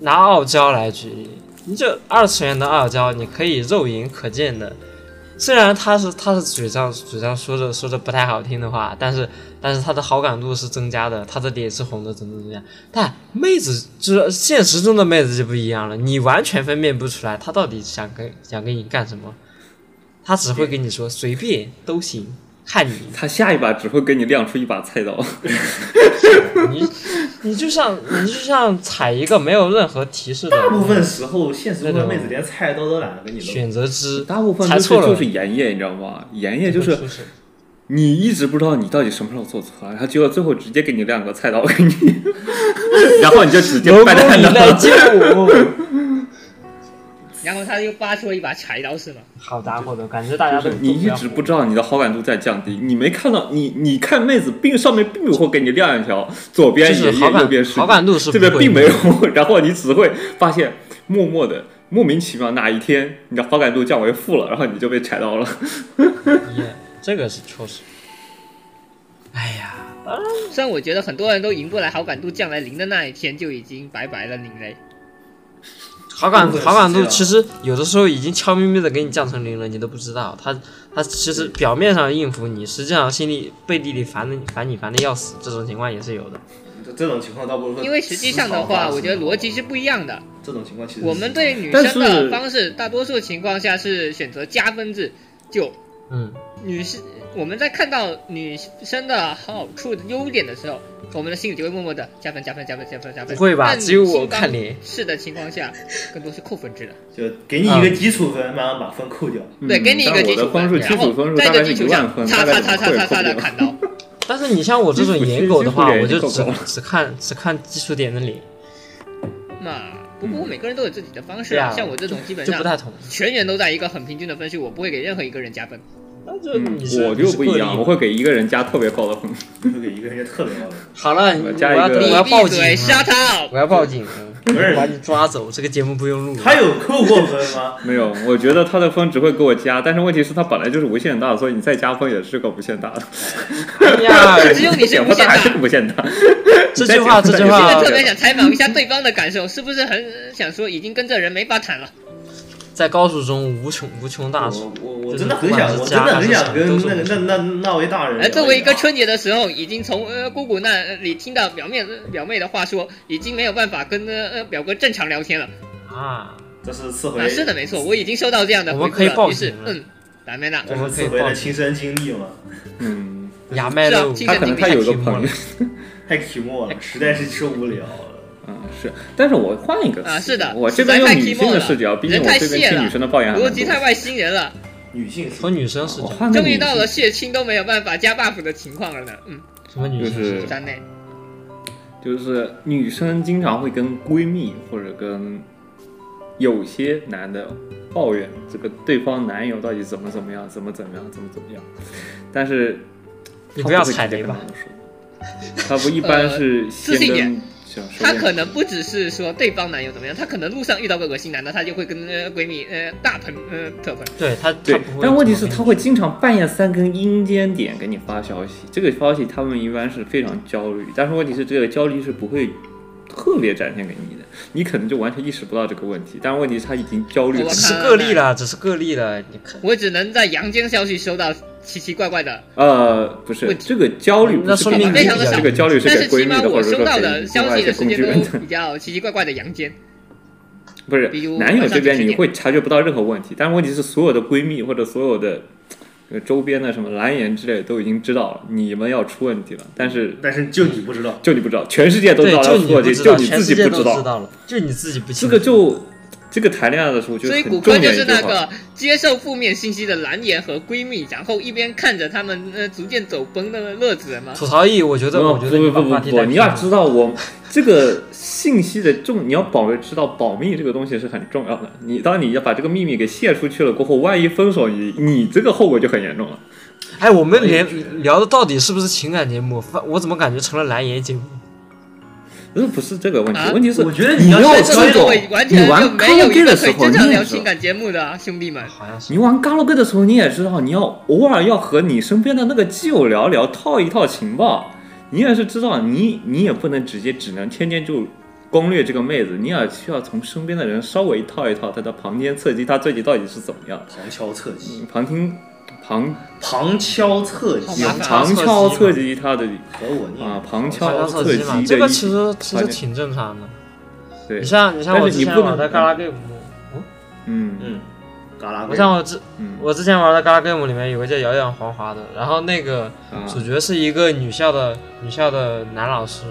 拿傲娇来举例，你就二次元的傲娇，你可以肉眼可见的。虽然他是他是嘴上嘴上说着说着不太好听的话，但是但是他的好感度是增加的，他的脸是红的，怎么怎么样？但妹子就是现实中的妹子就不一样了，你完全分辨不出来她到底想跟想跟你干什么，她只会跟你说随便都行，看你。他下一把只会给你亮出一把菜刀，你你就像你就像踩一个没有任何提示大部的分时候现实中的妹子连菜刀都懒得跟你弄。选择之， 大部分猜都是错了就是盐业，你知道吗？盐 业就是出手你一直不知道你到底什么时候做错，然后结果最后直接给你亮个菜 刀给你，然后你就直接龙宫败蛋你 来了。接我，然后他又发出了一把柴刀，是吗？好家伙的感觉，大家就都是你一直不知道你的好感度在降低，你没看到你你看妹子并上面并没有给你亮一条，左边就是爷好爷感右边是好感度是这不边会并没的有，然后你只会发现默默的莫名其妙哪一天你的好感度降为负了，然后你就被踩到了。耶这个是确实。哎呀，虽然我觉得很多人都赢不来好感度降来零的那一天就已经拜拜了您嘞。好感不可好感思度议啊其实有的时候已经悄咪咪的给你降成零了，你都不知道。他他其实表面上应付你，实际上心里背地里烦的烦你烦的要死，这种情况也是有的。这这种情况倒不如呃说，因为实际上的话，我觉得逻辑是不一样的。这种情况其实我们对女但生是的方式，大多数情况下是选择加分制，就嗯，女生，我们在看到女生的好处、优点的时候，我们的心里就会默默的加分、加分、加分、加分、加不分。会吧但只有我女性方看脸是的情况下，更多是扣分制的。就给你一啊个基础分，慢慢把分扣掉。对，给你一个嗯但基我础的分数，基然础后分数在大这概基是础一万上，分，擦大擦概擦是擦擦擦的砍刀。 但是你像我这种颜狗的话，基础我就基只础脸只看只看基础点的脸，那不过每个人都有自己的方式对啊啊，像我这种基本就不太上同。全员都在一个很平均的分数，我不会给任何一个人加分。那就嗯你是、，我你就是不一样，个例我会给一个人加特别高的分。就给一个人家特别高的，好了，你我我加一要个我你要报闭警啊嘴了， ，shut up！我要报警了，是我把你抓走，这个节目不用录了。他有扣过分吗？没有，我觉得他的分只会给我加，但是问题是他本来就是无限大，所以你再加分也是个无限大的。哎 呀，啊只有你是点无不大限还大是。无限大。这句话这句话我特别想采访一下对方的感受，是不是很想说已经跟这人没法谈了？在高速中无穷无穷大数我，我我就是真的很不管想，是我家真的还很是想什么跟都是那个那那那位大人聊而聊。呃作哎为一个春节的时候，已经从呃姑姑那里听到表面表妹的话说，已经没有办法跟呃呃表哥正常聊天了。哦啊，这是次回啊，，是的，没错，我已经收到这样的回我们复可以报了。于是警，了嗯，达梅娜，这我是们可以次回报的警亲身经历嘛，嗯，牙麦是啊肉，竞他争可能力他太有一个提莫朋了友，太题目了，实在是受不了了。嗯是，但是我换一个啊思是的我这边用实在太女 keyboard 性的了视角，毕竟人我太这边细听了女生的抱怨还逻蛮辑多太。外星人了，女性是从女生视我角，换个终女于到性了血清都没有办法加 buff 的情况了呢。嗯，什么女生视角？站内，就是女生经常会跟闺蜜或者跟有些男的抱怨这个对方男友到底怎么怎么样，怎么怎么样，怎么怎么样。但是你他不要会直踩接雷跟吧男的说，他不一般是呃自信先点跟小说她恋可能不只是说对方男友怎么样，她可能路上遇到个恶心男的，她就会跟呃闺蜜呃大喷呃特喷。对他，他对不，会但问题怎是么他会经常半夜三更阴间点给你发消息，这个消息他们一般是非常焦虑，但是问题是这个焦虑是不会特别展现给你的，你可能就完全意识不到这个问题，但是问题是他已经焦虑我很只看是个例了，只是个例了，你看。我只能在阳间消息收到奇奇怪怪的，呃，不是问题这个焦虑那不是说给明男你生比较这个焦虑是但给是闺起蜜码的，或我者收说到给的另消息外一些的时工具间人都的，比较奇奇怪怪的阳间。不是比如男友晚上这边九十你点会察觉不到任何问题，但是问题是所有的闺蜜或者所有的呃周边的什么蓝颜之类的都已经知道了，你们要出问题了，但是但是就你不知道，就你不知道，全世界都知道要就你出问不题，知道，就你全自世己界不都道，了，就你自己不这清楚。个就这个谈恋爱的时候，我觉得所以很骨重科就点是一句那话个接受负面信息的蓝颜和闺蜜，然后一边看着他们呃逐渐走崩的乐子人吗？吐槽意，我觉得，我觉得不你不把不话不题不，带你偏要了知道我这个信息的重，你要保知道保密这个东西是很重要的。你当你要把这个秘密给泄出去了过后，万一分手，你你这个后果就很严重了。哎，我们连聊的到底是不是情感节目？反我怎么感觉成了蓝颜节目？那不是这个问题，啊问题是我觉得你你要要是这知这种个各道位完，你全就玩没卡拉有 OK 一个的可时以候，真你正也聊知情道。感节目的、啊、兄弟们。好像是。你玩 g a l 的时候，你也知道，你要偶尔要和你身边的那个基友聊聊，套一套情报。你也是知道，你你也不能直接只能天天就攻略这个妹子，你也需要从身边的人稍微套一套她的旁边侧击，她最近到底是怎么样的。旁敲侧击，嗯旁听旁嗯旁敲侧击好麻烦旁敲侧击她的和我念啊，旁好敲像手侧机击的嘛一，这个其实其好实像挺正常的。对你，像你像但我是之你前不玩能的《嘎啦 game》，嗯嗯，嘎啦我个，像我之嗯，我之前玩的《嘎啦 game》里面有个叫摇摇黄华的，然后那个啊主角是一个女校的女校的男老师，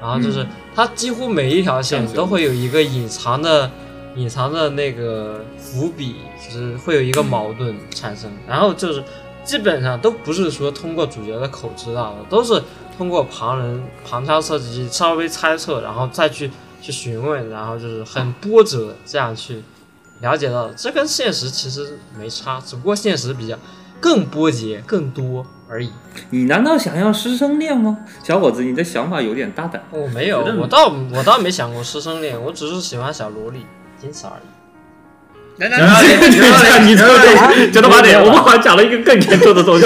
然后就是他几乎每一条线都会有一个隐藏的隐藏的那个伏笔，就是会有一个矛盾产生，然后就是基本上都不是说通过主角的口知道的，都是通过旁人旁敲侧击稍微猜测，然后再去去询问，然后就是很波折这样去了解到的，这跟现实其实没差，只不过现实比较更波折更多而已。你难道想要师生恋吗，小伙子？你的想法有点大胆。我没有，我倒我倒没想过师生恋，我只是喜欢小萝莉，仅此而已。难道你你你这个九头八 点，我们好像讲了一个更严重的东西。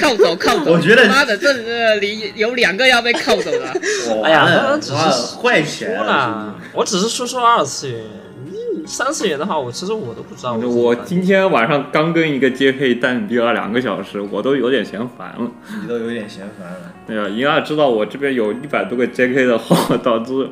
靠走靠走？ 我觉得妈的，这这里有两个要被靠 走的。我哎呀完了那只是哇坏起来说了了，，啊我只是说说二次元，你三次元的话，我其实我都不知道我。我今天晚上刚跟一个 JK 单比了两个小时，我都有点嫌烦了。兄弟你都有点嫌烦了。对啊吧？银二知道我这边有一百多个 JK 的号，导致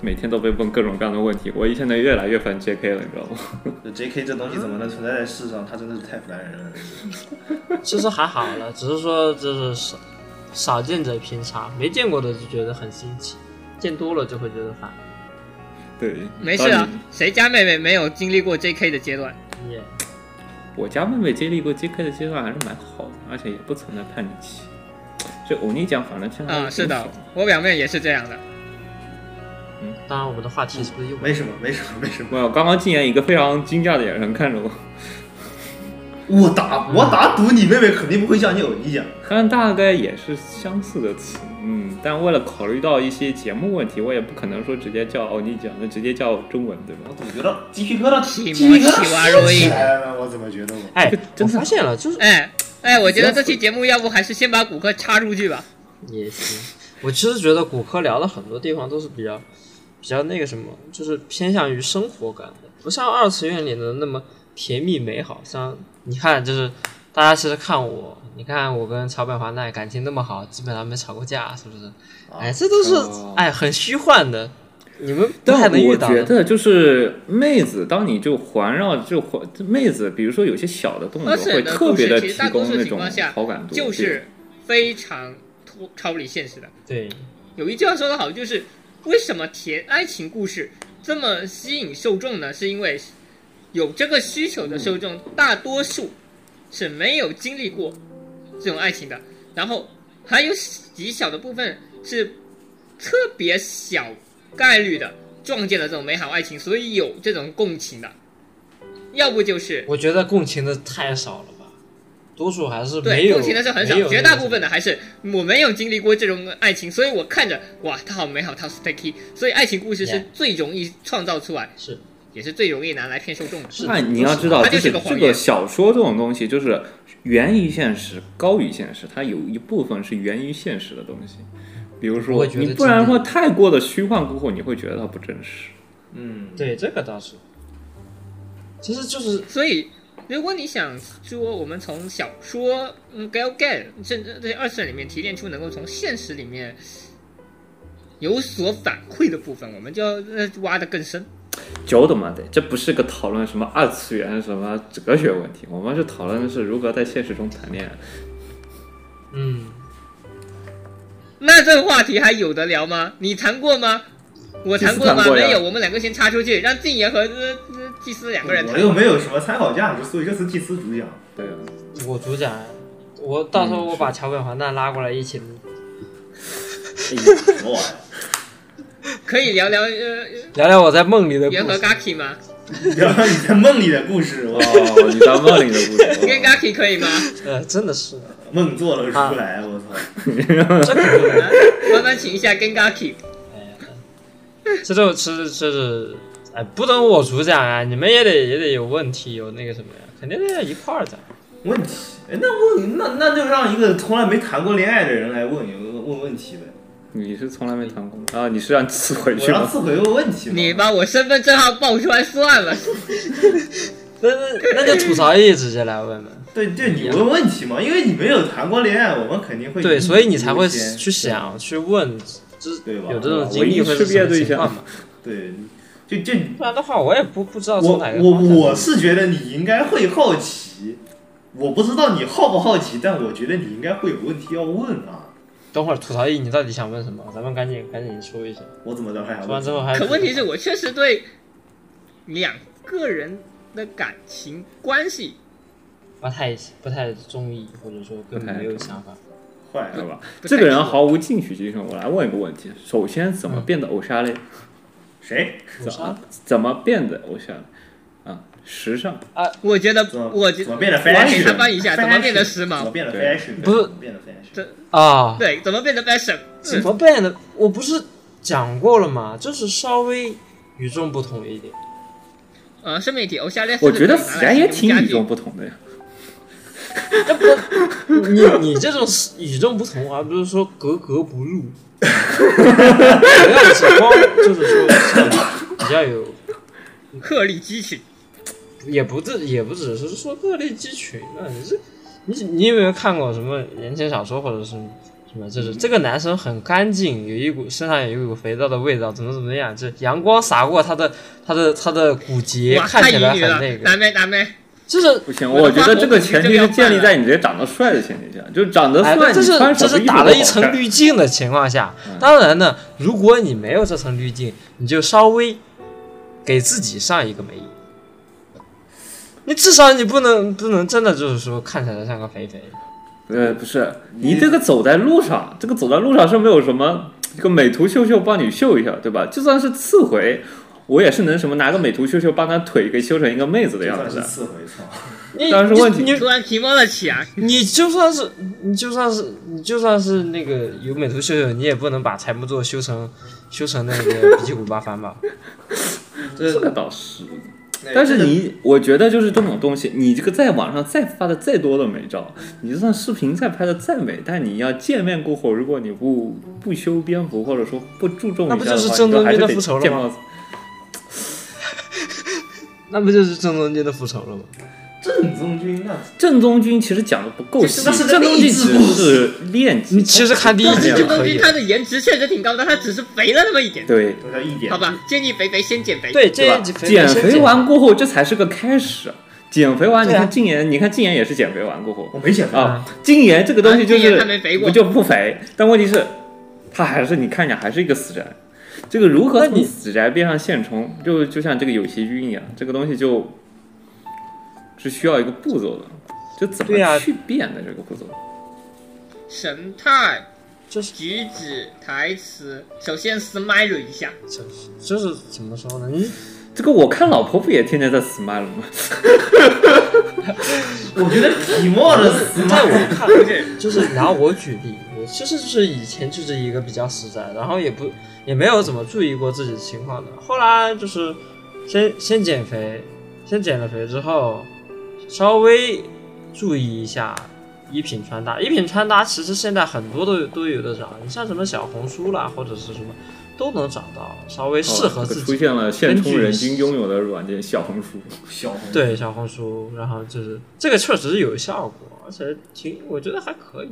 每天都被问各种各样的问题。我现在越来越烦 JK 了，你知道吗？这 J.K. 这东西怎么能存在在世上？它真的是太烦人了。其实还好了，只是说就是少少见者偏差，没见过的就觉得很新奇，见多了就会觉得烦。对，没事啊当你，谁家妹妹没有经历过 J.K. 的 阶段？也我家妹妹经历过 JK 的阶段还是蛮好的，而且也不存在叛逆期。这欧尼酱反正现在啊、是的，嗯我表妹也是这样的。当然，我们的话题是不是又没什么，没什么，没什么。没有，刚刚禁言一个非常惊讶的眼神看着我，我打我打赌，你妹妹肯定不会像你偶一样。但大概也是相似的词，嗯，但为了考虑到一些节目问题，我也不可能说直接叫欧哦尼酱，那直接叫中文对吧我？怎么觉得鸡皮疙瘩提鸡莫皮疙提瓦瘩瑞竖 起来了呢？我怎么觉得我哎这，我真的发现了，就是哎哎，我觉得这期节目要不还是先把骨科插入去吧。也行。我其实觉得骨科聊的很多地方都是比较比较那个什么，就是偏向于生活感的，不像二次元里的那么甜蜜美好。像你看，就是大家其实看我，你看我跟桥本环奈感情那么好，基本上没吵过架，是不是？啊哎，这都是、哎很虚幻的，你们不太但能我遇到的。觉得就是妹子，当你就环绕就环妹子，比如说有些小的动作二次会元的特故别事的其实提大多供数那情种况下好感度，就是非常脱超离现实的。对，有一句话说得好，就是为什么甜爱情故事这么吸引受众呢？是因为有这个需求的受众大多数是没有经历过这种爱情的，然后还有极小的部分是特别小概率的撞见了这种美好爱情，所以有这种共情的。要不就是我觉得共情的太少了吧，多数还是没对，有共情的是很没少，有绝那大个部分的还是我没有经历过这种爱情，所以我看着哇，它好美好，它好 sticky，所以爱情故事是 Yeah 最容易创造出来，是也是最容易拿来骗受众的。是那的你要都是知道，它就就是是个这谎个言小说这种东西，就是源于现实，高于现实，它有一部分是源于现实的东西。比如我说，会觉得你不然的话真太过的虚幻过后，你会觉得它不真实。嗯，对这个倒是，其实就是所以，如果你想说我们从小说、嗯，gal gay，甚至这些二次元里面提炼出能够从现实里面有所反馈的部分，我们就要呃挖得更深。久的嘛得，这不是个讨论什么二次元什么哲学问题，我们是讨论的是如何在现实中谈恋爱。嗯，那这个话题还有得聊吗？你谈过吗？我谈过祭司吗？谈过呀没有，我们两个先插出去，让静言和呃呃祭司两个人我谈。又没有什么参考价值，所以这次祭司主讲。对啊，我主讲，我到时嗯候我把桥本环奈拉过来一起录。哎呀，什么玩意可以聊聊呃聊聊我在梦里的故元和事。 Gaki 吗？儿？聊聊你在梦里的故事，我哦，你在梦里的故事。你跟 Gaki 可以吗？呃，真的是，梦做了出来，我操！这肯定的。麻烦啊请一下跟 Gaki。这就吃这是，哎，不能我主讲啊，你们也得也得有问题，有那个什么呀，肯定得一块儿讲。问题，哎，那问那那就让一个从来没谈过恋爱的人来问问问问题呗，你是从来没谈过吗？啊，你是让刺回我去让吗？刺回问问题嘛。你把我身份证号报出来算了。那那那就吐槽一直接来问嘛。对对，你啊问问题嘛，因为你没有谈过恋爱，我们肯定会对，所以你才会优先去想去问，这对吧有这种经历会是唯一识什别么对情象况嘛？对，就就不然的话，我也不不知道我从哪个我方向我是觉得你应该会好奇，我不知道你好不好奇，但我觉得你应该会有问题要问啊。等会儿吐槽一，你到底想问什么？咱们赶紧赶紧说一下。我怎么着还想说完之问？后还可问题是我确实对两个人的感情关系不太不太中意，或者说根本没有想法。坏好了，吧，不太这个人清楚毫无进取精神。我来问一个问题：首先，怎么变得偶像嘞？谁？我怎说么怎么变得偶像嘞？啊，时尚。我觉得怎么我觉怎么变得我要给 fashion？他翻译一下，怎么变得 Fashion，时怎么髦？变得对 fashion？不是怎么变得 fashion？啊，对，怎么变得 fashion？怎么变的？我不是讲过了吗？就是稍微与众不同一点。呃，顺便一提，欧夏列我觉得死宅也挺与众不同的呀。你你这种是与众不同，而不是说格格不入。不要只光就是说像比较有，鹤立鸡群。也不是也不只是说鹤立鸡群啊。你这你你有没有看过什么言情小说或者是什么？就是这个男生很干净，有一股身上有一股肥皂的味道，怎么怎么样？这阳光洒过他的他的他的骨节，哇，看太起乙来很女了那，个男，妹男妹，就是不行，我的我觉话得我这个估计前这提个要是建立换在你这长得帅的前提下，就是长得哎，帅，这你是穿这什么是衣服打都了一好层看。滤镜的情况下，嗯当然呢，如果你没有这层滤镜，你就稍微给自己上一个眉。你至少你不能不能真的就是说看起来像个肥肥，呃，不是，你这个走在路上，这个走在路上是没有什么这个美图秀秀帮你秀一下，对吧？就算是刺回，我也是能什么拿个美图秀秀把她腿给修成一个妹子的这样算子是的。次回 操。你当然是问题你突然提莫了起啊！你你就算是你就算是你就算是那个有美图秀秀，你也不能把柴木座修成修成那 个比基古巴帆吧？这个倒是，但是你，我觉得就是这种东西，你这个在网上再发的再多的美照，你就算视频再拍的再美，但你要见面过后，如果你不不修边幅，或者说不注重一下那的话，不就是郑你都还是中基的复得仇了见吗到那不就是正中间的复仇了吗？郑宗军那正宗君其实讲的不够细，这是个正宗君励志只故事是练级，你其实看第一集郑就中可以君了。他的颜值确实挺高的，他只是肥了那么一点。对，都叫一点。好吧，建议肥肥先减肥。对，这对吧一集？肥减先肥减完过后，这才是个开始。减肥完，你对啊看禁言，你看禁言也是减肥完过后我没减肥，啊。禁言这个东西就啊禁言是他没肥过不就不肥，但问题是，他还是你看着还是一个死宅。这个如何那从你死宅变上现充，就就像这个有邪君一样，这个东西就是需要一个步骤的，就怎对啊么去变的这个步骤。神态、就是举止、台词，首先 smile 一下。就是就是怎么说呢？你这个我看老婆不也天天在 smile 吗？我觉得提莫的死 在我看 来，就是拿我举例，我就是就是以前就是一个比较实在，然后也不也没有怎么注意过自己的情况的。后来就是先先减肥，先减了肥之后，稍微注意一下衣品穿搭。衣品穿搭其实现在很多都有都有的找，你像什么小红书啦，或者是什么都能找到稍微适合哦这自个己。出现了现根充据人均拥有的软件小红书。小红，对小红书，然后就是这个确实是有效果，而且挺我觉得还可以。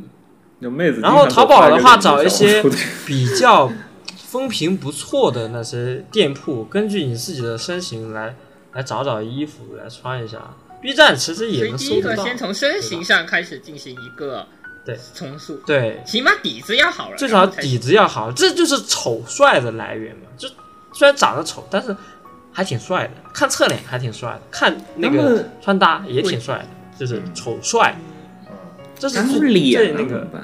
就妹子经然常后给我淘宝发的这话，种找一小红些书的比较风评不错的那些店铺， 根据你自己的身形来来找找衣服来穿一下。B 站其实也所以能第搜一得个到，先从身形上开始进行一个对重塑，对，起码底子要好了，最少然后才底子要好，这就是丑帅的来源嘛。就虽然长得丑，但是还挺帅的，看侧脸还挺帅的，看那他个们穿搭也挺帅的，就是丑帅。这是咱最们脸最呢那怎么个，办？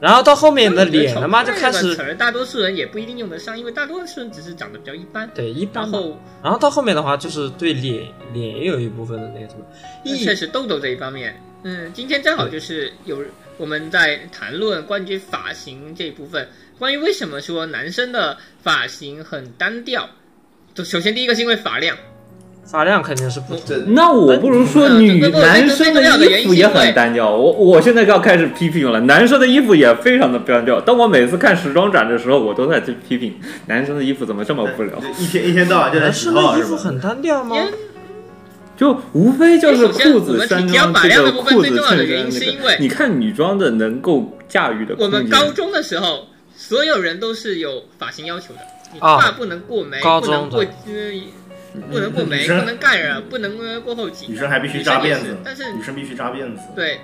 然后到后面的我觉得脸丑了嘛，这就个开词始儿大多数人也不一定用得上，因为大多数人只是长得比较一般。对一般然嘛。后然后到后面的话，就是对脸脸也有一部分的那个什么那意确实痘痘这一方面，嗯，今天正好就是有我们在谈论关于发型这一部分，关于为什么说男生的发型很单调。就首先第一个是因为发 量，发量肯定是不足。 那我不如说女呃对对对男生的衣服也很单调。我我现在要开始批评了，男生的衣服也非常的单调。当我每次看时装展的时候，我都在去批评男生的衣服怎么这么无聊，一天一天到晚就在男洗生的号衣是服吧？很单调吗？就无非就是裤我子、们山提交装把这量个的部分裤最子重要的衬原因衫是那因个为。你看女装的能够驾驭的空我间，嗯们高中的时候，所有人都是有发型要求的，你啊发不能过眉，高不中能过的呃，不能过女眉，不生能盖儿，不能呃过后颈女。生还必须扎辫女生也子是，但是女生必须扎辫子。嗯对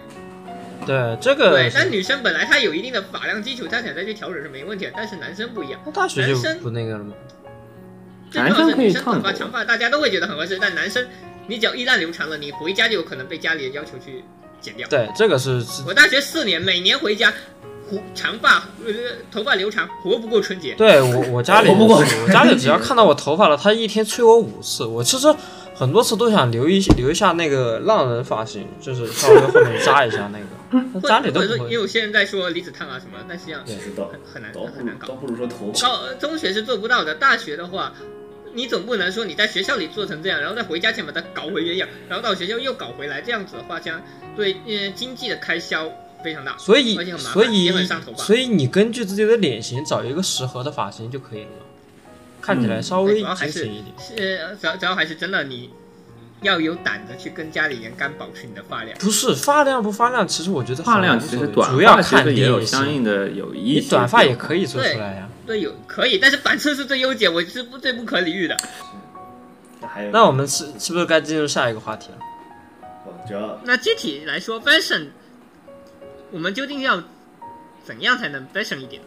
对这个对，，但女生本来她有一定的发量基础，她想再去调整是没问题的，但是男生不一样。那大学男就生不那个了嘛。最重要的是女生短发长发，大家都会觉得很合适，但男生你只要一旦留长了，你回家就有可能被家里的要求去剪掉。对，这个是是我大学四年，每年回家，胡长发呃头发留长，活不过春节。对我我家里 我不过也是我家里只要看到我头发了，他一天催我五次。我其实很多次都想留一留一下那个浪人发型，就是稍微后面扎一下 那个，但或家里都或者不说，会也。有些人在说离子烫啊什么，但实际上其实倒很很难倒不很如难倒搞。不如说头发。高呃中学是做不到的，大学的话，你总不能说你在学校里做成这样，然后再回家前把它搞回原样，然后到学校又搞回来，这样子的话，将对呃经济的开销非常大。所以而且很麻烦所以也很上头吧所以你根据自己的脸型找一个适合的发型就可以了嘛，看起来稍嗯对微主要还精是神一点。是主要主要还是真的你要有胆子去跟家里人干，保持你的发量。不是发量不发量，其实我觉得发好像量无其所实谓嗯短主要发其看实也有脸相型应的有一你些短发也可以做对出来呀、对，有可以，但是反侧是最优解，我是不最不可理喻的。那还有那我们是是不是该进入下一个话题了？只要那具体来说，fashion，我们究竟要怎样才能 fashion 一点？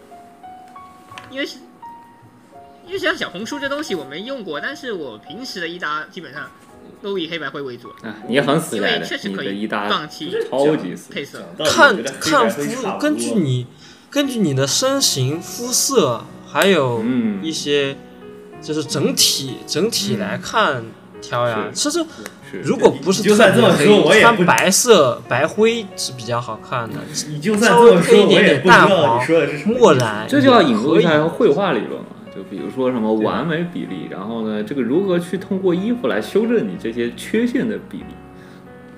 因为是，因为像小红书这东西我没用过，但是我平时的一搭基本上都以黑白灰为主，啊，你很死因宅为的确，实你可的以一大放弃超级死。配色。到呃看我觉得黑白灰差看肤，不多根据你根据你的身形、肤色，还有嗯一些就是整体整体来看挑呀。其是实是如果不是就算特别这么说我黑，也不穿白色白灰是比较好看的，你就算稍这微么配说，一我点也点不知淡道黄你说的是什么意思墨。染，这就要引入一可以下绘画理论嘛，就比如说什么完美比例，然后呢，这个如何去通过衣服来修正你这些缺陷的比例？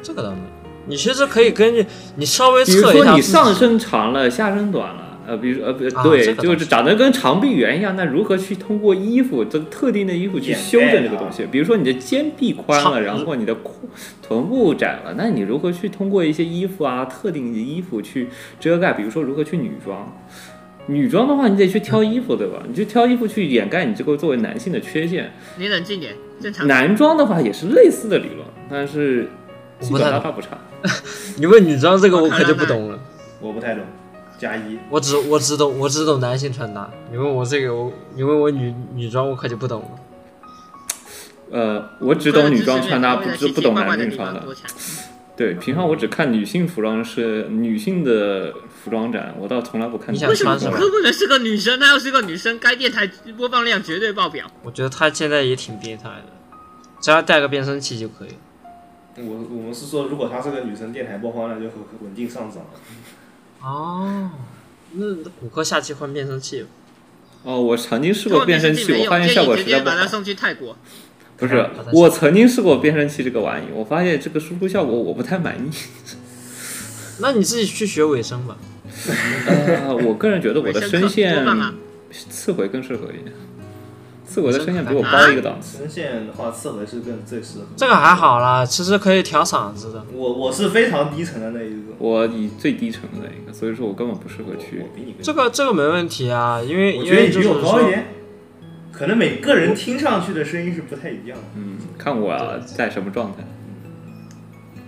这个倒没有。你其实可以根据你稍 微比如测一说下你自己上身长了，下身短了，呃，比如呃不啊对，这个倒是就是长得跟长臂猿一样，那如何去通过衣服这特定的衣服去掩盖修正这个啊东西？比如说你的肩臂宽了，长然后你的裤臀部窄了，那你如何去通过一些衣服啊，特定的衣服去遮盖？比如说如何去女装？女装的话，你得去挑衣服，对吧？你去挑衣服去掩盖你这个作为男性的缺陷。你冷静点，正常。男装的话也是类似的理论，但是基本上大不差。你问女装这个我可就不懂了，我不太懂，加一。我只我只懂我只懂男性穿搭，你问我这个我你问我女女装我可就不懂了。呃，我只懂女装穿搭，不知不懂男性穿搭搭。。对，平常我只看女性服装是女性的服装展，我倒从来不看。你想为什么穿什骨么科不能是个女生？她要是个女生，该电台播放量绝对爆表。我觉得他现在也挺变态的，只要带个变声器就可以。我我们是说，如果她是个女生，电台播放量就会稳定上涨。哦，那骨科下期换变声器吧。哦，我曾经试如过果变声器，没我有，发现建效议果直实接在不把她好。送去泰国。不是，啊我曾经试过变声器这个玩意，我发现这个输出效果我不太满 意。那你自己去学尾声吧。 呃，我个人觉得我的声线多棒啊刺回更适合一点。刺猬的声线比我高一个档次。声线的话，刺回是更最适合。这个还好啦，其实可以调嗓子的。我我是非常低沉的那一种。我以最低沉的一个，所以说我根本不适合去我。比你更这个这个没问题啊，因为我因觉得为你就比是我高一说，点。可能每个人听上去的声音是不太一样的。嗯，看我啊在什么状态。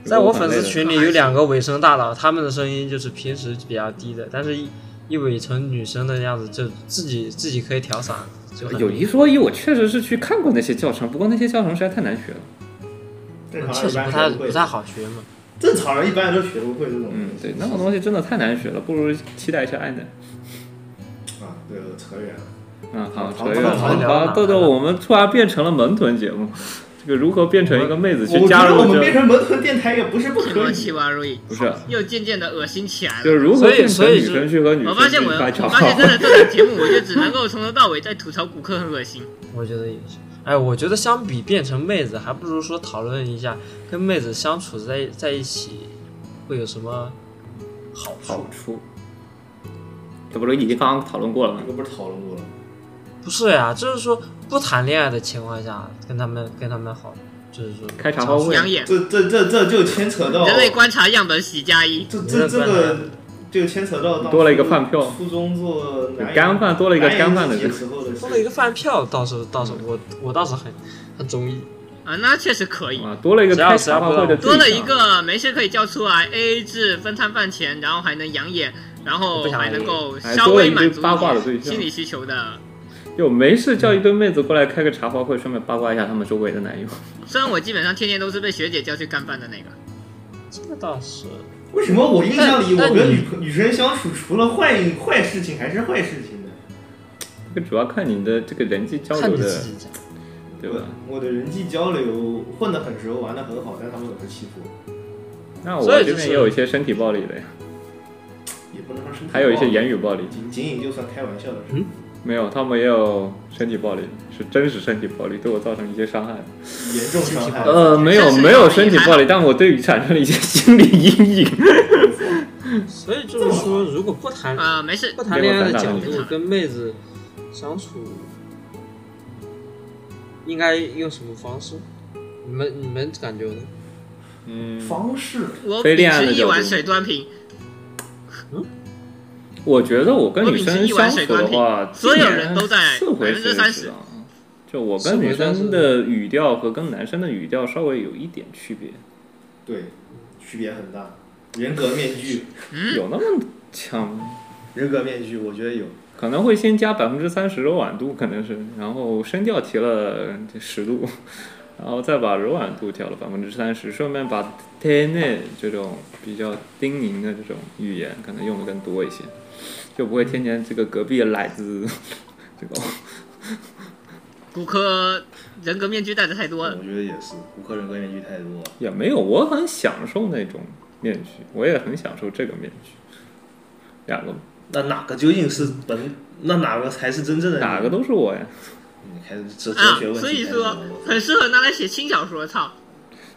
在我如果粉很累丝的群里有两个尾声大佬，他们的声音就是平时比较低的，但是一一尾成女生的样子，就自己自己可以调嗓子，就话，很有一说一，我确实是去看过那些教程，不过那些教程实在太难学了。正常确人一实般不学太不会不太。好学嘛。正常人一般都学不会这种东西。嗯，对，那种东西真的太难学了，不如期待一下爱奶。啊，对，我扯远了。啊嗯，好，好扯远好了。好好，豆豆，我们突然变成了门豚节目，这个如何变成一个妹子去我加觉得入我们变这？成门豚电台也不是不什么可以。奇瓦瑞不是，又渐渐的恶心起来就了。是如何所以变成所以女就生去和女我生发现去我，掰我长发现真的这种节目，我就只能够从头到尾在吐槽骨科很恶心。我觉得也是。哎，我觉得相比变成妹子，还不如说讨论一下跟妹子相处在在一起会有什么好处好。处。 这不是已经刚刚讨论过了吗这？个不是讨论过了吗？不是呀，就是说不谈恋爱的情况下，跟他们跟他们好，就是说开茶话会养 眼，这这这这就牵扯啊到人类观察样本喜加一，这你这的这观个就牵扯到当初多了一个饭票初中做男干饭多了一个干饭的男友自己时候的事多了一个饭票，倒是倒是我我倒是很很中意。啊，那确实可以。啊，多了一个只要开只要茶话不会的让对多了象一个没事可以叫出来 A A 制分摊饭钱，然后还能养眼，然后还能够稍微满足哎还多了一堆八卦的对你象心理需求的。有没事叫一堆妹子过来开个茶话会，顺便八卦一下他们周围的男友。虽然我基本上天天都是被学姐叫去干饭的那个，这个倒是，为什么我印象里但我跟但女朋女生相处，除了坏坏事情还是坏事情呢？这个主要看你的这个人际交看流你的自，己讲。对吧？我的人际交流混得很熟，玩得很好，但他们总是欺负我，那我所以就这是边也有一些身体暴力的呀，也不能说是还有一些言语，语暴力。仅仅仅就算开玩笑的事。没有，他们也有身体暴力，是真实身体暴力，对我造成一些伤害。严重伤害。呃，没有身体暴力没有身体还好暴力，但我对你产生了一些心理阴影。所以就是说，如果不谈啊、没事不，谈恋爱的角结果度咱俩跟妹子相处，应该用什么方式？你们你们感觉呢？嗯，方式我非秉恋爱的持一角碗度水端平，我觉得我跟女我生秉持一碗相水处的话，所有人都在四回30%啊。就我跟女生的语调和跟男生的语调稍微有一点区别，对，区别很大。人格面具，嗯有那么强吗？人格面具，我觉得有。可能会先加百分之三十柔软度，可能是，然后声调提了十度，然后再把柔软度调了百分之三十，顺便把 t e n 这种比较叮咛的这种语言可能用的更多一些，就不会天天这个隔壁的奶子 这种。骨科人格面具戴的太多了。我觉得也是，骨科人格面具太多了。也没有，我很享受那种面具，我也很享受这个面具，两个那哪个究竟是本？那哪个才是真正的你哪个？都是我呀。你开始哲哲啊学问，题所以开始说了很适合拿来写轻小说。操，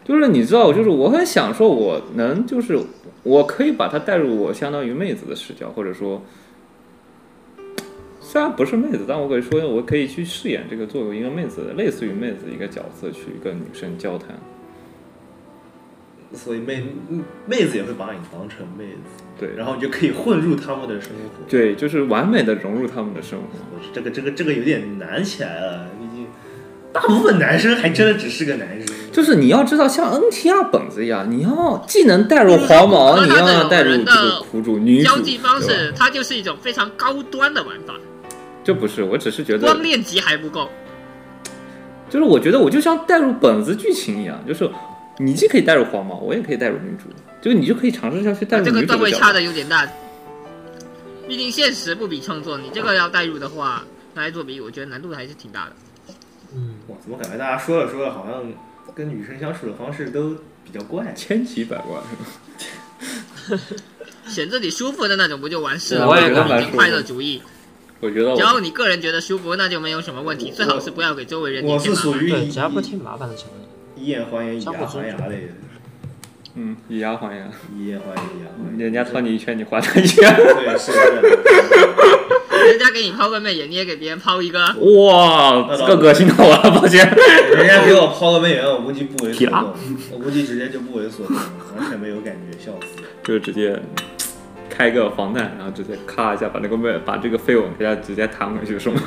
就是你知道，就是我很享受，我能就是我可以把它带入我相当于妹子的视角，或者说，虽然不是妹子，但我可以说我可以去饰演这个作为一个妹子，类似于妹子一个角色去跟女生交谈。所以妹妹子也会把你当成妹子，对，然后后你就可以混入他们的生活。对，就是完美的融入他们的生活。我这个这个这个有点难起来了，毕竟大部分男生还真的只是个男生。就是你要知道，像 NTR 本子一样，你要既能带入黄毛，嗯你它要的带入人这个的苦主女主，交际方对式吧它就是一种非常高端的玩法，这不是，我只是觉得光练级还不够。就是我觉得我就像带入本子剧情一样，就是你既可以带入黄毛，我也可以带入女主，就是你就可以尝试一下去带入啊这女个主的角段度。位差的有点大，毕竟现实不比创作，你这个要代入的话，拿来做比喻，我觉得难度还是挺大的。嗯，哇，怎么感觉大家说了说了，好像跟女生相处的方式都比较怪？千奇百怪，是吧选自己舒服的那种不就完事对了？啊我吗？也已蛮经快乐主义，我觉得只我要你个人觉得舒服，那就没有什么问题。最好是不要给周围人我添是麻属烦。于对，以只要不添麻烦的情况下。以眼还眼，以牙相互还牙尊重类的，嗯，以牙还牙，以眼还眼，以牙还眼。人家掏你一圈，你还他一圈。对，是这样。人家给你抛个媚眼，你也给别人抛一个，哇，这个恶心到我了，抱歉。 人家给我抛个媚眼，我估计不为所提拉动，我估计直接就不为所动了，完全没有感觉，笑死。就直接开个防弹，然后直接咔一下把那个妹把这个飞吻给他直接弹回去，是吗？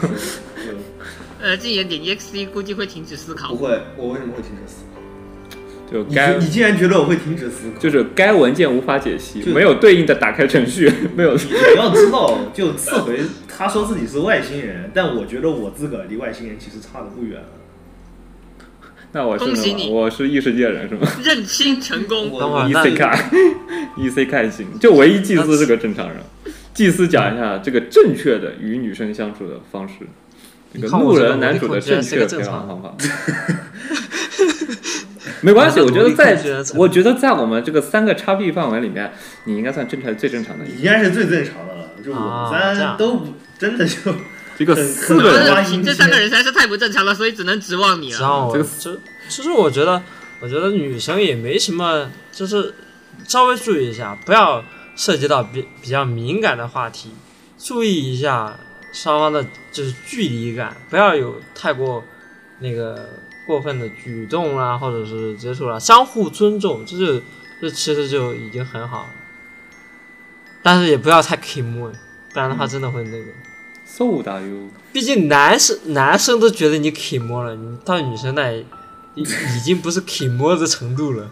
呃，禁言点 exe 估计会停止思考不。会，我为什么会停止思考？就你该你竟然觉得我会停止思考？就是该文件无法解析，就没有对应的打开程序，没有你你要知道，就次回他说自己是外星人，但我觉得我自个儿离外星人其实差的不远了。那我是恭喜什么你我是异世界人是吗认清成功，我等会儿？E 那 C 卡，E C 卡行，就唯一祭司是个正常人。祭司讲一下这个正确的与女生相处的方式，这你个看我路这个人男萝莉主控的居然正是确个培正养常方法。 没关系，我我这觉萝得莉在控居然是，我觉得在我们这个三个叉 B 范围里面，你应该算正常最正常的一个。你应该是最正常的了，就我啊们这三样都不真的就这个很四可个能人对这挖心机这三个人实在是太不正常了，所以只能指望你只了。要我啊这个就其实我觉得，我觉得女生也没什么，就是稍微注意一下，不要涉及到比比较敏感的话题，注意一下双方的就是距离感，不要有太过那个过分的举动啊，或者是接触啊，相互尊重，这就这其实就已经很好了。但是也不要太 k i m 不然的话嗯真的会那个。 so 大 you，毕竟男生男生都觉得你 k 摸了，你到女生那里已已经不是 k 摸的程度了，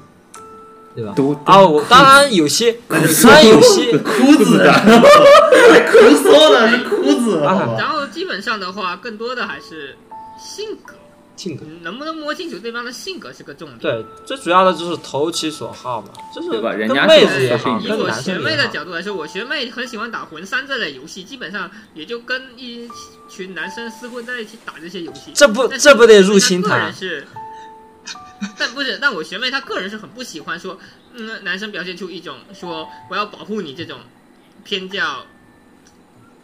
对吧？都啊，我当然有些， 当然有些 哭子的，哭说的是哭子，啊好吧？然后基本上的话，更多的还是性格，嗯性格，能不能摸清楚对方的性格是个重点。对，最主要的就是投其所好嘛，就是对吧人跟家妹是子也是好，你以跟我男学生妹也的好，角度来说，我学妹很喜欢打魂三这类游戏，基本上也就跟一群男生厮混在一起打这些游戏。这不但是这不得入侵她个他人？是，但不是，但我学妹她个人是很不喜欢说，嗯，男生表现出一种说我要保护你这种偏较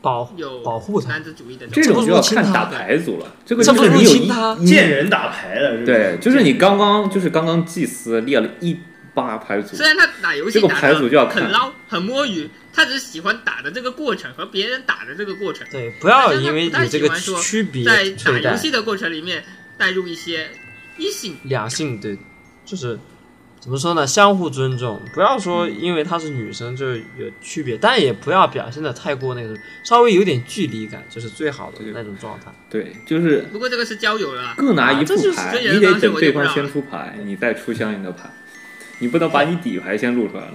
保有保护他男，子主义的这这种。种就要看这不入侵他打牌组了，这个这就不是入你有侵一他，见人打牌了，是不对，就是你刚刚就是刚刚祭司列了一把牌组虽，然他打游戏这个打牌组就要的看很捞、很摸鱼，他只是喜欢打的这个过程和别人打的这个过程，对，不要但是他因为不太有这喜个欢说区别在打对游待戏的过程里面带入一些异性两性对，就是怎么说呢，相互尊重，不要说因为她是女生就有区别，但也不要表现的太过那个，稍微有点距离感，就是最好的那种状态。对，就是不过这个是交友了啊，各拿一这就副是牌，这也你是得当时等我就对不方让先了出牌，你再出相应的牌，你不能把你底牌先露出来了。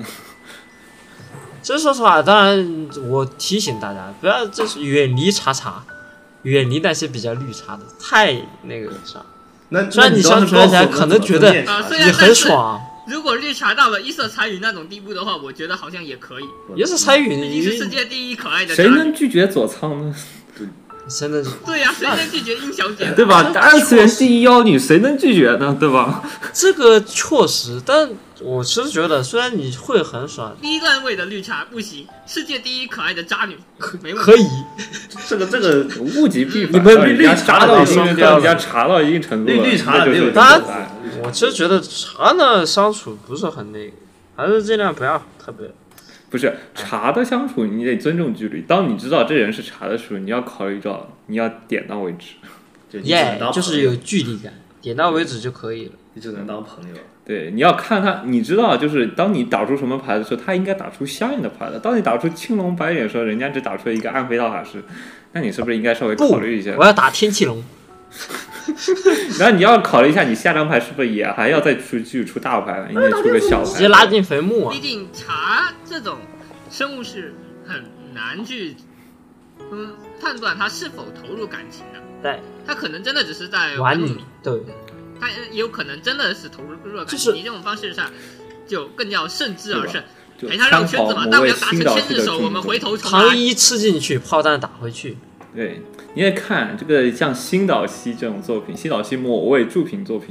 其实说实话，当然我提醒大家，不要就是远离茶茶，远离那些比较绿茶的，太那个啥，那虽然你上像次突然间可能觉得啊虽然也很爽。如果绿茶到了一色彩羽那种地步的话，我觉得好像也可以，也是参与，毕竟是世界第一可爱的渣谁女。能拒绝左仓呢？真的是对呀、谁能拒绝殷小姐？ 对吧？二次元第一妖女，谁能拒绝呢？对吧？这个确实，但我其实觉得，虽然你会很爽，第一段位的绿茶不行，世界第一可爱的渣女没问题。可以，这个这个物极必反，你们让人绿家茶查到都一定双让标人家了查到一定程度绿了，绿茶那就没有是当然左仓我其实觉得茶呢相处不是很那个，还是尽量不要特别。不是茶的相处，你得尊重距离。当你知道这人是茶的时候，你要考虑到你要点到为止。就你只能耶、当就是朋友有距离感，点到为止就可以了。你只能当朋友，对，你要看他，你知道，就是当你打出什么牌的时候，他应该打出相应的牌的。当你打出青龙白眼的时候，人家只打出一个暗黑道法师，那你是不是应该稍微不考虑一下，我？要打天气龙。然后你要考虑一下，你下张牌是不是也还要再出去出大牌，应该出个小牌。直接拉进坟墓啊毕！竟茶这种生物是很难去，嗯，判断他是否投入感情的。对，他可能真的只是在玩弄你，嗯对，他也有可能真的是投入了感情。就是你这种方式上，就更要慎之而慎。哎就陪他绕圈子嘛，参考大某不位了打成新导千师字的手，注我们意回头重糖来。衣吃进去，炮弹打回去。对，你也看这个像新岛希这种作品，新岛希某位著品作品，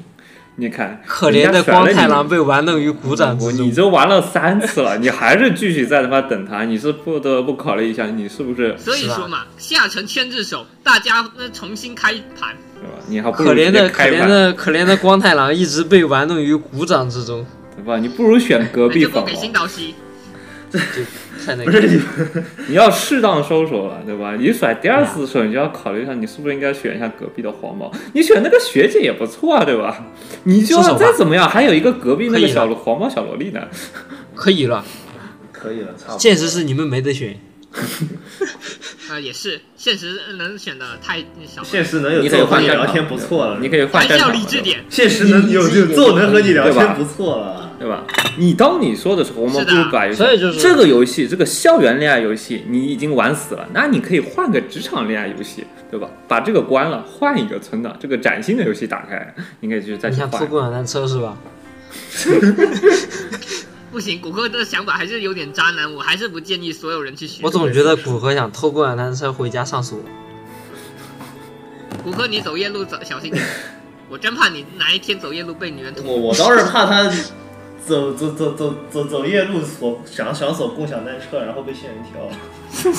你看可怜的光太郎被被玩弄于鼓掌之嗯你中。都玩了三次了，你还是继续在他妈等他，你是不得不考虑一下，你是不是所以说嘛，下成千字手，大家呃重新开盘。对吧？你还不如可怜直接的可开怜吧，的可怜的光太郎一直被玩弄于鼓掌之中。对吧？你不如选隔那啊壁就不哎粉给新王。岛西，这就太那不个是。你你要适当收手了，对吧？你甩第二次的时候，你就要考虑一下，你是不是应该选一下隔壁的黄毛？你选那个学姐也不错啊，对吧？你就收手算吧再怎么样，还有一个隔壁可那个以了啊小黄毛小萝莉呢。可以了，可以了，差不多。现实是你们没得选，啊，也是，现实能选的太少了，现实能有你这可以种和换你战聊场天不错了，你可以换还是哎战要场理了智点。现实能有有这种能和你聊天不错了。对吧？你当你说的时候，我们是不的如把游戏所以就是这个游戏，这个校园恋爱游戏你已经玩死了，那你可以换个职场恋爱游戏，对吧？把这个关了，换一个存档，这个崭新的游戏打开，你可以去再你去想换坐。共享单车是吧？不行，谷歌的想法还是有点渣男，我还是不建议所有人去学。我总觉得骨科想偷共享单车回家上锁。谷歌，你走夜路走小心点，我真怕你哪一天走夜路被女人捅。我我倒是怕他走走走走走走夜路锁想想锁共享单车，然后被仙人跳。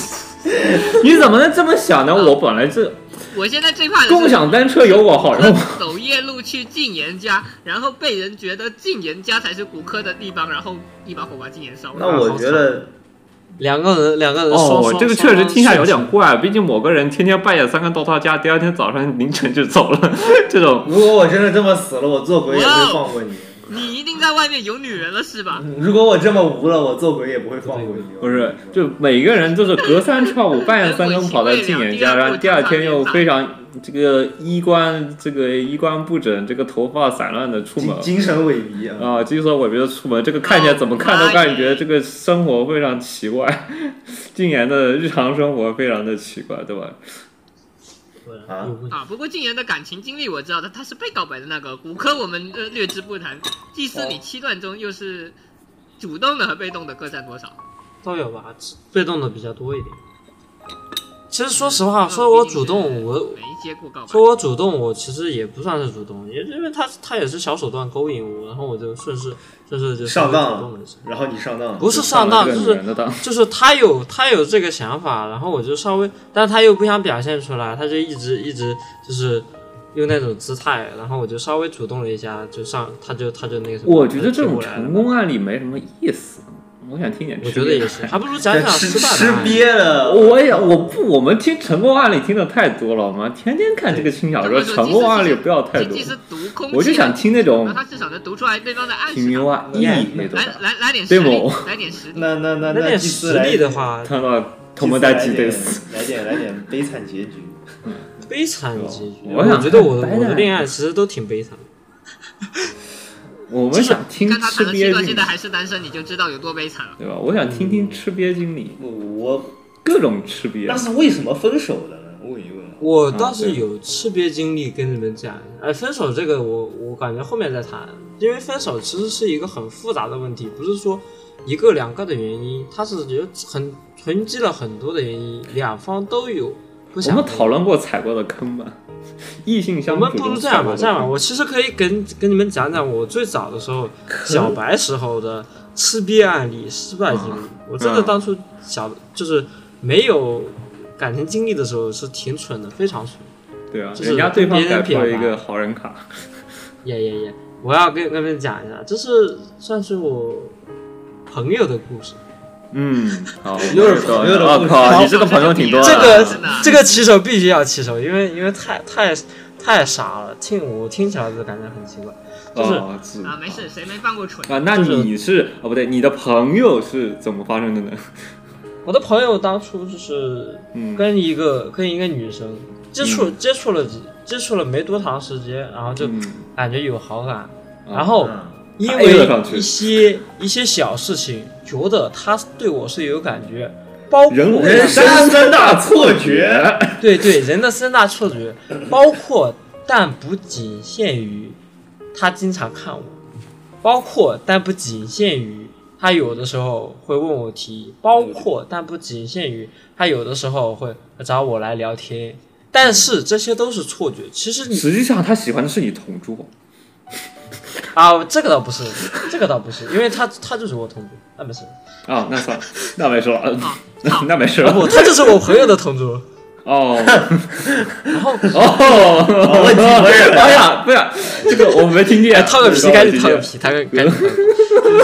你怎么能这么想呢？我本来是我现在最怕的是共享单车有我好 用， 走夜路去禁言家，然后被人觉得禁言家才是骨科的地方，然后一把火把禁言烧了。那啊我觉得两个人，两个人双哦双，这个双确实听下双有点怪，啊毕竟某个人天天半夜三更到他家，第二天早上凌晨就走了， 这种如果我真的这么死了，我做鬼也不哦会放过你。你一定在外面有女人了是吧？嗯如果我这么无了，我做鬼也不会放过你。哦不是，就每个人就是隔三差五、半夜三更跑到静言家，然后第二天又非常这个衣冠这个衣冠不整，这个头发散乱的出门精精神萎靡啊！啊，精神萎靡的出门，这个看起来怎么看都感觉这个生活非常奇怪， 静言的日常生活非常的奇怪，对吧？啊，啊，不过禁言的感情经历我知道的，他是被告白的那个骨科，我们呃略知不谈。祭司，你七段中又是主动的和被动的各占多少？都有吧，被动的比较多一点。其实说实嗯话，说啊我主动，我没接过告白。说我主动，我其实也不算是主动，也因为他他也是小手段勾引我，然后我就顺势顺势就啊上稍微主动当了一下。，然后你上当，不是上当，这就个女是人的当，就是他有他有这个想法，然后我就稍微，但他又不想表现出来，他就一直一直就是用那种姿态，然后我就稍微主动了一下，就上他就他就那个什么，我觉得这他就种挺过来了成，功案例没什么意思，我想听点。我觉得也是，还不如讲讲吃失败吃的案例瘪了。我也我不，我们听成功案例听的太多了，我们天天看这个轻小说，成功案例不要太多即。使读空气，我就想听那种那啊他至少能读出来对方的暗平示民吧。化意义那种来。来来点对实力某，来点实力。那那那那点祭司实来力的，话，看到同门代际对死，来点来点悲惨结局。悲惨的结局。哦我想觉得我的看白我的的恋爱其实都挺悲惨的。我们想听看他吃谈了七瘪段，经现理在，还嗯是单身，你就知道有多悲惨了。对吧？我想听听吃瘪经理，我我 各种吃瘪那。是为什么分手的呢？问一问啊。嗯我倒是有识别经历跟你们讲一下，哎，分手这个我我感觉后面再谈，因为分手其实是一个很复杂的问题，不是说一个两个的原因，它是有很囤积了很多的原因，两方都有不我想们讨论过踩过的坑吧？ 异性我相处们中不如这样吧，踩过的这样吧，坑我其实可以跟跟你们讲讲我最早的时 候，小白时候的吃瘪案例、失败经啊历。我真的当初小就是没有感情经历的时候是挺蠢的，非常蠢。对啊，就是人家对方跟别人改出了一表达个好人卡，耶耶耶！我要跟跟你们讲一下，这是算是我朋友的故事。嗯，好，又是朋友的我故事靠，你这个朋友挺多的这啊，个真的啊这个骑手必须要骑手，因为因为太太太傻了，听我听起来就感觉很奇怪。就是哦是啊，没事，谁没犯过蠢？啊，那就是你是哦不对，你的朋友是怎么发生的呢？我的朋友当初就是嗯跟一个跟一个女生接触接触了几接触了没多长时间，然后就嗯感觉有好感，啊然后嗯因哎呦上为去一些一些小事情，觉得她对我是有感觉，包括人人生三大错觉，对对，人的三大错觉，包括但不仅限于他经常看我，包括但不仅限于他有的时候会问我提议，包括但不仅限于他有的时候会找我来聊天。但是这些都是错觉，其实你实际上他喜欢的是你同桌，啊，这个倒不是，这个倒不是，因为他他就是我同桌，那没事，啊，那算了，那没事了，嗯啊那那没事啊了。不，他就是我朋友的同桌。哦然后哎哦，问题不是哎呀，不是这个我没听见，掏个 这皮，赶紧我没听见啊掏个皮，掏个赶紧掏个皮。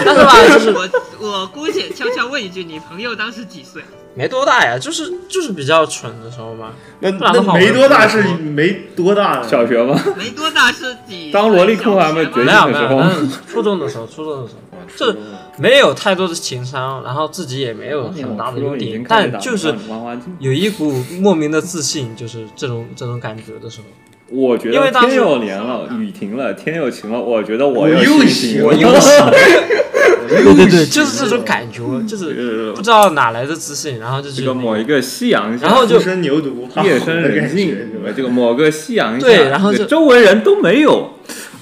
但是吧，就是我我姑且悄悄问一句，你朋友当时几岁？没多大呀，就是就是比较蠢的时候嘛。那不然的那话没多大我是也不没多大呀，小学吗？没多大是几？当萝莉控还没觉小学吗没有醒没那时有，候但是初中的时候，初中的时候就是没有太多的情商，然后自己也没有很大的优点，但就是玩玩具。有一股莫名的自信，就是这种这种感觉的时候，我觉因为得当时天佑连了，雨停了，天佑晴了，我觉得我我又又行行，了，又行， 对对对，就是这种感觉，就是不知道哪来的自信，然后就这觉个得某一个夕阳下，然后就初生牛犊，怕夜虎的深人感静觉是吧，这个某个夕阳下，对然后这个就周围人都没有。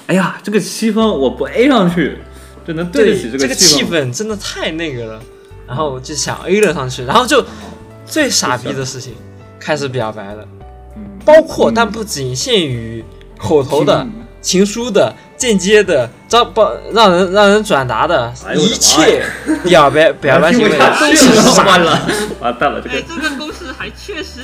哎呀，这个气氛我不 A 上去，就能对得对起这个气气。氛真的太那个了，然后就想 A 了上去，然后就最傻逼的事情开始表白了，嗯包括但不仅限于口头的、情书的、间接的、让包让人让人转达的哎呦我的一妈切表白表白行为都是傻完了，完蛋了，这哎，个这个公式还确实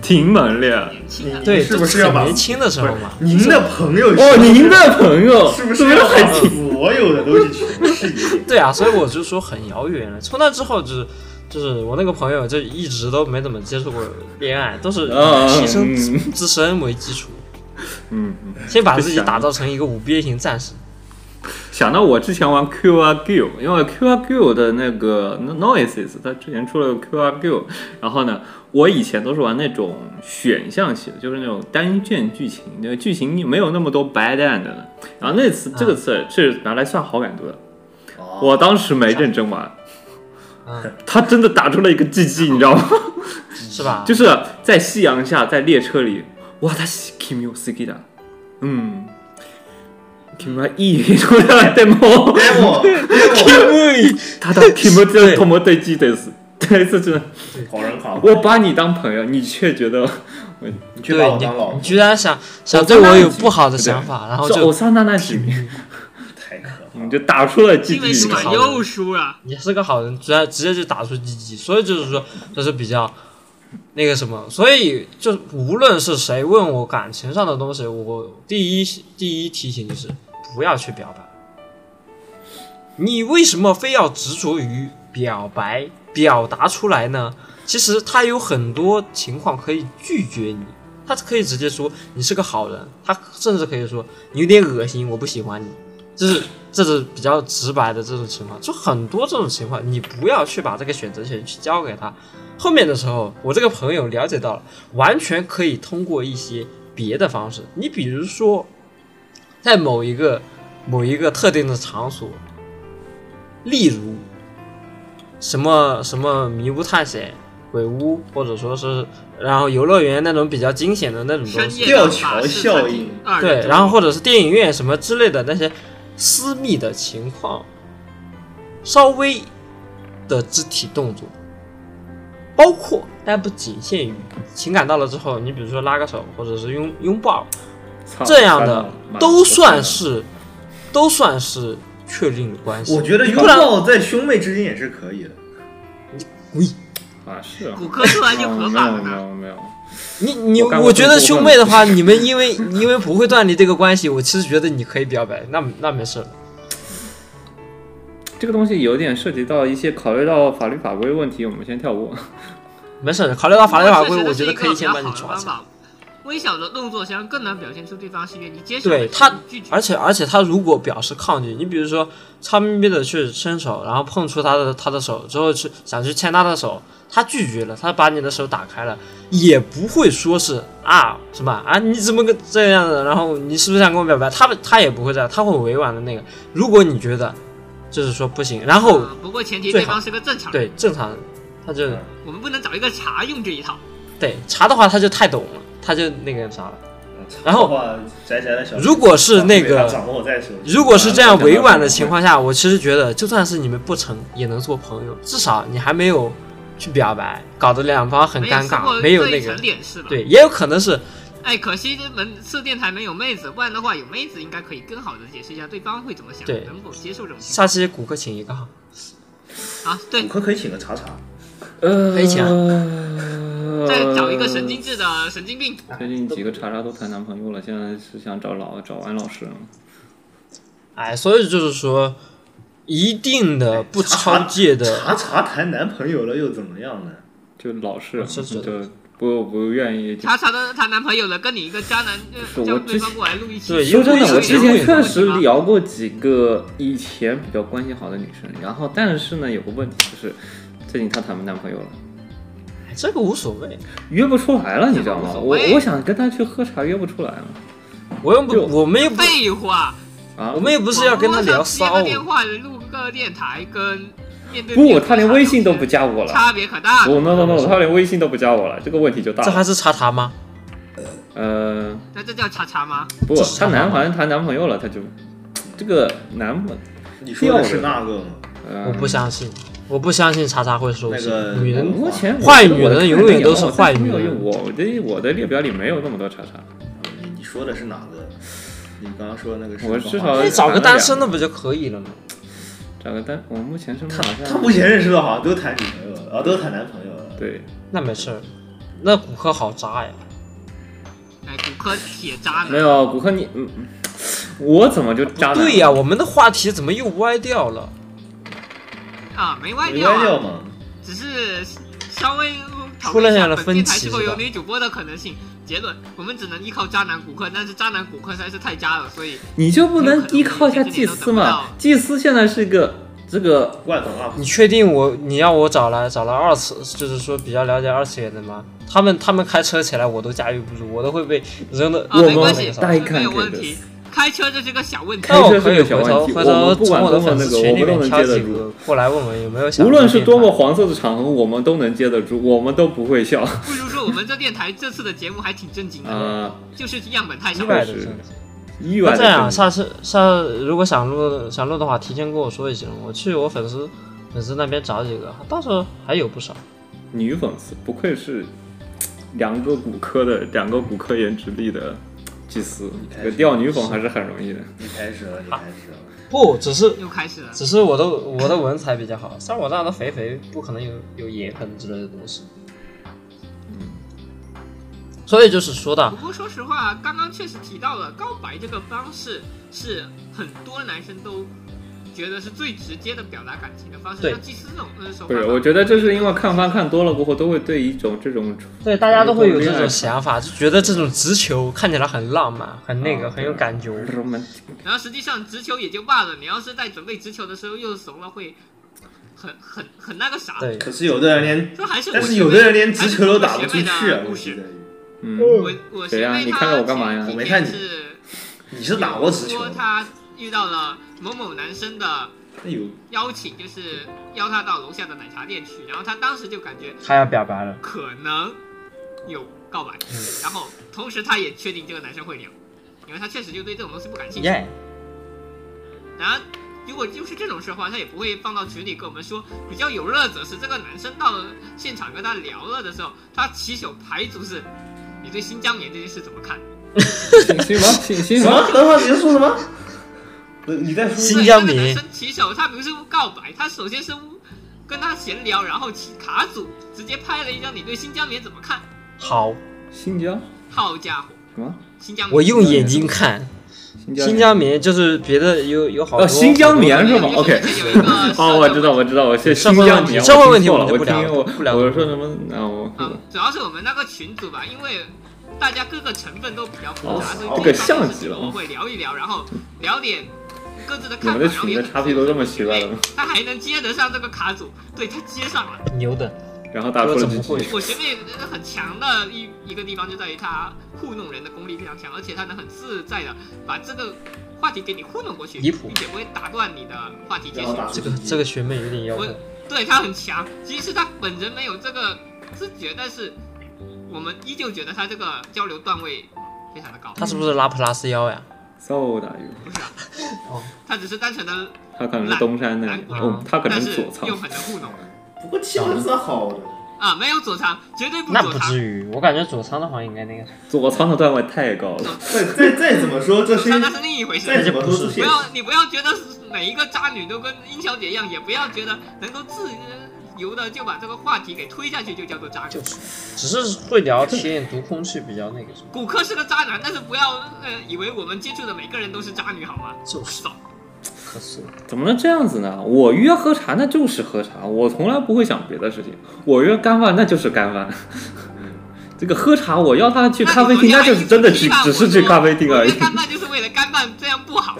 挺猛烈。年轻啊。对，是不就是要把年轻的时候嘛？您的朋友哦，您的朋友是不是要很把所有的东西全是你？对啊，所以我就说很遥远了。从那之后就是。就是我那个朋友，就一直都没怎么接触过恋爱，都是啊嗯提升嗯自自身为基础，嗯，嗯先把自己打造成一个五边形战士。想到我之前玩 QRQ，因为 QRQ 的那个 Noises，它之前出了个 QRQ，然后呢，我以前都是玩那种选项型，就是那种单卷剧情，那个剧情你没有那么多 bad end 的。然后那次这个次是拿来算好感度的，我当时没认真嗯。玩他真的打出了一个 GG，你知道吗？是吧？就是在夕阳下，在列车里，哇，他是 Kimi o s k i 的，嗯，Kimi E 出来了 demo，哎我他的 Kimi 这多么对击得死，对，这真的，好人卡，我把你当朋友，你却觉得你去把对我你当老，你婆，居然想想我对跟我他有一起不好的对想法，然后是偶就像娜娜几，太可怕你了。就打出了 GG，因为什么你知道吗又输了？你是个好人，直接直接就打出 GG，所以就是说这是比较那个什么，所以就无论是谁问我感情上的东西，我第一第一提醒就是不要去表白。你为什么非要执着于表白表达出来呢？其实他有很多情况可以拒绝你，他可以直接说你是个好人，他甚至可以说你有点恶心，我不喜欢你，就是这是比较直白的这种情况，就很多这种情况，你不要去把这个选择权去交给他。后面的时候，我这个朋友了解到了，完全可以通过一些别的方式，你比如说，在某一个某一个特定的场所，例如什么什么迷雾探险、鬼屋，或者说是然后游乐园那种比较惊险的那种东深西，夜吊桥效应，二人对，转然后或者是电影院什么之类的那些私密的情况，稍微的肢体动作，包括但不仅限于情感到了之后，你比如说拉个手或者是拥拥抱操这样算的了妈，都算是都算是确定的关系。我觉得拥不然抱在兄妹之间也是可以的。啊，是啊，骨科突然就啊合没法有了没呢。有没有，你你，我干我过觉最得过兄分妹的话， 你们因为因为不会断离这个关系，我其实觉得你可以表白，那那没事。这个东西有点涉及到一些考虑到法律法规问题，我们先跳过。没事，考虑到法律法规，确实我是觉得一可以个比先较把好你的抓方起来。法。微小的动作将更能表现出对方是愿意接受的对他拒绝，而且而且他如果表示抗拒，你比如说悄咪咪的去伸手，然后碰触他的他的手之后去想去牵他的手，他拒绝了，他把你的手打开了，也不会说是啊什么啊你怎么个这样的，然后你是不是想跟我表白？他他也不会这样，他会委婉的那个。如果你觉得就是说不行，然后呃不过前提最对好方是个正常人，对正常，他就我们不能找一个茶用这一套。对查的话他就太懂了，他就那个啥了。然后后啊宅宅的小，如果是那个掌握在手，如果是这样委婉的情况下，我其实觉得，就算是你们不成，也能做朋友，至少你还没有去表白，搞得两方很没有尴吃尬，过没有这那一层个。脸是吧？对，也有可能是哎，可惜这门次电台没有妹子，不然的话有妹子应该可以更好的解释一下对方会怎么想，对能否接受这种情下期骨科请一个哈。况啊？对骨，科可以请个查查，呃，可以请啊呃再找一个神经质的神经病，最近几个查查都谈男朋友了，现在是想找老找安老师了。哎，所以就是说，一定的不超界哎的，查查谈男朋友了又怎么样呢？就老是啊是是就不不愿意。就她查到她男朋友了，跟你一个渣男呃是我叫对之方前过来录一期，对说真因为的，我有之些前人确实聊过几个以前比较关系好的女生，然后但是呢，有个问题就是，最近她谈不男朋友了，哎这个无所谓。约不出来了，你知道吗？无所我谓我想跟她去喝茶，约不出来了我又不就，我们又不，废话，啊！我们也不是要跟他聊骚网络上接个电舞。话录个电台跟面对不，面她连微信都不加我了。差别可大了。不，no no no，她连微信都不加我了，这个问题就大这还了。是查查吗？呃，那这叫查查吗？不，这是她啥男好像谈男朋友了，她就这个男朋，你说的是那个吗？啊呃，我不相信，我不相信查查会收信那个。女人目前坏女人永远都是坏女人我的我的列表里没有那么多查查，你你说的是哪个？你刚刚说那个是我什么至话少那找个单身的不就可以了吗？找个单。我目前身边他好像他目前认识的好像都谈女朋友了，啊，都谈男朋友了。对，那没事儿，那骨科好渣呀！哎，骨科铁渣男，没有骨科你，嗯，我怎么就渣男？对呀、我们的话题怎么又歪掉了？啊，没歪没掉关啊掉，嘛，只是稍微讨论一下本电台是否有女主播的可能性。结论：我们只能依靠渣男骨科，但是渣男骨科实在是太渣了，所以你就不能依靠一下祭司嘛？祭司现在是一个这个罐头 UP 你确定我你要我找来找来二次，就是说比较了解二次元的吗？他们他们开车起来我都驾驭不住，我都会被扔的。啊，我没们关系，那个啥大没有问题。开车这是个小问题开，那我车可是以个回小头问题回我头们不管从的多粉么那丝个群我里们面都能挑接得几住个过来问问有没有想。无论是多么，黄色的场合，我们都能接得住，我们都不会笑。不如说我们这电台这次的节目还挺正经的，啊，就是样本太意少。外的是是。意外那的这样，是下次下次如果想录想录的话，提前跟我说一声，我去我粉丝粉丝那边找几个，到时候还有不少。女粉丝，不愧是两个骨科的两个骨科颜值力的祭司，这个钓女粉还是很容易的。你开始了，你开始了。不，只是又开始了，只是我的我的文采比较好，像我这样的肥肥不可能有有眼痕之类的东西。嗯，所以就是说到不过说实话，刚刚确实提到了告白这个方式是很多男生都觉得是最直接的表达感情的方式。对像祭司这种呃手不法吧，是，我觉得这是因为看番看多了过后，都会对一种这种对大家都会有这种想法，就觉得这种直球看起来很浪漫，很那个，啊很有感觉。 romantic 然后实际上直球也就罢了，你要是在准备直球的时候又怂了，会很很很那个啥。对，可是有的人连，说还是我但是学有妹的人连直球都打不出还去是我啊！我学妹的觉故事得，嗯，我我学谁呀妹你她看着我干嘛呀前几我没看天你是你是打过直球说，她遇到了某某男生的那有邀请，就是邀她到楼下的奶茶店去，然后她当时就感觉他要表白了，可能有告白，嗯然后同时她也确定这个男生会聊，因为她确实就对这种东西不感兴趣。耶、然后如果就是这种事的话，他也不会放到群里跟我们说。比较有乐者是这个男生到了现场跟他聊了的时候，他起手排组是：你对新疆棉这件事怎么看？新新什么新新什什么？么？等会儿你在说什么？呃你在说新疆对这个棉男生起手，他不是告白，他首先是跟他闲聊，然后起卡组直接拍了一张你对新疆棉怎么看？好，新疆好家伙，什么？新疆棉我用眼睛看，新疆新疆棉就是别的有有好多哦，新疆棉是吗有一个？OK 有一个。 哦，我知道，我知道，我是新社会疆问题棉。社会问题我我们听就错了，不我聊听不聊我我说什么？啊，我嗯，主要是我们那个群组吧，因为大家各个成分都比较复杂，哦所以哦这一像方面的极了我们会聊一聊，然后聊点各自的你看们法。然后 的群也的很叉 P 都这么奇怪了吗？他还能接得上这个卡组，对他接上了。牛的，然后打出我了怎么 GG 会。我学妹呃很强的一一个地方就在于他糊弄人的功力非常强，而且他能很自在的把这个话题给你糊弄过去，离谱并且不会打断你的话题接然后续。打这出个这个学妹有点要我求。对他很强，即使他本人没有这个知觉，但是我们依旧觉得他这个交流段位非常的高。他是不是拉普拉斯妖呀？ So 打鱼，不是啊哦，他只是单纯的，他可能是东山的懒人，懒啊哦，他可能但是是左仓又。很能糊弄不过气质是好的，啊，没有左仓，绝对不那左不仓至。于，我感觉佐仓的话应该那个左仓的段位太高了。再再再怎么说这左些，仓那是另一回再事。怎么说这不些，要你不要觉得每一个渣女都跟殷小姐一样，也不要觉得能够自由的就把这个话题给推下去就叫做渣女。就是，只是会聊天、读空气比较那个什么。骨科是个渣男，但是不要呃以为我们接触的每个人都是渣女好吗？就是少。喝水。怎么能这样子呢？我约喝茶那就是喝茶，我从来不会想别的事情。我约干饭那就是干饭。 这个喝茶，我要他去咖啡厅，那就是真的去，只是去咖啡厅而已我。干饭就是为了干饭，这样不好，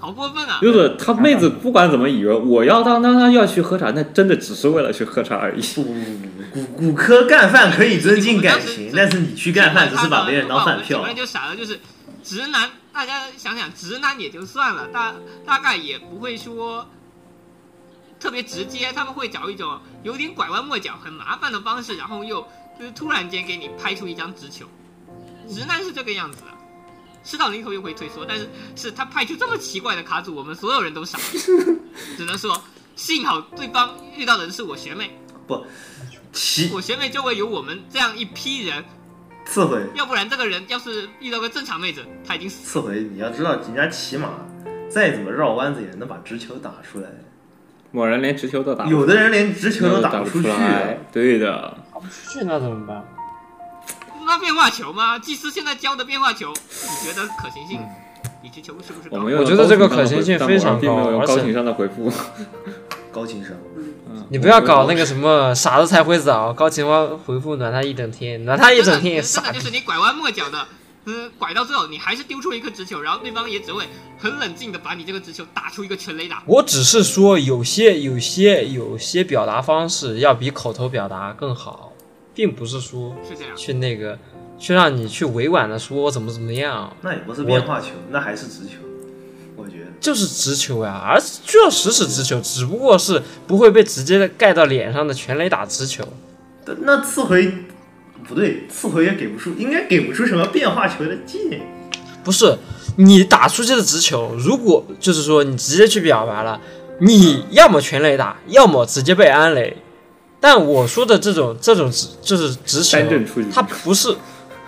好过分啊！就是他妹子不管怎么以为我要当当当要去喝茶，那真的只是为了去喝茶而已。不不不不，骨骨科干饭可以增进感情，但是你去干饭只是把别人当饭我票们。就傻了，就是直男，大家想想，直男也就算了，大大概也不会说特别直接，他们会找一种有点拐弯抹角、很麻烦的方式，然后又就是突然间给你拍出一张直球。直男是这个样子的，吃到临头又会退缩，但是是他派出这么奇怪的卡组，我们所有人都傻了，只能说幸好对方遇到的人是我学妹，其我学妹周围有我们这样一批人，次回要不然这个人要是遇到个正常妹子，他已经死了。次回，你要知道人家骑马再怎么绕弯子也能把直球打出来，某人连直球都打不出来，有的人连直球都打不出去。来。对的，跑不出去那怎么办？那变化球吗？技师现在教的变化球，你觉得可行性？你这球是不是我高？们用我觉得这个可行性但非常我并没有用高高情商的回复。高情商，你不要搞那个什么傻子才会早，高情商回复暖他一整天，暖他一整天也真傻的。 就是你拐弯抹角的，嗯，拐到最后你还是丢出了一颗直球，然后对方也只会很冷静的把你这个直球打出一个全垒打。我只是说有些有些有些表达方式要比口头表达更好，并不是说是这样，去那个去让你去委婉的说我怎么怎么样，那也不是变化球，那还是直球，我觉得。就是直球呀、而确实是直球，只不过是不会被直接的盖到脸上的全垒打直球。但那次回不对，次回也给不出，应该给不出什么变化球的技能。不是你打出去的直球，如果就是说你直接去表白了，你要么全垒打，要么直接被安垒。但我说的这种这种直就是直球单阵出局，它不是，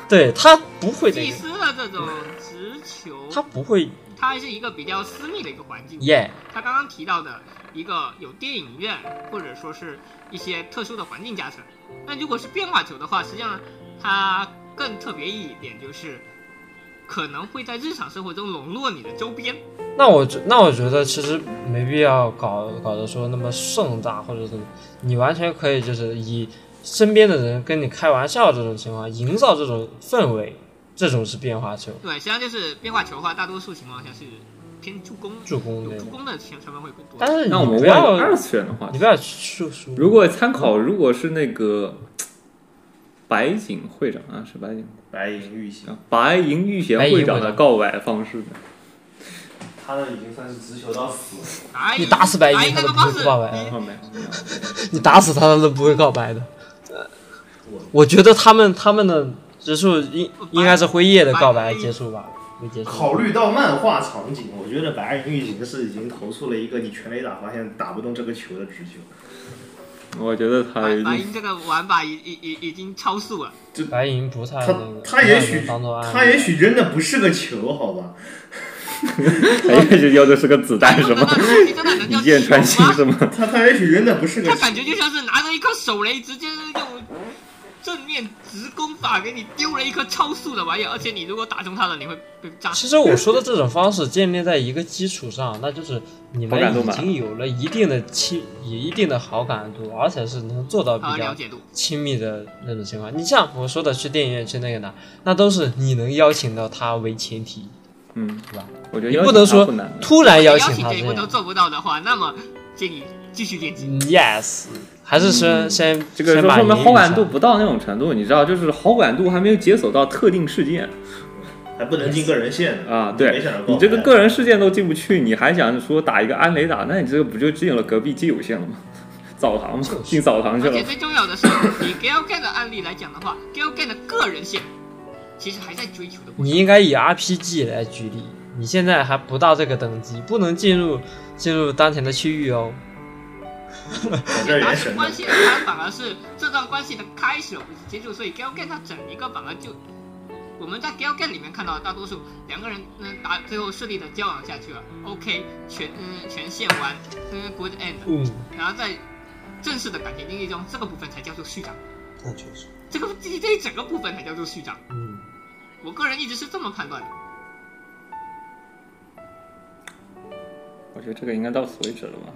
对它不会那技个，师的这种直球，它不会它还是一个比较私密的一个环境。耶。他刚刚提到的一个有电影院或者说是一些特殊的环境加成。那如果是变化球的话，实际上它更特别一点就是可能会在日常生活中笼络你的周边。那我觉那我觉得其实没必要搞搞得说那么盛大或者怎么，你完全可以就是以身边的人跟你开玩笑这种情况，营造这种氛围，这种是变化球对，实际上就是变化球的话，大多数情况下是偏助攻，助攻有那助种。攻的成成分会更多。但是嗯那我你们不问要二次元的话你，不要去说，如果参考，如果是那个白井会长啊，是白井白银玉行，白银御贤会长的告白方式呢？他那已经算是直球到死了。来你打死白来哎银那他个都方不式会，告白啊，哦没有没有，你打死他他都不会告白的。我觉得他们他们的结束应应该是辉夜的告白结束吧，没结束。考虑到漫画场景，嗯我觉得白银玉行是已经投出了一个你全垒打发现打不动这个球的直球。我觉得他白已白经银这个玩法已已已已经超速了。白银不太那他个，他也许当做他也许真的不是个球，好吧？哎，这要的是个子弹是那吗？ 东西真的能哎一叫箭穿心吗？是吗？他他也许真的不 是个他球。感觉就像是拿着一颗手雷，直接用正面直攻法给你丢了一颗超速的玩意儿，而且你如果打中他了，你会被炸死。其实我说的这种方式建立在一个基础上，那就是你们好感度已嘛经有了一定的亲，有一定的好感度，而且是能做到比啊，较了解度，亲密的那种情况。你像我说的去电影院去那个哪，那都是你能邀请到他为前提，嗯是吧？我觉得你邀请能他说不难的突然邀邀请他这这一步都样。做不到的话，那么建议继续练级。嗯 Yes，还是先、先这个先说把说明你好引感上度不到那种程度，你知道，就是好感度还没有解锁到特定事件还不能进个人线呢啊。没对想到，你这个个人事件都进不去，你还想说打一个安雷打，那你这个不就进了隔壁基友线了吗？ 澡堂嘛，进澡堂去而了且。最重要的是，以 Galgan 的案例来讲的话，Galgan 的个人线其实还在追求的过程你应该以 RPG 来举例，你现在还不到这个等级，不能进入进入当前的区域哦。搞 这中，儿拿原起神关的。系它反而是这段关系的开始，我们接触，所以 Galgan 它整一个反而就我们在 Galgan 里面看到的大多数两个人嗯打最后顺利的交往下去了，OK 全嗯全线完嗯 good end，嗯，然后在正式的感情经历中这个部分才叫做序章，嗯那确实，这个这这一整个部分才叫做序章，嗯，我个人一直是这么判断的。我觉得这个应该到此为止了吧。嗯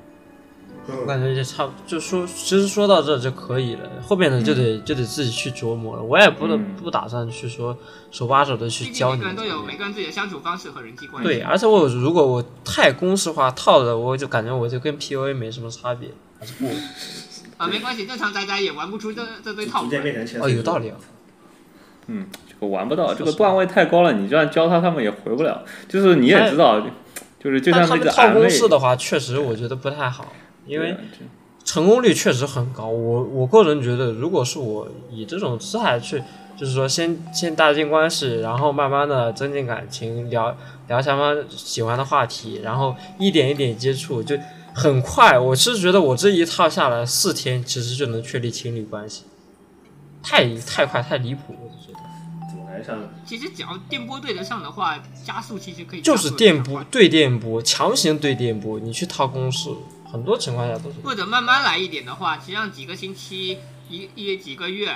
我感觉也差不，就说其实说到这就可以了，后面的就得、就得自己去琢磨了。我也不能、嗯不打算去说手把手的去毕教竟每你个人怎都么有样。每个人自己的相处方式和人际关系。对，而且我如果我太公式化套的，我就感觉我就跟 PUA 没什么差别。啊，没关系，正常宅宅也玩不出这这堆套逐路。渐变成千哦，有道理啊。嗯，这个玩不到，这个说实话段位太高了，你这样教他，他们也回不了。就是你也知道，就是就但像他那们个套俺妹公，式的话，确实我觉得不太好，因为对啊这成功率确实很高。我我个人觉得，如果是我以这种姿态去，就是说先先搭建关系，然后慢慢的增进感情，聊聊相方喜欢的话题，然后一点一点接触，就很快。我是觉得我这一套下来四天，其实就能确立情侣关系，太太快太离谱，我就觉得。怎么来上？其实只要电波对得上的话，加速其实可以加就速是得电上波快，对电波，强行对电波，你去套公式，很多情况下都是。或者慢慢来一点的话，实际上几个星期、一一几个月，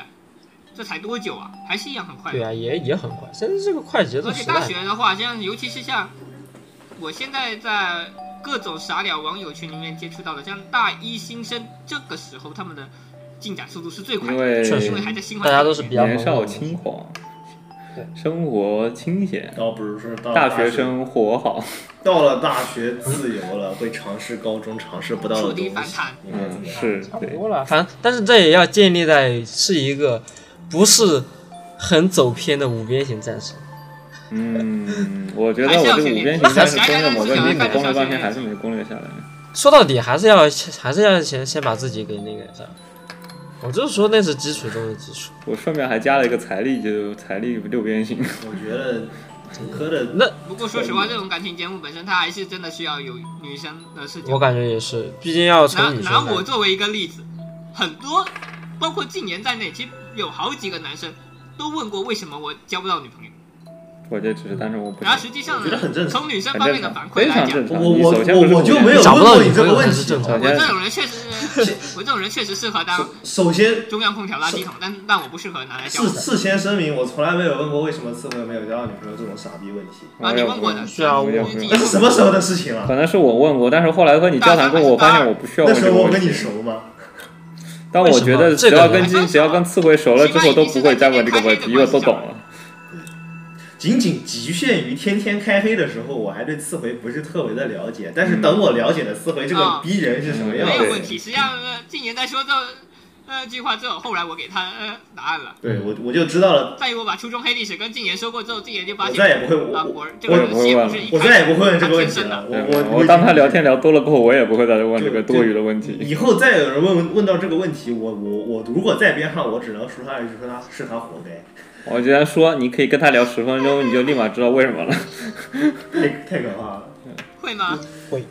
这才多久啊？还是一样很快。对啊，也也很快。现在这个快节奏而且时大代，学的话，像尤其是像我现在在各种傻屌网友群里面接触到的，像大一新生这个时候，他们的进展速度是最快因的，为确实因为还在新大环家境都里是面比较年少懵懂轻狂对，哦生活清闲，倒不如说到大大学生活好。到了大学自由了，会尝试高中尝试不到的触东西底。反弹。你们怎嗯，么样？是差不对，多了。反正，但是这也要建立在是一个不是很走偏的五边形战士。嗯，我觉得还是我要这个学五点边那形战士还中还的某个还点，还我攻略还半还天还还是没攻略下来。说到底还是要还是要先先把自己给那个啥。我就是说那是基础中的基础。我顺便还加了一个财力，就财力六边形。我觉得本科的那不过说实话，这种感情节目本身，它还是真的需要有女生的视角我。感觉也是，毕竟要拿从女生拿来。我作为一个例子，很多包括禁言在内，其实有好几个男生都问过为什么我交不到女朋友。我这嗯只是单纯我不然后是实际上我觉得呢很正，常从女生很方面正的常，反馈非来常讲，正常。我你我首先不是我我就五边没有找不到问过女你这朋个友才问是题正。常好我吧这种人确实， 我这种人确实适合啊当首先中央空调垃圾桶，但但我不适合拿来交事往。事先声明，我从来没有问过为什么刺猬没有交到女朋友这种傻逼问题，啊，你问过的，是啊我我也自己那是什么时候的事情了？可能是我问过，但是后来和你交谈过，我发现我不需要那问时这候个我问跟你题。熟吗？但我觉得只要跟为什么只要跟刺猬熟了之后都不会再问这个问题，因为我都懂了。仅仅局限于天天开黑的时候，我还对刺回不是特别的了解。但是等我了解了刺回这个嗯啊逼人是什嗯么样没子，有问题。实际上，呃静言在说这呃句话之后，后来我给他呃答案了。对我我就知道了，在于我把初中黑历史跟静言说过之后，静言就发我现再也不会我啊，我果这个游戏不是一我开再始也不会问这个问题它了。天我对我我当他聊天聊多了过后，我也不会再问这个就多余的问题。以后再有人问问到这个问题，我我我如果在边上，我只能说他一句说他是他活该，我居然说你可以跟他聊十分钟，你就立马知道为 什么了。太太可怕了。会吗？会，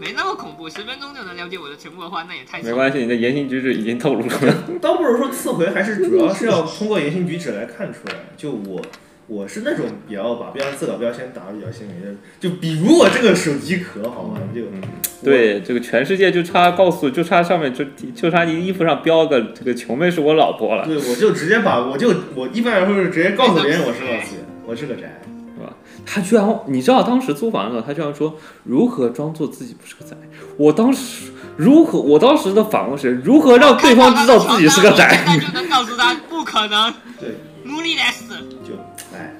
没那么恐怖，十分钟就能了解我的全部的话，那也太没关系，你的言行举止已经透 露了。倒不如说次回还是主要是要通过言行举止来看出来。就我我是那种比较把标自个标签打的比较鲜明的，就比如我这个手机壳好吗？就嗯对，这个全世界就差告诉，就差上面就就差你衣服上标个这个球妹是我老婆了，对，我就直接把我就我一般来说是直接告诉别人我是老四，我是个宅。是吧？他居然，你知道当时租房子，他居然说如何装作自己不是个宅。我当时如何，我当时的反问是如何让对方知道自己是个宅。 那就能告诉他不可能，对，努力的死，就哎，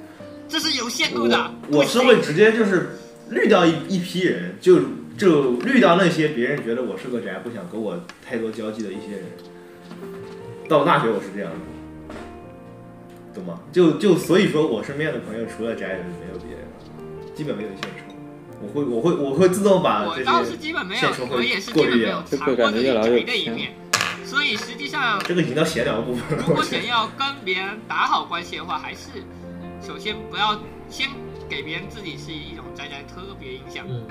这是有限度的我。我是会直接就是滤掉一一批人，就就滤掉那些别人觉得我是个宅，不想跟我太多交际的一些人。到了大学我是这样的，懂吗？就就所以说我身边的朋友除了宅人没有别人了，基本没有现充。我会我会我会自动把我这倒是些基本没有现实，会我也是基本没有这尝个过感自觉己越来宅越的一面，所以实际上这个已经到闲聊部分了。如我果觉想得要跟别人打好关系的话，还是首先不要先给别人自己是一种宅宅特别印象。嗯，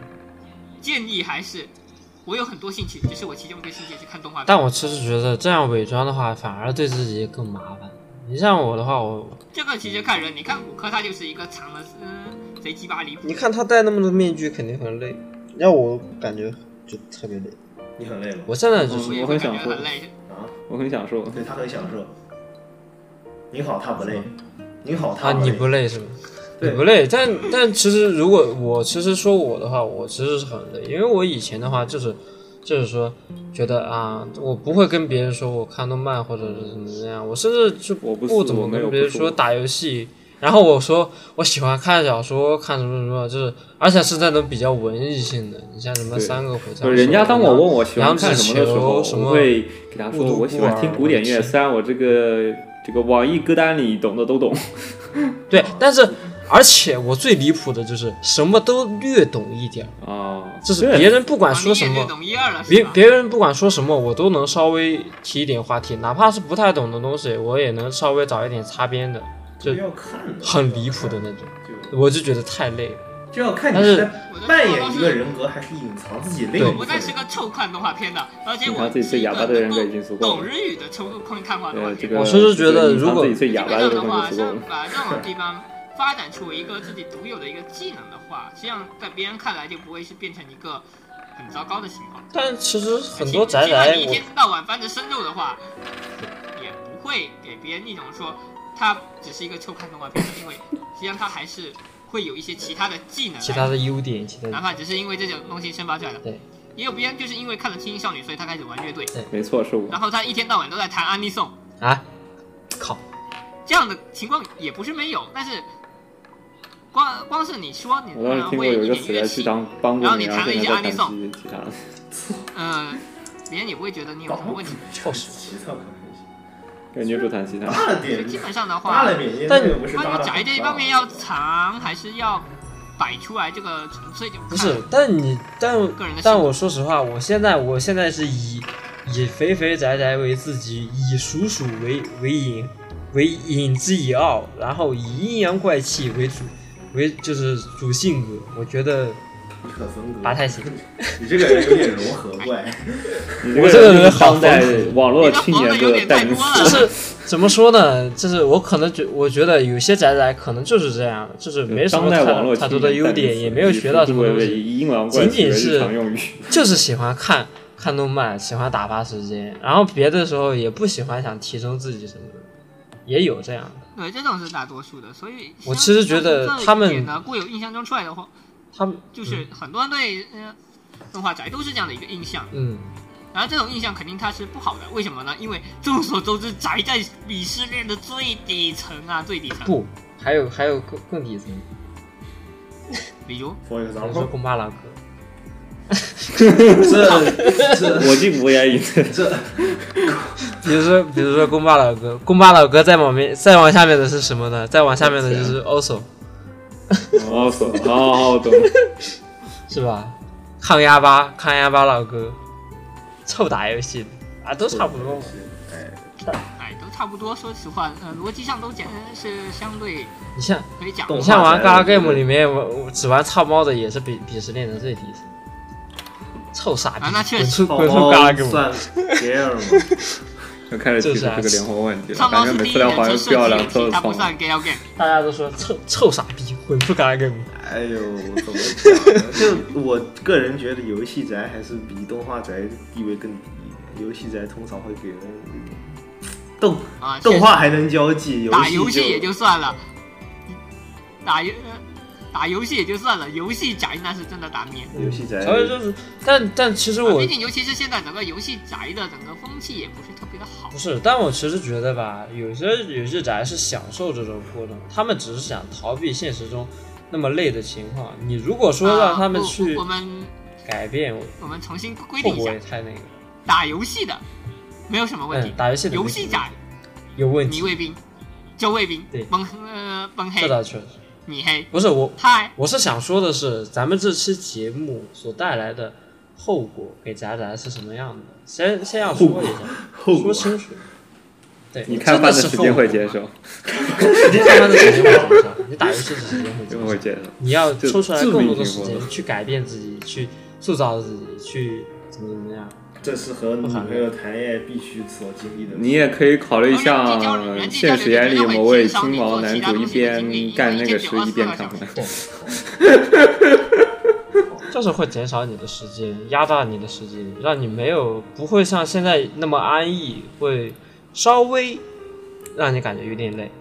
建议还是我有很多兴趣，只是我其中一个兴趣是看动画片。但我其实觉得这样伪装的话，反而对自己更麻烦。你像我的话，我这个其实看人，你看骨科他就是一个藏的嗯贼鸡巴离谱你。看他戴那么多面具，肯定很累。要我感觉就特别累。你很累吗？我现在就我是也我会很感想觉说很累。啊，我很想说，对他很享受。你好，他不累。你好，他啊，不累你不累是吗？也不累。但但其实如果我其实说我的话，我其实是很累，因为我以前的话就是就是说觉得啊，我不会跟别人说我看动漫或者是怎么怎么样，我甚至就我不是不怎我么没有跟别人不是说我打游戏。然后我说我喜欢看小说，看什么什么，就是而且是那种比较文艺性的，你像什么对三个火就枪手，啊是人家当我问我喜欢杨紫看什么的时球候，什么我会给他雾说都我喜欢孤儿听古典乐，我虽然我这个这个网易歌单里懂的都懂，对，但是而且我最离谱的就是什么都略懂一点儿，啊，就是对别人不管说你什也略么，懂一二了，是别吧？别人不管说什么，我都能稍微提一点话题，哪怕是不太懂的东西，我也能稍微找一点擦边的，就这要看的，很离谱的那种，就我就觉得太累了。这要看你但是是在我的扮头脑演一是个人格，还是隐藏自己另一对部我不分再是个臭看动画片的，而且你我看自己是最一哑巴个的能人格够已经足够懂了。日语的抽空看画动画对，这片。个我甚至觉得就是隐藏如果自己最基哑巴本的上部的话，分就足够是了。把这种地方发展出一个自己独有的一个技能的话，这样在别人看来就不会是变成一个很糟糕的情况。但其实很起多宅起码宅你一，我天到晚翻着生肉的话，也不会给别人一种说他只是一个臭看动画片的，因为实际上他还是会有一些其他的技能来。其他的优点，其他哪的怕只是因为这种东西生发出来的。对，也有别人就是因为看了《青音少女》，所以他开始玩乐队，没错，是我。然后他一天到晚都在弹安利颂，啊，靠，这样的情况也不是没有，但是光光是你说你我当时听过会有一个一死点乐宅去器，当帮过你，然后然后你现弹了在一在些弹吉吉他。呃，别人也不会觉得你有什么问题。确实。齐操可能性跟女主弹吉他，大了所以点，基本上的大话，了点，但那个不是关大于了。宅这一方面要长，还是要摆出来这个纯粹就不是，但你但个人的性但格我说实话，我现在我现在是以以肥肥宅宅为自己，以鼠鼠为为引为引之以傲，然后以阴阳怪气为主为就是主性格，我觉得你可分不割，太行。你这个人有点融合怪，你我这个人好当代网络你这青黄的年有点的代太名多词。了 就。是 怎么说呢？就是我可能觉我觉得有些宅宅可能就是这样，就是没什当么代网太络太青多年的优代名点，词也没有以学到什么父东为西。以阴阳怪气仅仅为日是常用语。就是喜欢看看动漫，喜欢打发时间，然后别的时候也不喜欢想提升自己什么的，也有这样的。对，这种是大多数的，所以我其实觉像得这一他们嗯点呢，固有印象中出来的话，他们就是很多人对呃动画宅都是这样的一个印象，嗯，然后这种印象肯定它是不好的，为什么呢？因为众所周知，宅在鄙视链的最底层啊，最底层。不，还有还有更更底层，比如， For 比如说 example，贡巴拉格，这这 我进无言以对，这比如说比如说贡巴拉格，贡巴拉格再往面再往下面的是什么呢？再往下面的就是 also 哦，懂，哦，懂。是吧？抗压吧，抗压吧老哥，臭打游戏的啊，都差不多嘛。哎，都差不多。说实话，呃，逻辑上都讲是相对你像可以讲懂你的。像玩动 g a 画 l 宅我觉 Game 得里面玩只玩操猫的也是鄙鄙视链的最底层，臭傻逼啊，那确滚实 哦出滚出 g a l Game，算 gay 吗？又开始提啊出这个灵魂问题了，猫感觉是每第一次来人好像称都要射击聊游都戏，是它操不算 gay game。大家都说臭臭傻逼，滚出 g a l Game。哎呦，怎么讲呢？就我个人觉得，游戏宅还是比动画宅地位更低一点。游戏宅通常会给人动啊，确实动画还能交际，游打戏游戏也就就算了，打游呃打游戏也就算了，游戏宅那是真的打脸。游戏宅。所以就是，但但其实我毕竟，尤其是现在整个游戏宅的整个风气也不是特别的好不。是，但我其实觉得吧，有些有些宅是享受这种过程，他们只是想逃避现实中那么累的情况。你如果说让他们啊去我我们改变，我们重新规会定不一下会，太那个？打游戏的没有什么问题嗯，，打游戏的游戏宅有问你题，卫兵、周卫兵对、崩呃崩这黑、倒确实你黑、不是我。嗨，我是想说的是，咱们这期节目所带来的后果给宅宅是什么样的？先先要说一下，后说果清楚。对，你看真的饭是的时间后果会接受，你看饭的时间会减少，你打游戏的时间会就减会少。接受。你要抽出来就更多的时致命性间活动去改变自己，去塑造自己，去怎么怎么样。这是和女朋友谈恋爱必须所经历的。你也可以考虑像现实眼里某位金毛男主一边干那个事一边看饭。就是会减少你的时间，压榨你的时间，让你没有不会像现在那么安逸，会稍微让你感觉有点累。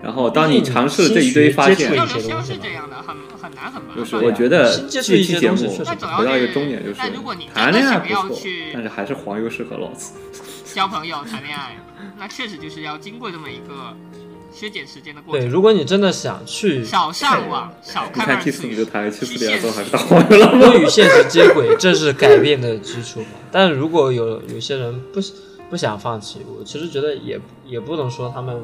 然后当你尝试这一堆发新现学接，交触流销是这样的，很很难很麻就是烦。我觉得新接这触一期些节东目西确实那总回到一个终点，就是那如果你谈真恋的爱想不要错，去但是还是黄油适合老子。交朋友、谈恋爱，那确实就是要经过这么一个削减时间的过对，程。如果你真的想去少上网，少你看看二 kiss 次你就元，谈去，kiss 两现之后还实是当黄油了吗？多与现实接轨，这是改变的基础嘛。但如果有有些人不不想放弃，我其实觉得也也不能说他们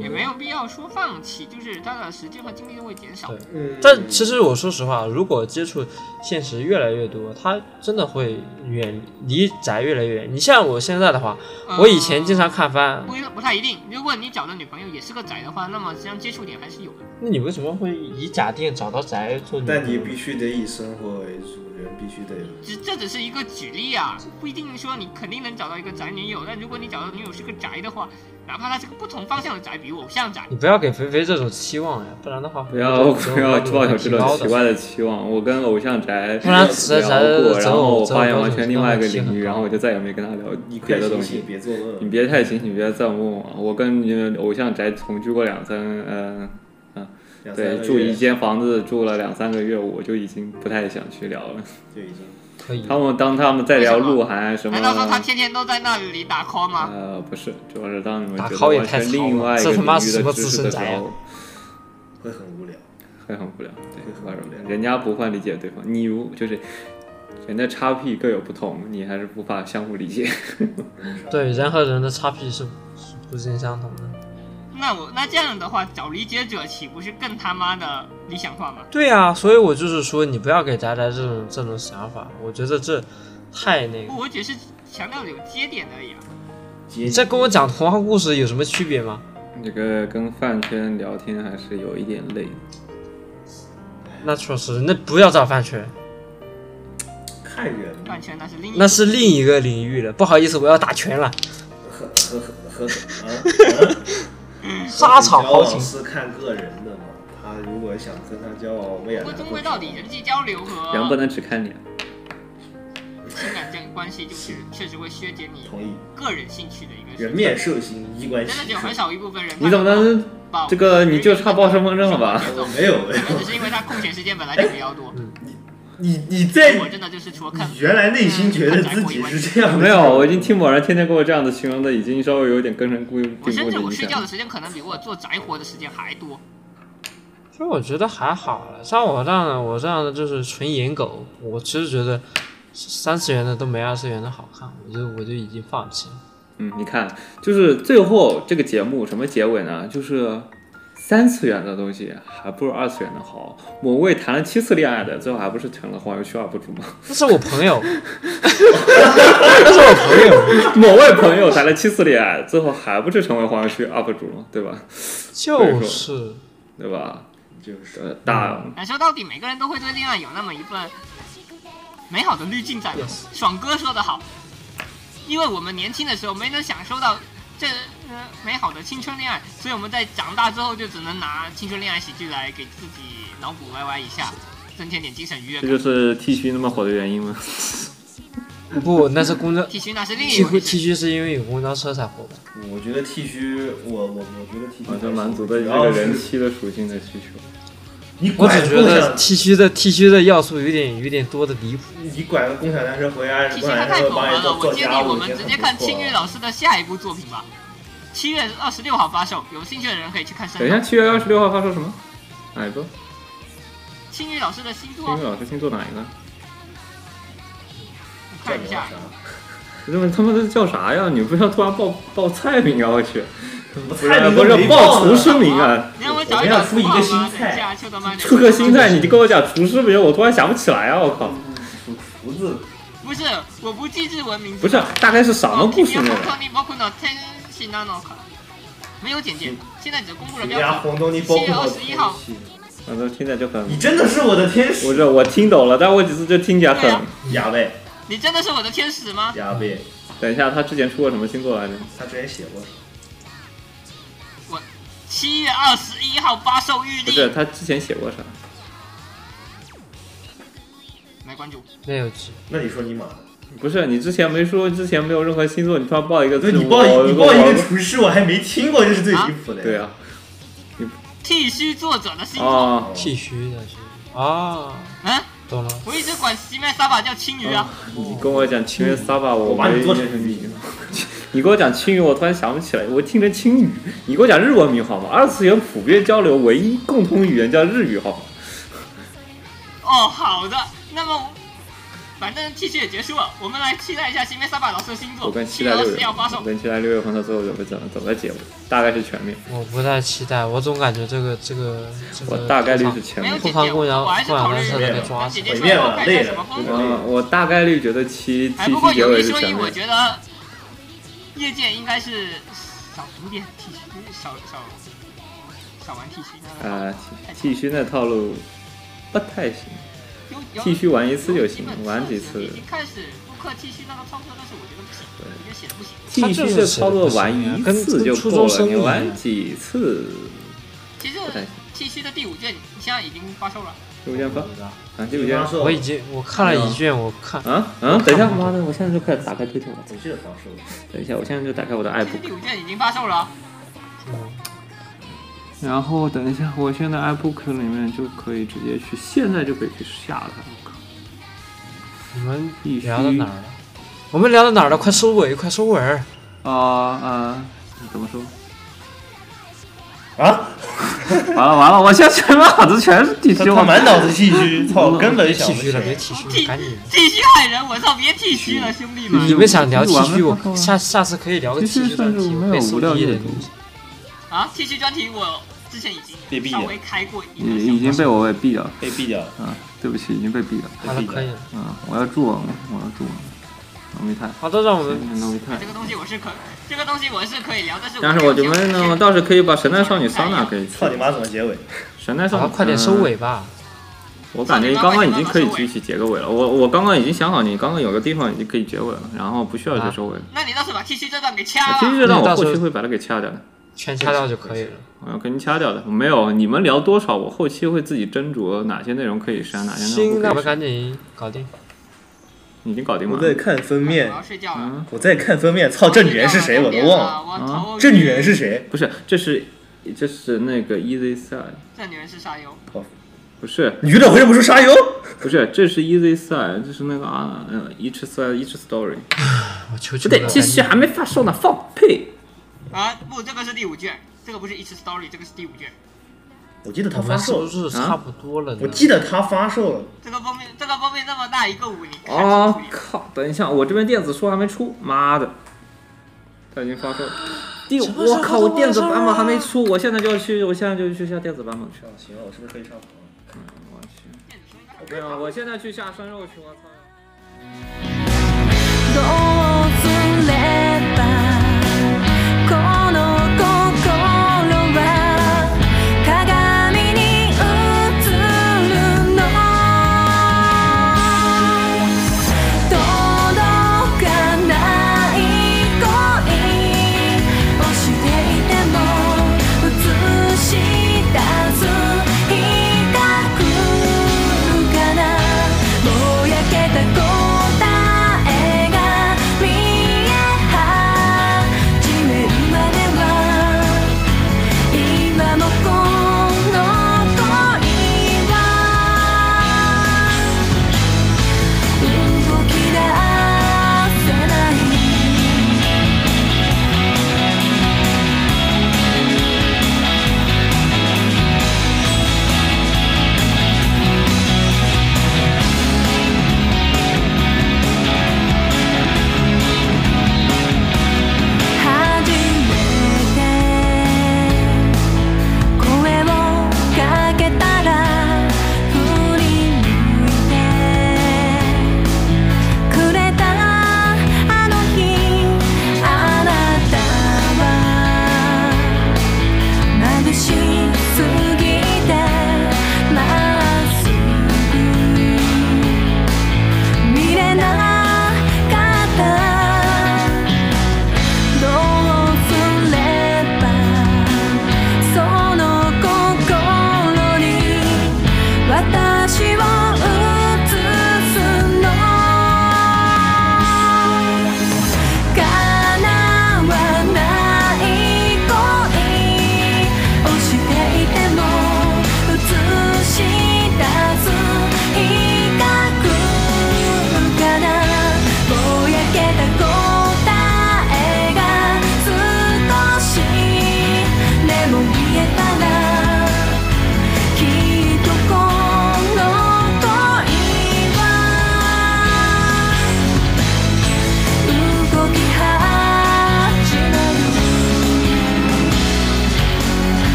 也没有必要说放弃，就是他的时间和精力都会减少对。但其实我说实话，如果接触现实越来越多，他真的会远离宅越来越远。你像我现在的话，嗯我以前经常看番，不不太一定，如果你找的女朋友也是个宅的话，那么实际上接触点还是有的。那你为什么会以假店找到宅做女朋友？但你必须得以生活为主，人必须得有只这只是一个举例啊，不一定说你肯定能找到一个宅女友，但如果你找到的女友是个宅的话，哪怕她是个不同方向的宅，比如偶像宅，你不要给肥肥这种期望呀，不然的话不要肥肥不要这抱有种这期种望奇怪的期望。我跟偶像宅不然宅宅聊过，宅然后我宅发宅现宅完全另外一个宅领域，宅然后我就再也没跟他聊别快的东醒西醒，。别作恶你。别太清醒，别再问我。我跟你们偶像宅同居过两三，嗯、两三个对，月住一间房子住了两三个月，我就已经不太想去聊了。就已经可以他们当他们在聊鹿晗什么难，道说她天天都在那里打 call 吗？呃，不是，主要是当你们打觉得 call 也完太全糙另了外一这个他妈领域什的么知资识深的时宅呀候，会很无聊。会很无聊，对，会很无聊人家不会理解对方，你如就是人的叉 P 各有不同，你还是无法相互理解。 对人和人的差距是是不尽相同的。那我那这样的话，找理解者岂不是更他妈的理想化吗？对呀、所以我就是说，你不要给宅宅这种这种想法，我觉得这太那个。我只是强调有接点而已啊。你这跟我讲童话故事有什么区别吗？这个跟饭圈聊天还是有一点累的。那确实，那不要找饭圈，看人嘛，饭圈那是另一那是另一个领域了。不好意思，我要打拳了。和和和和啊！沙场交豪往情，是看个人的嘛。他如果想跟他交往，我们也不过难终过归到底，人际交流和人不能只看脸。啊情感这个关系，就是确实会削减你同意，个人兴趣的一个。人面兽心，衣冠真的禽就兽很。少一部分人。你怎么能报这个你就差报身份证了吧？我没有没 可能只 有，是因为他空闲时间本来就比较多。你你在我真的就是除了看嗯你，原来内心觉得自己是哦这样的， 没有，我已经听某人天天跟我这样子形容的，已经稍微有点根深固定固我定甚的至我影睡觉响的。时间可能比我做宅活的时间还多。其实我觉得还好了。像我这样的，我这样的就是纯颜狗，我其实觉得三次元的都没二次元的好看，我就我就已经放弃了。嗯，你看，就是最后这个节目什么结尾呢？就是三次元的东西还不如二次元的好。某位谈了七次恋爱的，最后还不是成了黄油区 UP 主吗？那是我朋友，那是我朋友，某位朋友谈了七次恋爱，最后还不是成为黄油区 UP 主吗？对吧？就是对吧？就是呃，大但说到底，每个人都会对恋爱有那么一份美好的滤镜在吧。爽哥说得好，因为我们年轻的时候没能享受到这呃美好的青春恋爱，所以我们在长大之后就只能拿青春恋爱喜剧来给自己脑补歪歪一下，增添点精神愉悦这感。就是 T 区那么火的原因吗？不，那是公交 T 恤那是另一 T 回 T 事。区是因为有公交车才火的。我觉得剃须，我我我觉得剃须好还像行满足了这主个要是人妻的属性的需求。你我拐只个觉共得享， T 区的 T 区的要素有点有点多的离谱。你拐个共享单车回家，其共实享单他太车可帮玩你了，做啊我做建家议务，我们直接看啊啊青玉老师的下一部作品吧。七月二十六号发售，有兴趣的人可以去看等声一下，优。七月二十六号发售什么？哪一个？青玉老师的新作金，宇老师星座哪一个？我看一下。他们他们都叫啥呀？你不要突然报报菜名啊！我去，不不是不是报厨师名啊，你让我找一我们找要出一个新菜等一下，秋刀妈出个新菜你就跟我讲厨师名，我突然想不起来啊！我靠，胡子不是，我不记日文名字。不是，啊大概是什么故事呢呢？？没有简介，现在只公布了人标家题。红豆泥包7月括21号反正听起来就很，你真的是我的天不使，是我听懂了，但我只是就听起来对啊。很亚贝你真的是我的天使吗？亚贝，等一下，他之前出过什么星座来着？他之前写过，七月二十一号发售预不是，定，他之前写过啥？来关注。没有记，那你说你妈的？不是你之前没说，之前没有任何星座，你突然报一个对字你母，报一你我报一个我厨师，我还没听过，这是最离谱的。对，啊，你剃须作者的新作。哦啊，剃须的是啊，嗯，懂了。我一直管西面沙巴叫青鱼啊。你跟我讲青云撒把，我把你没 做成认识你。你跟我讲青语，我突然想不起来，我听着青语。你给我讲日文名好吗？二次元普遍交流唯一共通语言叫日语好吗？哦，好的，那么反正 T 恤也结束了，我们来期待一下新梅萨巴老师的新作我跟《期七待月二六十月要发，售我。跟期待六月份的最后准备怎么怎么结尾，大概是全面，我不太期待，我总感觉这个这个这我呃个大概率是全没有面。姐后方姐，姑娘我还是考虑后方那个抓姐姐毁出灭来帮了我看一累下了什么风这格个。嗯，我大概率觉得七哎，七不过期结有尾一是说一，全我面。觉得业界应该是少读点 T 恤，少少少玩 T 恤。啊，剃剃须那套路不太行，有有剃须玩一次就有行基本，玩知几识次已经开始复刻 T 恤那个操作，但是我觉得不行，我觉得写的不行。剃须的操作玩一次就跟跟初中够了，生一你样玩几次其实不太行。 T 恤的第五卷现在已经发售了，六件发啊，六件发售，我已经我看了一卷，我看啊啊！等一下，妈的，我现在就开始打开推特，我操！你这发售，等一下，我现在就打开我的其实 iBook，第五卷已经发售了。然后等一下，我现在 iBook 里面就可以直接去，现在就可以去下了。我靠你们必须聊到哪儿了？我们聊到哪儿了？快收尾，快收尾儿！啊啊！怎么说？啊，完了完了，我现在全满脑子全是剃他须，他我满脑子剃须，操，根本想剃不起须了，来。啊别剃须剃了，赶紧！剃须害人，我操！别剃须了，兄弟剃你们须们想聊剃须，我我们看看下下次可以聊个其剃实须算专是题，我可没以有无送聊一的阅东读，西。啊！剃须专题我之前已被经毙稍了微开过一已个已经小被我给毙了。被毙掉了，啊，对不起，已经被毙了。好了，可以了。嗯，我要助王，我要助王，农密探，好的，让我们农密探这。个东西我是可，这个东西我是可以聊，但是但是我觉得呢，我倒是可以把神奈少女桑娜给去操。你妈怎么结尾？神奈好少了，女，嗯快点收尾吧。我感觉刚刚已经可以举起结个尾了。我我刚刚已经想好，你刚刚有个地方已经可以结尾了，然后不需要去收尾了。哎那你倒是把剃须这段给掐其了。实这段我后期会把它给掐掉的，全掐掉就可以了。我要给你掐掉的。没有，你们聊多少，我后期会自己斟酌哪些内容可以删，哪些内行，容那我不可们以赶紧删。搞定。已经搞定我完在了。看封我面，要睡觉了。嗯，我在看封面，操，这哦女人是谁我都忘了。我头这女人是谁？不是，这是这是那个 Easy Side，这女人是沙优，不是女的回不是沙优？不是，这是 Easy Side，这是那个啊，嗯，Each Side Each Story。我求不求对，了，继续还没发售呢，放屁！啊，不，这个是第五卷，这个不是一 c story，这个是第五卷。我记得她我发们是售不，是啊差不多了呢？我记得她发售了。这个封面，这个封面那么大一个五，你看清楚哦一点。靠！等一下，我这边电子书还没出，妈的，它已经发售了。第么时候啊我靠，我电子版本还没出，我现在就要去，我现在就去下电子版本去。嗯行了，我是不是可以上床了？我去，对啊，我现在去下生肉去，我操！